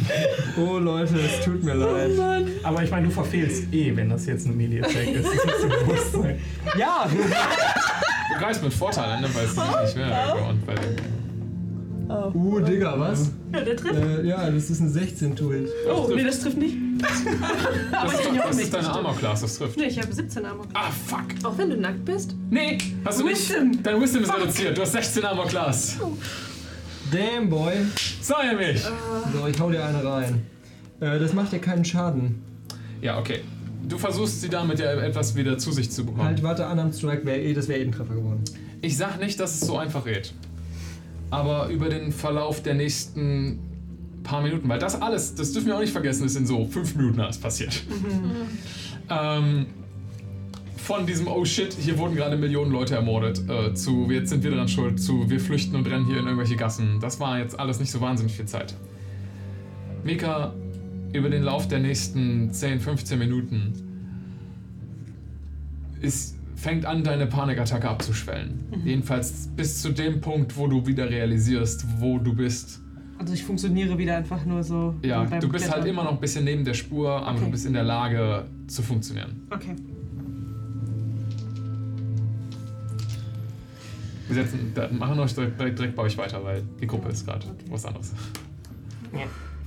Oh Leute, es tut mir leid.
Aber ich meine, du verfehlst eh, wenn das jetzt eine Melee-Attack ist. Das musst du bewusst sein.
Ja!
Du greifst mit Vorteil an, ne, weil sie dich nicht
Oh,
mehr und weil
Uh, Digga, was?
Ja, der trifft.
Äh, ja, das ist ein 16 Tool.
Oh, nee, das trifft nicht.
Das ist,
ich
doch,
bin ja auch
das
nicht.
ist deine Armor-Class, das trifft.
Nee, ich habe 17 Armor.
Ah, fuck.
Auch wenn du nackt bist.
Nee, hast du nicht? Dein Wisdom ist reduziert. Du hast 16 Armor-Class.
Damn, boy.
Sei mich.
So, ich hau dir eine rein. Äh, das macht ja keinen Schaden.
Ja, okay. Du versuchst sie damit ja etwas wieder zu sich zu bekommen.
Halt, warte, Unarmed Strike, wär, eh, das wäre eben Treffer geworden.
Ich sag nicht, dass es so einfach geht. Aber über den Verlauf der nächsten paar Minuten, weil das alles, das dürfen wir auch nicht vergessen, ist in so fünf Minuten alles passiert. ähm, von diesem Oh shit, hier wurden gerade Millionen Leute ermordet, äh, zu jetzt sind wir daran schuld, zu wir flüchten und rennen hier in irgendwelche Gassen. Das war jetzt alles nicht so wahnsinnig viel Zeit. Mika, über den Lauf der nächsten 10, 15 Minuten ist, fängt an, deine Panikattacke abzuschwellen.
Mhm.
Jedenfalls bis zu dem Punkt, wo du wieder realisierst, wo du bist.
Also ich funktioniere wieder einfach nur so.
Ja,
beim
du bist halt
Klettern.
immer noch ein bisschen neben der Spur, aber du
Okay.
bist in der Lage zu funktionieren.
Okay.
Wir setzen, da machen euch direkt, direkt, direkt bei euch weiter, weil die Gruppe ist gerade was anderes.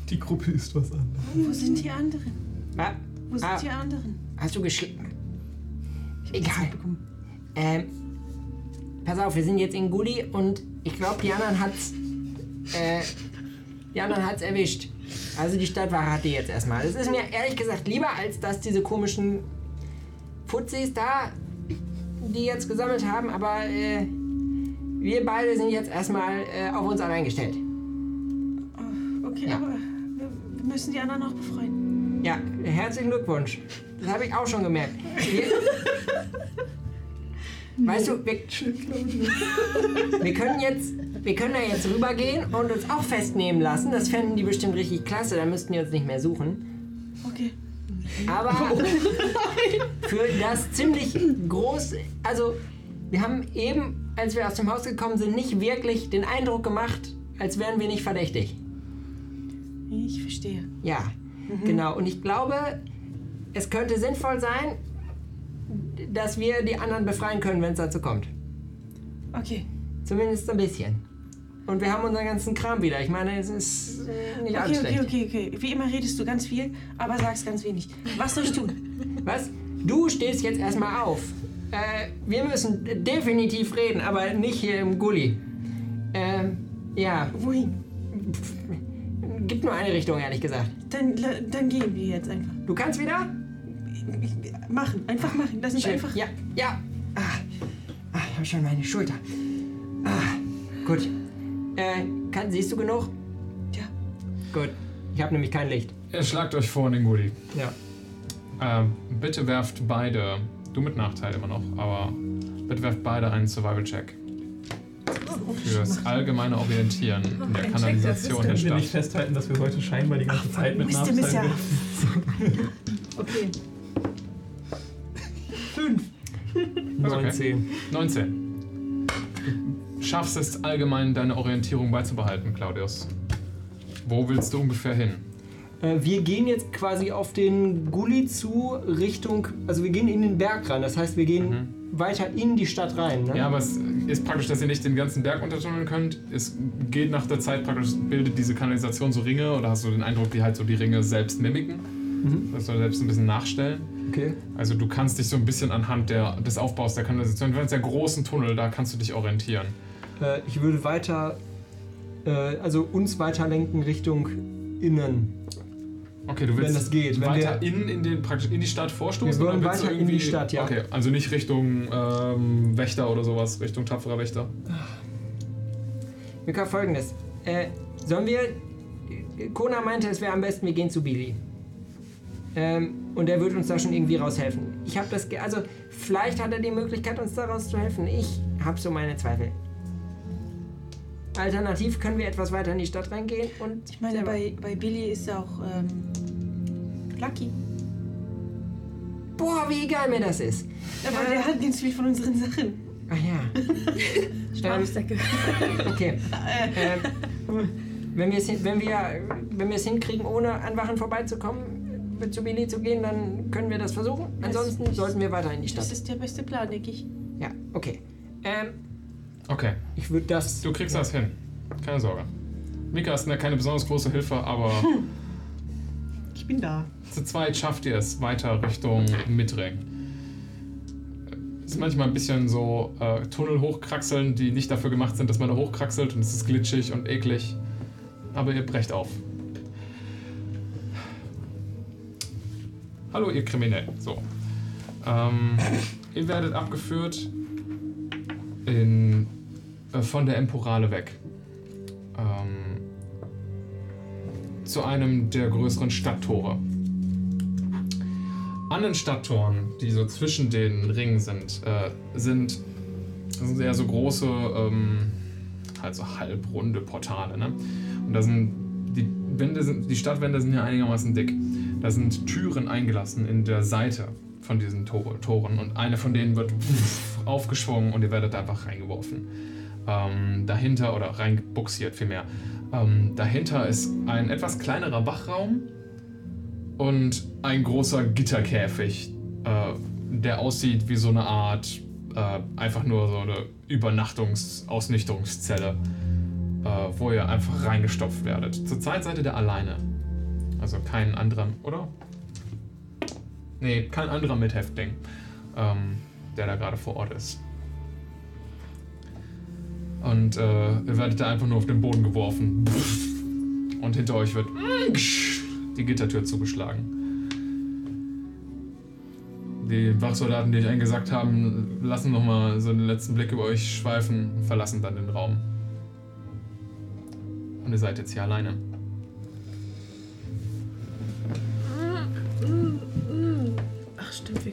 Die Gruppe ist was anderes.
Wo sind die anderen?
Ah,
Wo sind
Ah.
die anderen?
hast du geschlagen? Egal. Ähm,
Ähm,
pass auf, wir sind jetzt in Gulli und ich glaube, die anderen hat's. Äh, die anderen hat's erwischt. Also die Stadtwache hat die jetzt erstmal. Das ist mir ehrlich gesagt lieber, als dass diese komischen Fuzzis da, die jetzt gesammelt haben, aber äh, wir beide sind jetzt erstmal äh, auf uns allein gestellt.
Okay,
Ja.
aber wir, wir müssen die anderen auch befreien.
Ja, herzlichen Glückwunsch. Das habe ich auch schon gemerkt. Wir, weißt du, wir, wir können jetzt, wir können da jetzt rübergehen und uns auch festnehmen lassen. Das fänden die bestimmt richtig klasse. Da müssten die uns nicht mehr suchen.
Okay.
Aber für das ziemlich groß. Also, wir haben eben, als wir aus dem Haus gekommen sind, nicht wirklich den Eindruck gemacht, als wären wir nicht verdächtig.
Ich verstehe. Mhm.
Ja, genau. Und ich glaube, es könnte sinnvoll sein, dass wir die anderen befreien können, wenn es dazu kommt.
Okay.
Zumindest ein bisschen. Und wir haben unseren ganzen Kram wieder. Ich meine, es ist äh, nicht
okay,
alles schlecht.
okay, okay, okay. Wie immer redest du ganz viel, aber sagst ganz wenig. Was soll ich tun?
Was? Du stehst jetzt erstmal auf. Äh, wir müssen definitiv reden, aber nicht hier im Gully. Ähm, ja.
Wohin?
Gibt nur eine Richtung, ehrlich gesagt.
Dann, dann gehen wir jetzt einfach.
Du kannst wieder?
Machen, einfach machen. Lass mich
Äh,
Schön.
einfach.
Ja, ja. Ah, ich habe schon meine Schulter. Ah, gut. Äh, kann, siehst du genug?
Ja.
Gut. Ich habe nämlich kein Licht.
Ihr schlagt euch vor in den Gully.
Ja.
Ähm, bitte werft beide, du mit Nachteil immer noch, aber bitte werft beide einen Survival-Check. Fürs allgemeine Orientieren in der
Ein Check,
Kanalisation der
Können wir
Stadt.
nicht festhalten, dass wir heute scheinbar die ganze Zeit mit
Mist, ihr müsst ja-
Nachteil
Okay.
Ist okay. 19. Du schaffst es allgemein, deine Orientierung beizubehalten, Claudius. Wo willst du ungefähr hin?
Äh, wir gehen jetzt quasi auf den Gully zu Richtung, also wir gehen in den Berg ran. Das heißt, wir gehen weiter in die Stadt rein. Ne?
Mhm. Ja, aber es ist praktisch, dass ihr nicht den ganzen Berg untertunneln könnt. Es geht nach der Zeit praktisch, bildet diese Kanalisation so Ringe oder hast du den Eindruck, die halt so die Ringe selbst mimiken? Das soll selbst ein bisschen nachstellen.
Okay.
Also du kannst dich so ein bisschen anhand der, des Aufbaus der Kanalisation, während der großen Tunnel, da kannst du dich orientieren.
Äh, ich würde weiter, äh, also uns weiter lenken Richtung innen.
Okay, du willst
Wenn das geht, wenn
weiter
wir-
in, in, den, praktisch in die Stadt vorstoßen?
Wir wollen
oder willst du
weiter in
irgendwie-
die Stadt, ja.
Okay, also nicht Richtung ähm, Wächter oder sowas, Richtung tapferer Wächter.
Mika, folgendes. Äh, sollen wir. Kona meinte, es wäre am besten, wir gehen zu Billy. Ähm, und er wird uns da schon irgendwie raushelfen. Ich habe das. Ge also, vielleicht hat er die Möglichkeit, uns daraus zu helfen. Ich habe so meine Zweifel. Alternativ können wir etwas weiter in die Stadt reingehen und.
Ich meine, bei, bei Billy ist auch ähm, Lucky.
Boah, wie egal mir das ist.
Aber der hat ganz viel von unseren Sachen.
Ach ja. Ähm, Strafsäcke. okay. Ähm, wenn wir es hin- wenn wir, wenn wir es hinkriegen, ohne an Wachen vorbeizukommen, äh, zu Billy zu gehen, dann können wir das versuchen. Ansonsten sollten wir weiter in die Stadt.
Das ist der beste Plan, denke ich.
Ja, okay. Ähm,
Okay.
Ich würde das.
Du kriegst das hin. Keine Sorge. Mika ist ne- keine besonders große Hilfe, aber
Ich bin da.
zu zweit schafft ihr es weiter Richtung Mitring. Ist manchmal ein bisschen so äh, Tunnel hochkraxeln, die nicht dafür gemacht sind, dass man da hochkraxelt und es ist glitschig und eklig. Aber ihr brecht auf. Hallo, ihr Kriminellen. So. Ähm, ihr werdet abgeführt in, äh, von der Emporale weg. Ähm, zu einem der größeren Stadttore. An den Stadttoren, die so zwischen den Ringen sind, äh, sind sehr so große, ähm, halt so halbrunde Portale. Ne? Und da sind die Wände sind, die Stadtwände sind ja einigermaßen dick. Da sind Türen eingelassen in der Seite von diesen Tore, Toren und eine von denen wird aufgeschwungen und ihr werdet einfach reingeworfen. Ähm, dahinter oder reingebuxiert vielmehr. Ähm, dahinter ist ein etwas kleinerer Wachraum und ein großer Gitterkäfig, äh, der aussieht wie so eine Art, äh, einfach nur so eine Übernachtungs-Ausnüchterungszelle, äh, wo ihr einfach reingestopft werdet. Zurzeit seid ihr da alleine. Also kein anderer, oder? Nee, kein anderer Mithäftling, ähm, der da gerade vor Ort ist. Und äh, ihr werdet da einfach nur auf den Boden geworfen. Und hinter euch wird die Gittertür zugeschlagen. Die Wachsoldaten, die euch eingesagt haben, lassen nochmal so einen letzten Blick über euch schweifen und verlassen dann den Raum. Und ihr seid jetzt hier alleine.
Ach, stimmt. wir-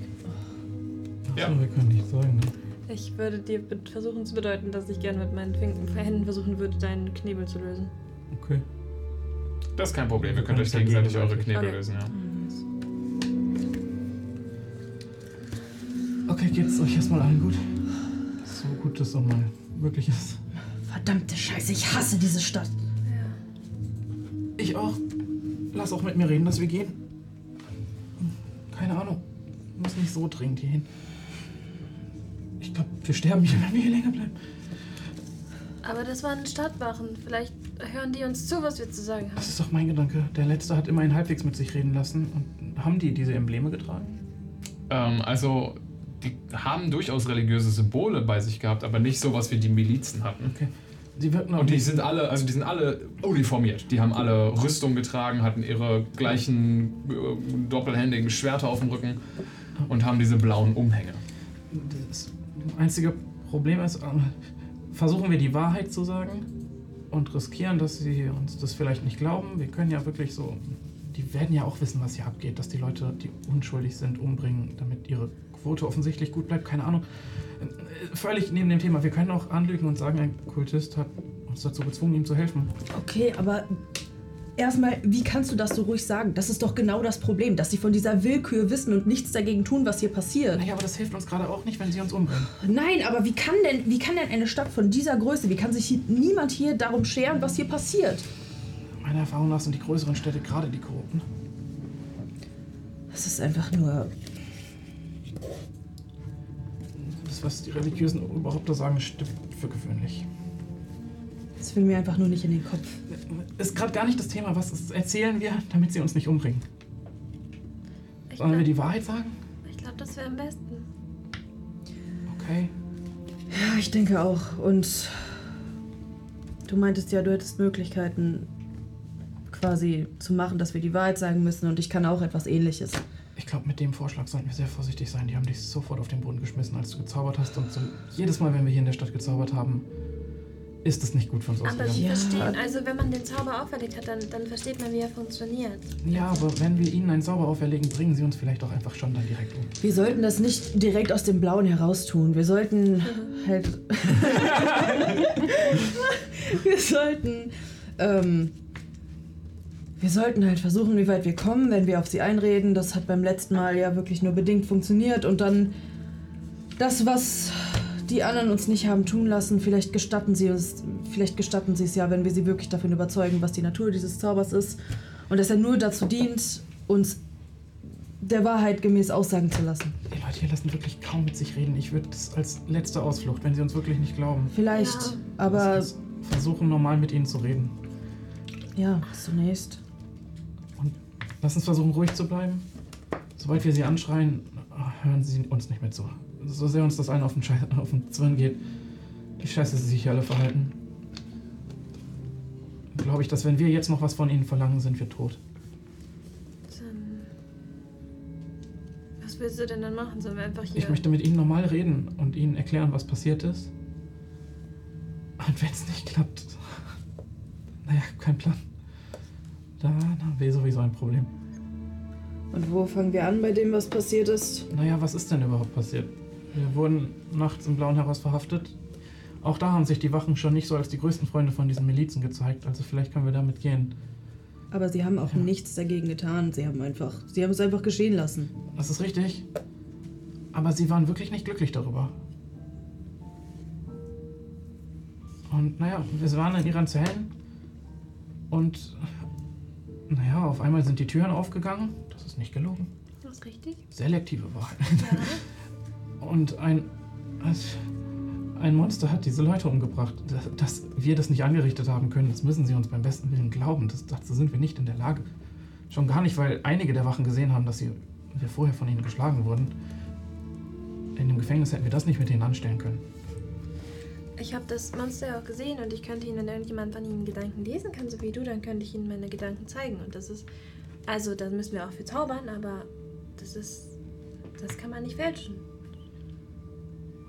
Ja.
wir können nicht sagen, ne?
Ich würde dir be- versuchen zu bedeuten, dass ich gerne mit meinen Fink- Händen versuchen würde, deinen Knebel zu lösen.
Okay.
Das ist kein Problem, ihr könnt
Ja,
euch
dann
gegenseitig
gegenseitig.
Mhm.
eure Knebel
Okay.
lösen, ja.
Okay, geht's euch erstmal allen gut? So gut das doch mal wirklich ist.
Verdammte Scheiße, ich hasse diese Stadt.
Ich auch. Lass auch mit mir reden, dass wir gehen. Keine Ahnung. Muss nicht so dringend hier hin. Ich glaube, wir sterben hier, wenn wir hier länger bleiben.
Aber das waren Stadtwachen. Vielleicht hören die uns zu, was wir zu sagen haben.
Das ist doch mein Gedanke. Der Letzte hat immerhin halbwegs mit sich reden lassen. Und haben die diese Embleme getragen?
Ähm, also, die haben durchaus religiöse Symbole bei sich gehabt, aber nicht sowas wie die Milizen hatten.
Okay. Sie wirken auch
Und die
nicht-
sind alle, also die sind alle uniformiert. Die haben alle Rüstung getragen, hatten ihre gleichen äh, doppelhändigen Schwerter auf dem Rücken und haben diese blauen Umhänge.
Das einzige Problem ist, ähm, versuchen wir die Wahrheit zu sagen und riskieren, dass sie uns das vielleicht nicht glauben. Wir können ja wirklich so. Die werden ja auch wissen, was hier abgeht, dass die Leute, die unschuldig sind, umbringen, damit ihre Quote offensichtlich gut bleibt. Keine Ahnung. Äh, Völlig neben dem Thema. Wir können auch anlügen und sagen, ein Kultist hat uns dazu gezwungen, ihm zu helfen.
Okay, aber erstmal, wie kannst du das so ruhig sagen? Das ist doch genau das Problem, dass sie von dieser Willkür wissen und nichts dagegen tun, was hier passiert.
Naja, aber das hilft uns gerade auch nicht, wenn sie uns umbringen.
Nein, aber wie kann denn, wie kann denn eine Stadt von dieser Größe, wie kann sich hier, niemand hier darum scheren, was hier passiert?
Meiner Erfahrung nach sind die größeren Städte gerade die Korrupten.
Das ist einfach nur.
Das, was die religiösen Überhaupt da sagen, stimmt für gewöhnlich.
Das will mir einfach nur nicht in den Kopf.
Ist gerade gar nicht das Thema, was erzählen wir, damit sie uns nicht umbringen. Sollen wir die Wahrheit sagen?
Ich glaube, das wäre am besten.
Okay.
Ja, ich denke auch. Und du meintest ja, du hättest Möglichkeiten quasi zu machen, dass wir die Wahrheit sagen müssen und ich kann auch etwas ähnliches.
Ich glaube, mit dem Vorschlag sollten wir sehr vorsichtig sein. Die haben dich sofort auf den Boden geschmissen, als du gezaubert hast. Und so jedes Mal, wenn wir hier in der Stadt gezaubert haben, ist es nicht gut von uns
Aber wir
ausgegangen.
verstehen, also wenn man den Zauber auferlegt hat, dann, dann versteht man, wie er funktioniert.
Ja, aber wenn wir ihnen einen Zauber auferlegen, bringen sie uns vielleicht auch einfach schon dann direkt um.
Wir sollten das nicht direkt aus dem Blauen heraus tun. Wir sollten halt. wir sollten. Ähm, wir sollten halt versuchen, wie weit wir kommen, wenn wir auf sie einreden. Das hat beim letzten Mal ja wirklich nur bedingt funktioniert. Und dann das, was die anderen uns nicht haben tun lassen, vielleicht gestatten sie es, vielleicht gestatten sie es ja, wenn wir sie wirklich davon überzeugen, was die Natur dieses Zaubers ist. Und dass er nur dazu dient, uns der Wahrheit gemäß aussagen zu lassen.
Die Leute hier lassen wirklich kaum mit sich reden. Ich würde das als letzte Ausflucht, wenn sie uns wirklich nicht glauben.
Vielleicht, Ja. aber-
Lass uns Versuchen normal mit ihnen zu reden.
Ja, zunächst.
Lass uns versuchen, ruhig zu bleiben. Sobald wir sie anschreien, hören sie uns nicht mehr zu. So sehr uns das allen auf den, Schei auf den Zwirn geht, wie scheiße sie sich hier alle verhalten, glaube ich, dass wenn wir jetzt noch was von ihnen verlangen, sind wir tot.
Dann. Was willst du denn dann machen? Sollen wir einfach hier.
Ich möchte mit ihnen normal reden und ihnen erklären, was passiert ist. Und wenn es nicht klappt, naja, kein Plan. Dann haben wir sowieso ein Problem.
Und wo fangen wir an bei dem, was passiert ist?
Naja, was ist denn überhaupt passiert? Wir wurden nachts im Blauen heraus verhaftet. Auch da haben sich die Wachen schon nicht so als die größten Freunde von diesen Milizen gezeigt, also vielleicht können wir damit gehen.
Aber sie haben auch nichts dagegen getan. Sie haben einfach, sie haben es einfach geschehen lassen.
Das ist richtig. Aber sie waren wirklich nicht glücklich darüber. Und naja, wir waren in ihren Zellen. Und naja, auf einmal sind die Türen aufgegangen. Das ist nicht gelogen.
Das ist richtig.
selektive Wahl. Und ein, ein Monster hat diese Leute umgebracht. Dass, dass wir das nicht angerichtet haben können, das müssen sie uns beim besten Willen glauben. Das, dazu sind wir nicht in der Lage. Schon gar nicht, weil einige der Wachen gesehen haben, dass sie, wir vorher von ihnen geschlagen wurden. In dem Gefängnis hätten wir das nicht mit ihnen anstellen können.
Ich habe das Monster ja auch gesehen und ich könnte ihn, wenn irgendjemand von Ihnen Gedanken lesen kann, so wie du, dann könnte ich Ihnen meine Gedanken zeigen. Und das ist. Also, da müssen wir auch für zaubern, aber das ist. Das kann man nicht fälschen.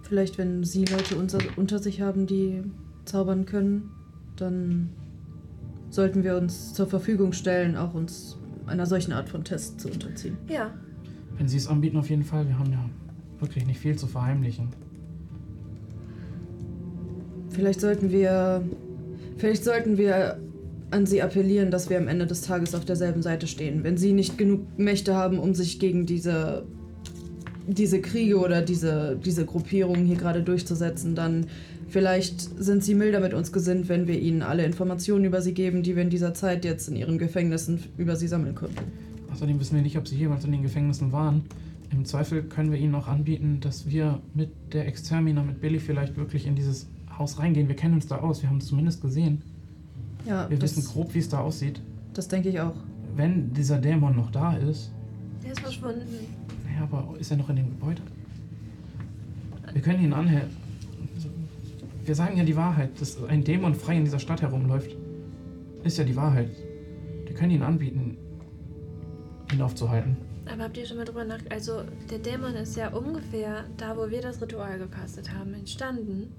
Vielleicht, wenn sie Leute unter, unter sich haben, die zaubern können, dann
Sollten wir uns zur Verfügung stellen, auch uns einer solchen Art von Test zu unterziehen.
Ja.
Wenn sie es anbieten, auf jeden Fall. Wir haben ja wirklich nicht viel zu verheimlichen.
Vielleicht sollten wir.
Vielleicht sollten wir an sie appellieren, dass wir am Ende des Tages auf derselben Seite stehen. Wenn sie nicht genug Mächte haben, um sich gegen diese diese Kriege oder diese, diese Gruppierungen hier gerade durchzusetzen, dann vielleicht sind sie milder mit uns gesinnt, wenn wir ihnen alle Informationen über sie geben, die wir in dieser Zeit jetzt in ihren Gefängnissen über sie sammeln konnten.
Außerdem wissen wir nicht, ob sie jemals in den Gefängnissen waren. Im Zweifel können wir ihnen auch anbieten, dass wir mit der Extermina, mit Billy vielleicht wirklich in dieses Haus reingehen. Wir kennen uns da aus, wir haben es zumindest gesehen.
Ja,
wir
das-
wissen grob, wie es da aussieht.
Das denke ich auch.
Wenn dieser Dämon noch da ist,
Der ist verschwunden.
naja, aber ist er noch in dem Gebäude? Wir können ihn anhören. Wir sagen ja die Wahrheit, dass ein Dämon frei in dieser Stadt herumläuft. Ist ja die Wahrheit. Wir können ihn anbieten, ihn aufzuhalten.
Aber habt ihr schon mal drüber nach... Also, der Dämon ist ja ungefähr da, wo wir das Ritual gecastet haben, entstanden.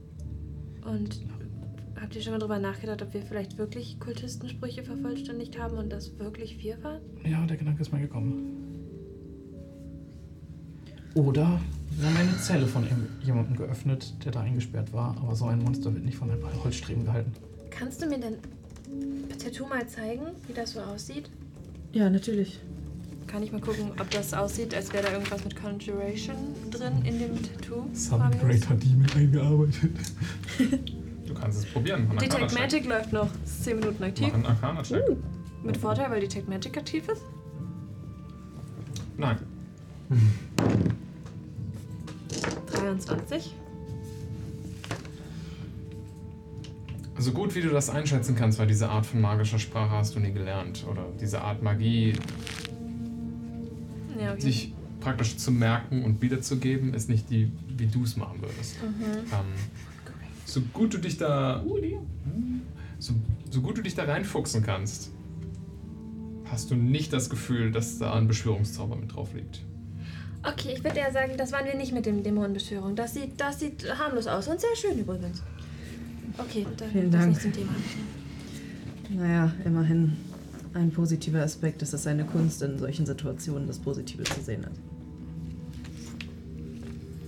Und habt ihr schon mal drüber nachgedacht, ob wir vielleicht wirklich Kultistensprüche vervollständigt haben und das wirklich wir waren?
Ja, der Gedanke ist mir gekommen. Oder wir haben eine Zelle von ihm- jemandem geöffnet, der da eingesperrt war, aber so ein Monster wird nicht von ein paar Holzstreben gehalten.
Kannst du mir denn Tattoo mal zeigen, wie das so aussieht?
Ja, natürlich.
Kann ich mal gucken, ob das aussieht, als wäre da irgendwas mit Conjuration drin in dem Tattoo?
Some Greater Demon eingearbeitet.
Du kannst es probieren. Mach einen
Detect
Arcana-Check.
Magic läuft noch. Ist 10 Minuten aktiv.
Mach einen Arcana-Check.
Mit Vorteil, weil Detect Magic aktiv ist.
Nein.
23.
So gut wie du das einschätzen kannst, weil diese Art von magischer Sprache hast du nie gelernt. Oder diese Art Magie,
Ja, okay.
sich praktisch zu merken und wiederzugeben, ist nicht die, wie du es machen würdest.
Mhm.
Ähm, so gut du dich da. So, so gut du dich da reinfuchsen kannst, hast du nicht das Gefühl, dass da ein Beschwörungszauber mit drauf liegt.
Okay, ich würde eher sagen, das waren wir nicht mit dem Dämonenbeschwörung. Das sieht, das sieht harmlos aus und sehr schön übrigens. Okay, dann
Vielen
das
Dank.
nicht zum Thema.
Naja, immerhin ein positiver Aspekt. Es ist eine Kunst, in solchen Situationen das Positive zu sehen.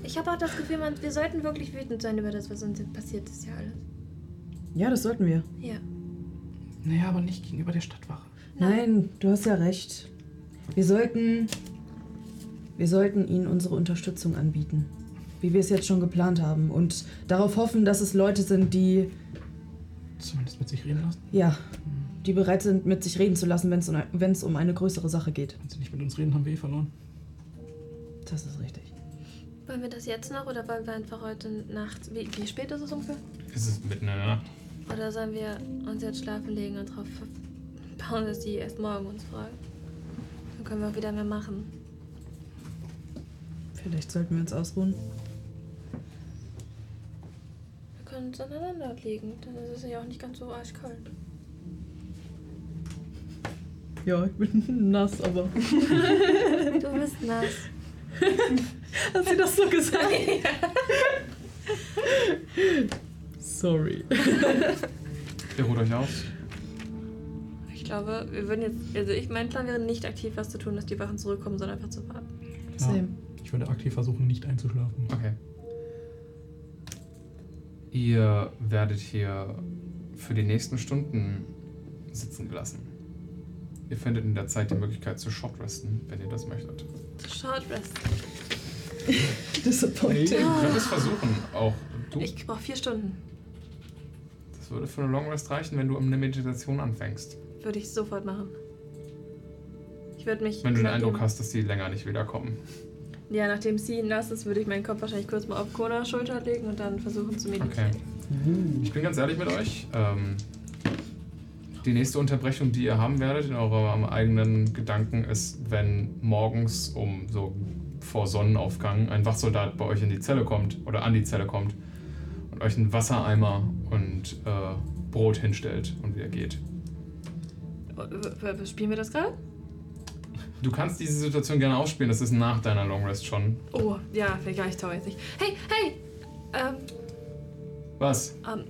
Ich habe auch das Gefühl, man, wir sollten wirklich wütend sein über das, was uns jetzt passiert ist, ja alles.
Ja, das sollten wir.
Ja.
Naja, aber nicht gegenüber der Stadtwache.
Nein, du hast ja recht. Wir sollten, wir sollten ihnen unsere Unterstützung anbieten, wie wir es jetzt schon geplant haben und darauf hoffen, dass es Leute sind, die
Zumindest mit sich reden lassen.
ja, die bereit sind, mit sich reden zu lassen, wenn es um, wenn es um eine größere Sache geht.
Wenn sie nicht mit uns reden, haben wir eh verloren.
Das ist richtig.
Wollen wir das jetzt noch oder wollen wir einfach heute Nacht. Wie, wie spät ist es ungefähr?
Es ist mitten in der Nacht.
Oder sollen wir uns jetzt schlafen legen und darauf bauen, dass die erst morgen uns fragen? Dann können wir auch wieder mehr machen.
Vielleicht sollten wir uns ausruhen.
Wir können uns aneinander legen, dann ist es ja auch nicht ganz so arschkalt.
Ja, ich bin nass, aber.
du bist nass.
Hat sie das so gesagt?
Sorry. Ihr ruht euch aus.
Ich glaube, wir würden jetzt. Also, ich, mein Plan wäre nicht aktiv was zu tun, dass die Wachen zurückkommen, sondern einfach zu warten.
Ja. Ich würde aktiv versuchen, nicht einzuschlafen.
Okay. Ihr werdet hier für die nächsten Stunden sitzen gelassen. Ihr findet in der Zeit die Möglichkeit zu Shortresten, wenn ihr das möchtet.
Short rest.
Hey,
Disappointing.
ihr könnt es versuchen, auch du.
Ich brauche vier Stunden.
Das würde für eine Long Rest reichen, wenn du um eine Meditation anfängst.
Würde ich sofort machen. Ich würde mich.
Wenn du den
nachdem-
Eindruck hast, dass die länger nicht wiederkommen.
Ja, nachdem sie ihn nass ist, würde ich meinen Kopf wahrscheinlich kurz mal auf Konas Schulter legen und dann versuchen zu meditieren.
Ich bin ganz ehrlich mit euch. Ähm, die nächste Unterbrechung, die ihr haben werdet in eurem eigenen Gedanken, ist, wenn morgens um so vor Sonnenaufgang ein Wachsoldat bei euch in die Zelle kommt oder an die Zelle kommt und euch einen Wassereimer und äh, Brot hinstellt und wieder geht.
Oh, w- w- Spielen wir das gerade?
Du kannst diese Situation gerne ausspielen, das ist nach deiner Long Rest schon.
Oh, ja, vielleicht tauer jetzt nicht. Hey, hey! Ähm,
Was?
Ähm,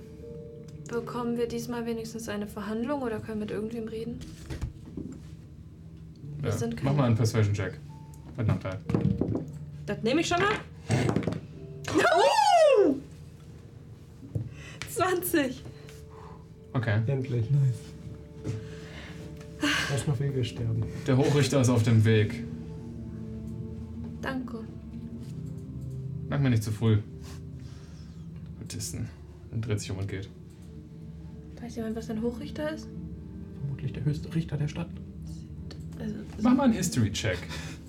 bekommen wir diesmal wenigstens eine Verhandlung oder können wir mit irgendwem reden? Wir
Ja.
sind
Mach
kein-
mal einen Persuasion Check. Mit Nachteil.
Das nehme ich schon mal. 20.
Okay.
Endlich. Nice. Lass noch Wege sterben.
Der Hochrichter ist auf dem Weg.
Danke.
mir nicht zu früh. Kultisten. Dann dreht sich um und geht.
Weiß jemand, was ein Hochrichter ist?
Vermutlich der höchste Richter der Stadt.
Also,
Mach mal einen History-Check.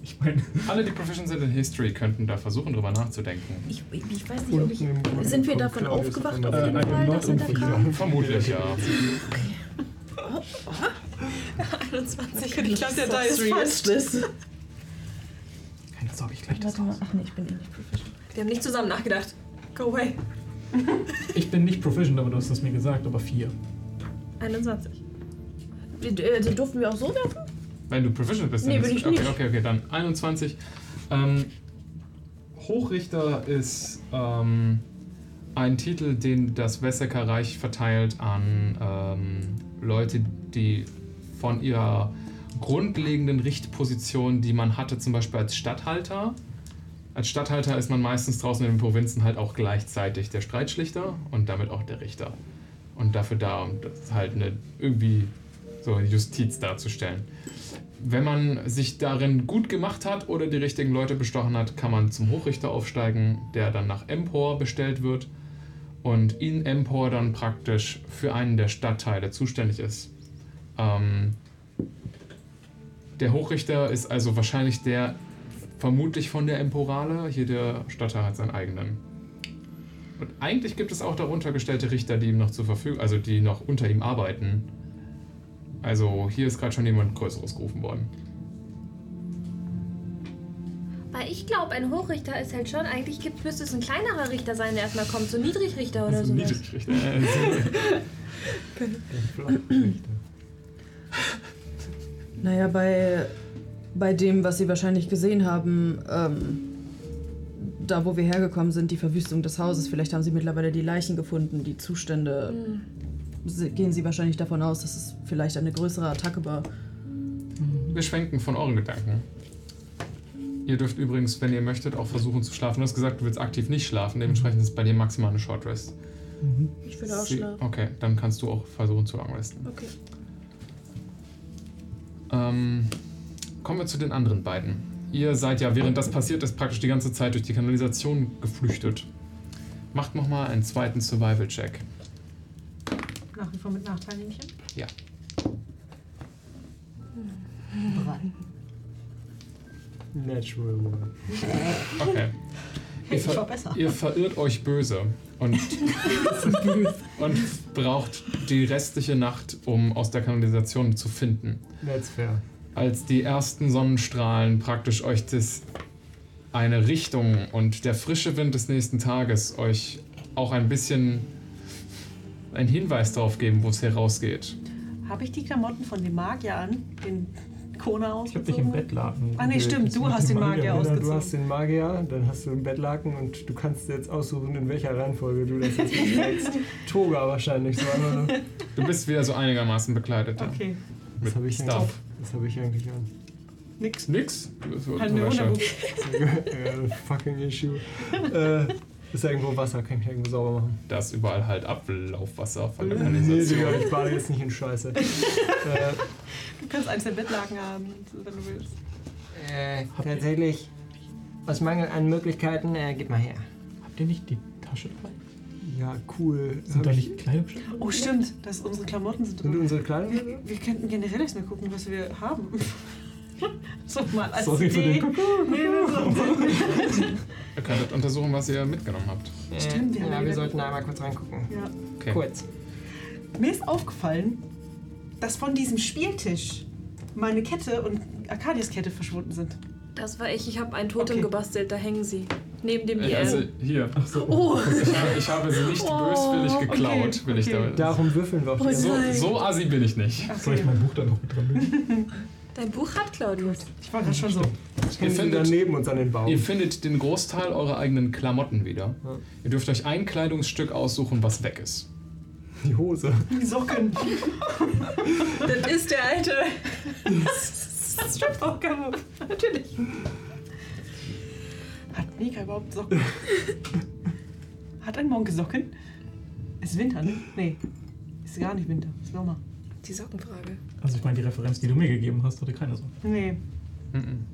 Ich meine, alle, die proficient sind in History, könnten da versuchen, drüber nachzudenken.
ich, ich weiß nicht, ob ich. Sind wir davon aufgewacht auf jeden
Äh,
Fall, dass er da kam?
Vermutlich, ja.
21.
Ich glaub, der da ist fast.
Keine Sorge, ich gleich
das mal. Ach nee, ich bin eh nicht proficient.
Wir haben nicht zusammen nachgedacht. Go away.
Ich bin nicht proficient, aber du hast es mir gesagt, aber vier.
21.
äh,
Also durften wir auch so werfen?
Wenn du proficient bist, dann
Nee,
ist-
bin ich
okay,
nicht.
okay, okay, dann 21. Ähm, Hochrichter ist ähm, ein Titel, den das Wessecker Reich verteilt an ähm, Leute, die von ihrer grundlegenden Richtposition, die man hatte, zum Beispiel als Statthalter. Als Statthalter ist man meistens draußen in den Provinzen halt auch gleichzeitig der Streitschlichter und damit auch der Richter. Und dafür da, um das halt eine, irgendwie so eine Justiz darzustellen. Wenn man sich darin gut gemacht hat oder die richtigen Leute bestochen hat, kann man zum Hochrichter aufsteigen, der dann nach Empor bestellt wird und in Empor dann praktisch für einen der Stadtteile zuständig ist. Ähm, der Hochrichter ist also wahrscheinlich der, vermutlich von der Emporale. Jeder Stadtteil hat seinen eigenen. Und eigentlich gibt es auch darunter gestellte Richter, die ihm noch zur Verfügung, also die noch unter ihm arbeiten. Also hier ist gerade schon jemand Größeres gerufen worden.
Weil ich glaube, ein Hochrichter ist halt schon, eigentlich gibt, müsste es ein kleinerer Richter sein, der erstmal kommt, so ein Niedrigrichter oder so.
Niedrigrichter. Äh,
Naja, bei, bei dem, was Sie wahrscheinlich gesehen haben, ähm, da wo wir hergekommen sind, die Verwüstung des Hauses, vielleicht haben Sie mittlerweile die Leichen gefunden, die Zustände.
Hm.
Sie- Gehen Sie wahrscheinlich davon aus, dass es vielleicht eine größere Attacke war.
Wir schwenken von euren Gedanken. Ihr dürft übrigens, wenn ihr möchtet, auch versuchen zu schlafen. Du hast gesagt, du willst aktiv nicht schlafen. Dementsprechend ist bei dir maximal eine Short Rest.
Ich will auch
Sie-
schlafen.
Okay, dann kannst du auch versuchen zu lang resten.
Okay.
Ähm, kommen wir zu den anderen beiden. Ihr seid ja, während das passiert ist, praktisch die ganze Zeit durch die Kanalisation geflüchtet. Macht nochmal einen zweiten Survival-Check.
Nach wie vor mit Nachteil nehme ich an.
Ja.
Natural One.
Okay.
Hey,
ihr,
ich war
ver
besser.
ihr verirrt euch böse und, und braucht die restliche Nacht, um aus der Kanalisation zu finden.
That's fair.
Als die ersten Sonnenstrahlen praktisch euch das eine Richtung und der frische Wind des nächsten Tages euch auch ein bisschen einen Hinweis darauf geben, wo es herausgeht.
Habe ich die Klamotten von dem Magier an? Den
Ich
Kona
hab
ausgezogen?
dich im Bettlaken.
Ah, nee, stimmt, du hast den Magier
Genau,
ausgezogen.
du hast den Magier, dann hast du den Bettlaken und du kannst jetzt aussuchen, in welcher Reihenfolge du das jetzt legst. Toga wahrscheinlich. So einmal nur.
Du bist wieder so einigermaßen bekleidet. ja.
Okay,
Mit
Was habe ich, eigentlich-
Stuff.
was hab ich eigentlich an?
nix.
Nix? Du bist
Halt eine
Wäsche.
Wunderbuch.
Äh, fucking issue. Äh, ist da irgendwo Wasser? Kann ich irgendwo sauber machen?
Da ist überall halt Ablaufwasser von der
Nee,
Kanalisation.
Digga, ich bade jetzt nicht in Scheiße. äh,
Du kannst eins der Bettlaken haben, wenn du willst.
Äh, tatsächlich, aus Mangel an Möglichkeiten, äh, gib mal her.
genau. Habt ihr nicht die Tasche dabei?
ja, cool.
Sind
Hab
da
ich-
nicht Kleidungsstücke?
Oh, stimmt, dass unsere Klamotten sind
Sind
drin.
unsere Kleidung?
Wir, wir könnten generell erstmal gucken, was wir haben. so mal als
Sorry für
Idee.
den Kuckuck.
Ihr könntet untersuchen, was ihr mitgenommen habt.
Stimmt, wir
wir, Äh,
haben ja
ja, wir
wieder-
sollten einmal kurz reingucken.
Ja.
Okay.
Kurz.
Mir ist aufgefallen, dass von diesem Spieltisch meine Kette und Arcadias Kette verschwunden sind.
Das war ich. Ich habe ein Totem
Okay.
gebastelt. Da hängen sie. Neben dem
Äh,
IL.
Also hier. Ich, habe, ich habe sie nicht böswillig geklaut,
Oh, okay,
will ich
okay.
damit.
Darum würfeln wir auf die
So, so assi bin ich nicht.
Soll ich mein Buch dann noch mit dran nehmen?
Dein Buch hat Claudius.
Ich war gerade schon so.
Ihr
findet-
findet daneben uns an den Baum.
Ihr findet den Großteil eurer eigenen Klamotten wieder.
Ja.
Ihr dürft euch ein Kleidungsstück aussuchen, was weg ist.
Die Hose.
Die Socken.
Das ist der alte.
Das stimmt auch gar nicht. Natürlich. Hat Mika überhaupt Socken? Hat ein Monke Socken? Ist Winter, ne? Nee. Ist gar nicht Winter. Ist Sommer.
Die Sockenfrage.
Also ich meine, die Referenz, die du mir gegeben hast, hatte keine Sorge.
Nee.
Mhm.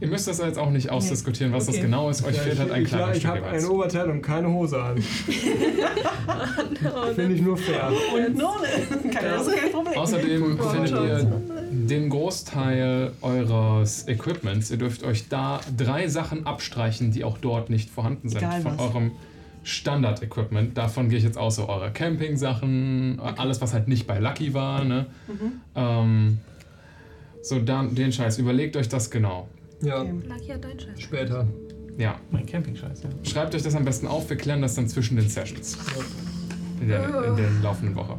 Ihr müsst das jetzt auch nicht ausdiskutieren, was das
Okay.
genau ist. Euch
Ja,
fehlt
ich-
halt ein
ich-
kleines
Ich
Stück
habe ein
jeweils.
Oberteil und keine Hose an. Finde ich nur fair.
Und nur keine, das ist kein Problem.
Außerdem findet ihr den Großteil eures Equipments. Ihr dürft euch da drei Sachen abstreichen, die auch dort nicht vorhanden sind.
Egal
von
was.
eurem Standard-Equipment. Davon gehe ich jetzt aus, so eure Camping-Sachen, alles, was halt nicht bei Lucky war. Ne?
Mhm.
Ähm, so, dann den Scheiß. Überlegt euch das genau.
Ja.
Lucky hat dein Scheiß.
Später.
Ja. Mein Camping-Scheiß, ja. Schreibt euch das am besten auf. Wir klären das dann zwischen den Sessions. In der, in der laufenden Woche.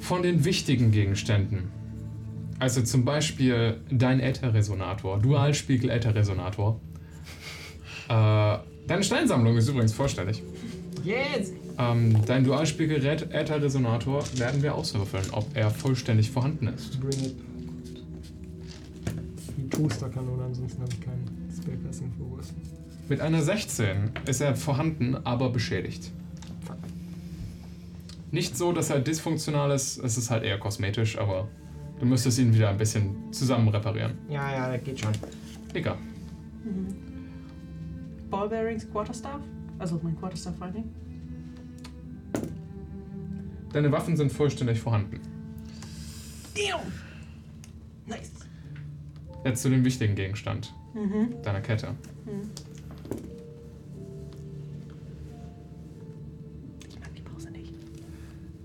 Von den wichtigen Gegenständen. Also zum Beispiel dein Ätherresonator, Dualspiegel-Ätherresonator. Äh, deine Steinsammlung ist übrigens vorstellig.
Yes!
Ähm, dein Dualspiegel-Ätherresonator werden wir auswürfeln, ob er vollständig vorhanden ist.
Bring it. Die Toasterkanone, ansonsten habe ich keinen Spellcasting for Worst.
Mit einer 16 ist er vorhanden, aber beschädigt. Nicht so, dass er dysfunktional ist, es ist halt eher kosmetisch, aber du müsstest ihn wieder ein bisschen zusammen reparieren.
Ja, ja, das geht schon.
Egal.
Ballbearings, Quarterstaff? Also mein Quarterstaff vor allen Dingen.
Deine Waffen sind vollständig vorhanden.
Damn! Nice.
Jetzt zu dem wichtigen Gegenstand,
Mhm.
deiner Kette.
Mhm.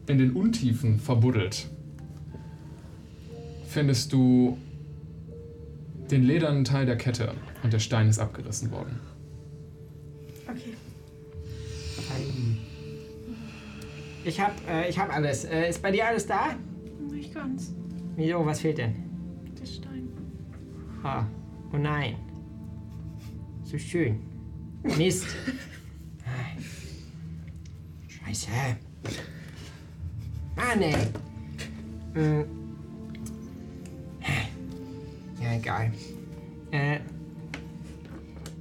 In den Untiefen verbuddelt findest du den ledernen Teil der Kette und der Stein ist abgerissen worden.
Okay.
Ich hab, äh, ich hab alles. Äh, ist bei dir alles da?
Nicht ganz.
Wieso, was fehlt denn?
Der Stein.
Ah, oh nein. So schön. Mist. Ah. Scheiße. Mann, ey. Mm. Ja, egal. Äh,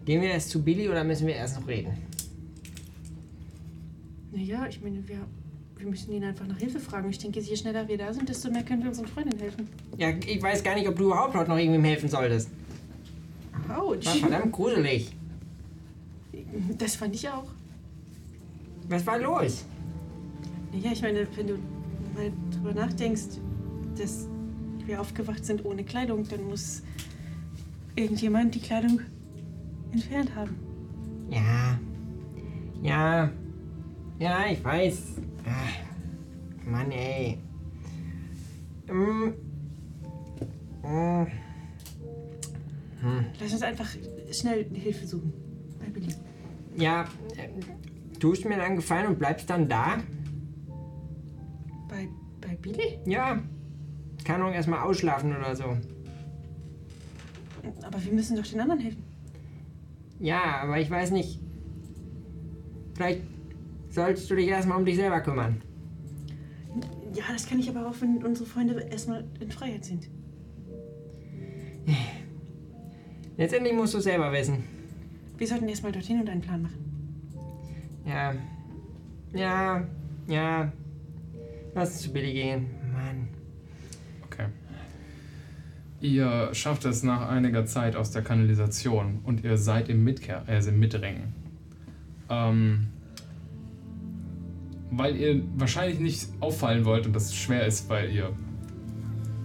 gehen wir erst zu Billy oder müssen wir erst noch reden?
Naja, ich meine, wir, wir müssen ihn einfach nach Hilfe fragen. Ich denke, je schneller wir da sind, desto mehr können wir unseren Freundin helfen.
Ja, ich weiß gar nicht, ob du überhaupt heute noch irgendwem helfen solltest. War
Autsch.
verdammt gruselig.
Das fand ich auch.
Was war los?
Naja, ich meine, wenn du mal drüber nachdenkst, dass wir aufgewacht sind ohne Kleidung, dann muss irgendjemand die Kleidung entfernt haben.
Ja. Ja. Ja, ich weiß. Ach, Mann, ey. Ähm. Äh, Hm.
Lass uns einfach schnell Hilfe suchen. Bei Billy.
Ja, äh, tust mir dann gefallen und bleibst dann da?
Bei, bei Billy?
Ja. Kann auch erstmal ausschlafen oder so.
Aber wir müssen doch den anderen helfen.
Ja, aber ich weiß nicht. Vielleicht sollst du dich erstmal um dich selber kümmern.
Ja, das kann ich aber auch, wenn unsere Freunde erstmal in Freiheit sind.
Letztendlich musst du es selber wissen.
Wir sollten erstmal dorthin und einen Plan machen.
Ja. Ja. Ja. Lass uns zu Billy gehen. Mann.
Okay. Ihr schafft es nach einiger Zeit aus der Kanalisation und ihr seid im, Mitker also im Mitringen. Ähm, weil ihr wahrscheinlich nicht auffallen wollt und das schwer ist, weil ihr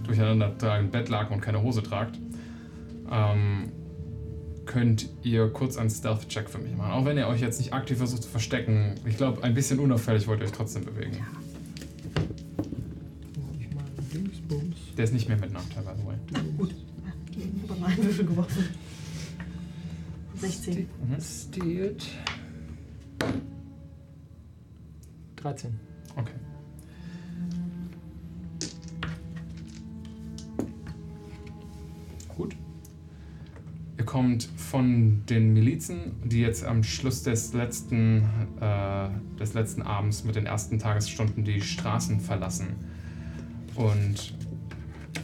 durcheinander tragen Bettlaken und keine Hose tragt, ähm, könnt ihr kurz einen Stealth-Check für mich machen. Auch wenn ihr euch jetzt nicht aktiv versucht zu verstecken, ich glaube, ein bisschen unauffällig wollt ihr euch trotzdem bewegen. Der ist nicht mehr mit Nachteil, by the way.
Ich habe mal einen Würfel geworfen. 16.
Steht. 13.
Okay. Gut. Ihr kommt von den Milizen, die jetzt am Schluss des letzten, äh, des letzten Abends mit den ersten Tagesstunden die Straßen verlassen. Und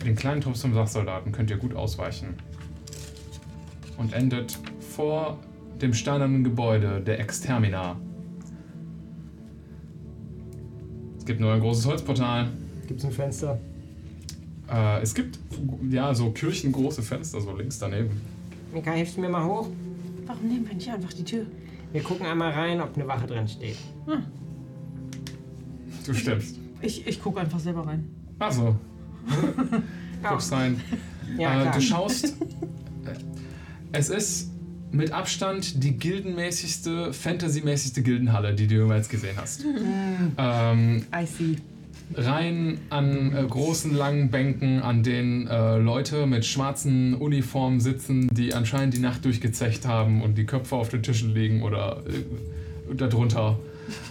den kleinen Trupps vom Sachsoldaten könnt ihr gut ausweichen. Und endet vor dem steinernen Gebäude der Extermina. Es gibt nur ein großes Holzportal.
Gibt's ein Fenster?
Äh, es gibt ja so kirchengroße Fenster so links daneben.
Mika, hilfst du mir mal hoch?
Warum nehmen wir nicht einfach die Tür?
Wir gucken einmal rein, ob eine Wache drin steht.
Du Also, stirbst.
Ich, ich gucke einfach selber rein.
Achso. Guckst rein.
Ja,
äh,
klar.
du schaust. äh, es ist mit Abstand die gildenmäßigste, fantasymäßigste Gildenhalle, die du jemals gesehen hast. Ähm,
Ah. I see.
Reihen an äh, großen langen Bänken, an denen äh, Leute mit schwarzen Uniformen sitzen, die anscheinend die Nacht durchgezecht haben und die Köpfe auf den Tischen liegen oder äh, darunter.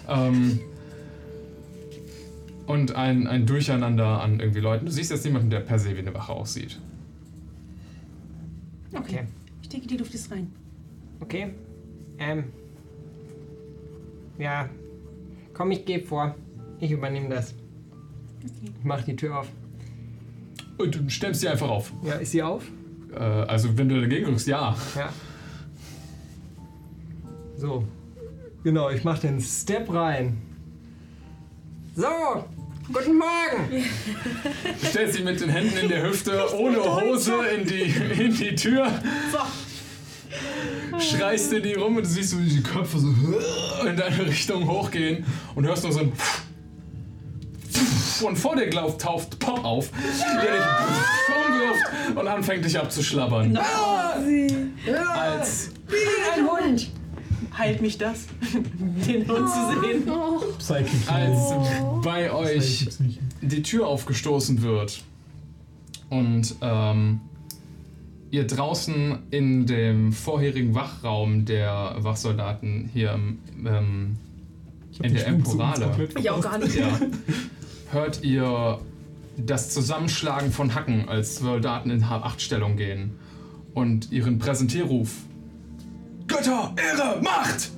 ähm, und ein, ein Durcheinander an irgendwie Leuten. Du siehst jetzt niemanden, der per se wie eine Wache aussieht.
Okay. Ich denke, die Luft ist rein.
Okay. Ähm. Ja. Komm, ich gebe vor. Ich übernehme das. Ich mach die Tür auf.
Und du stemmst sie einfach auf.
Ja, ist sie auf?
Äh, also wenn du dagegen drückst, ja.
Ja. So. Genau, ich mach den Step rein. So, guten Morgen.
Du stellst sie mit den Händen in der Hüfte, ohne Hose in die, in die Tür. Schreist in die rum und du siehst, wie die Köpfe so in deine Richtung hochgehen und hörst nur so ein und vor dir glaubt, tauft Pop auf, der dich umwirft und anfängt dich abzuschlabbern. Als
Wie ein Hund! Heilt mich das, den Hund zu sehen.
als bei euch die Tür aufgestoßen wird und ähm, ihr draußen in dem vorherigen Wachraum der Wachsoldaten hier im, ähm, in der Emporale
Ich auch gar nicht.
ja, hört ihr das Zusammenschlagen von Hacken, als Soldaten in H8-Stellung gehen und ihren Präsentierruf Götter, Ehre, Macht!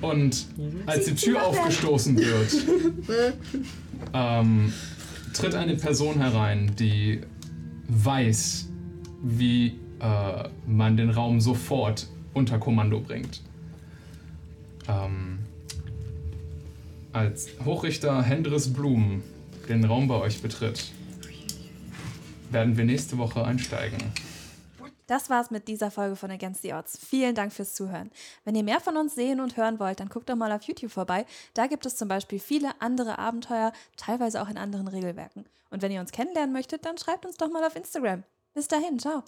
Und als die Tür aufgestoßen wird, ähm, tritt eine Person herein, die weiß, wie äh, man den Raum sofort unter Kommando bringt. Ähm, als Hochrichter Hendris Blum den Raum bei euch betritt, werden wir nächste Woche einsteigen.
Das war's mit dieser Folge von Against the Odds. Vielen Dank fürs Zuhören. Wenn ihr mehr von uns sehen und hören wollt, dann guckt doch mal auf YouTube vorbei. Da gibt es zum Beispiel viele andere Abenteuer, teilweise auch in anderen Regelwerken. Und wenn ihr uns kennenlernen möchtet, dann schreibt uns doch mal auf Instagram. Bis dahin, ciao.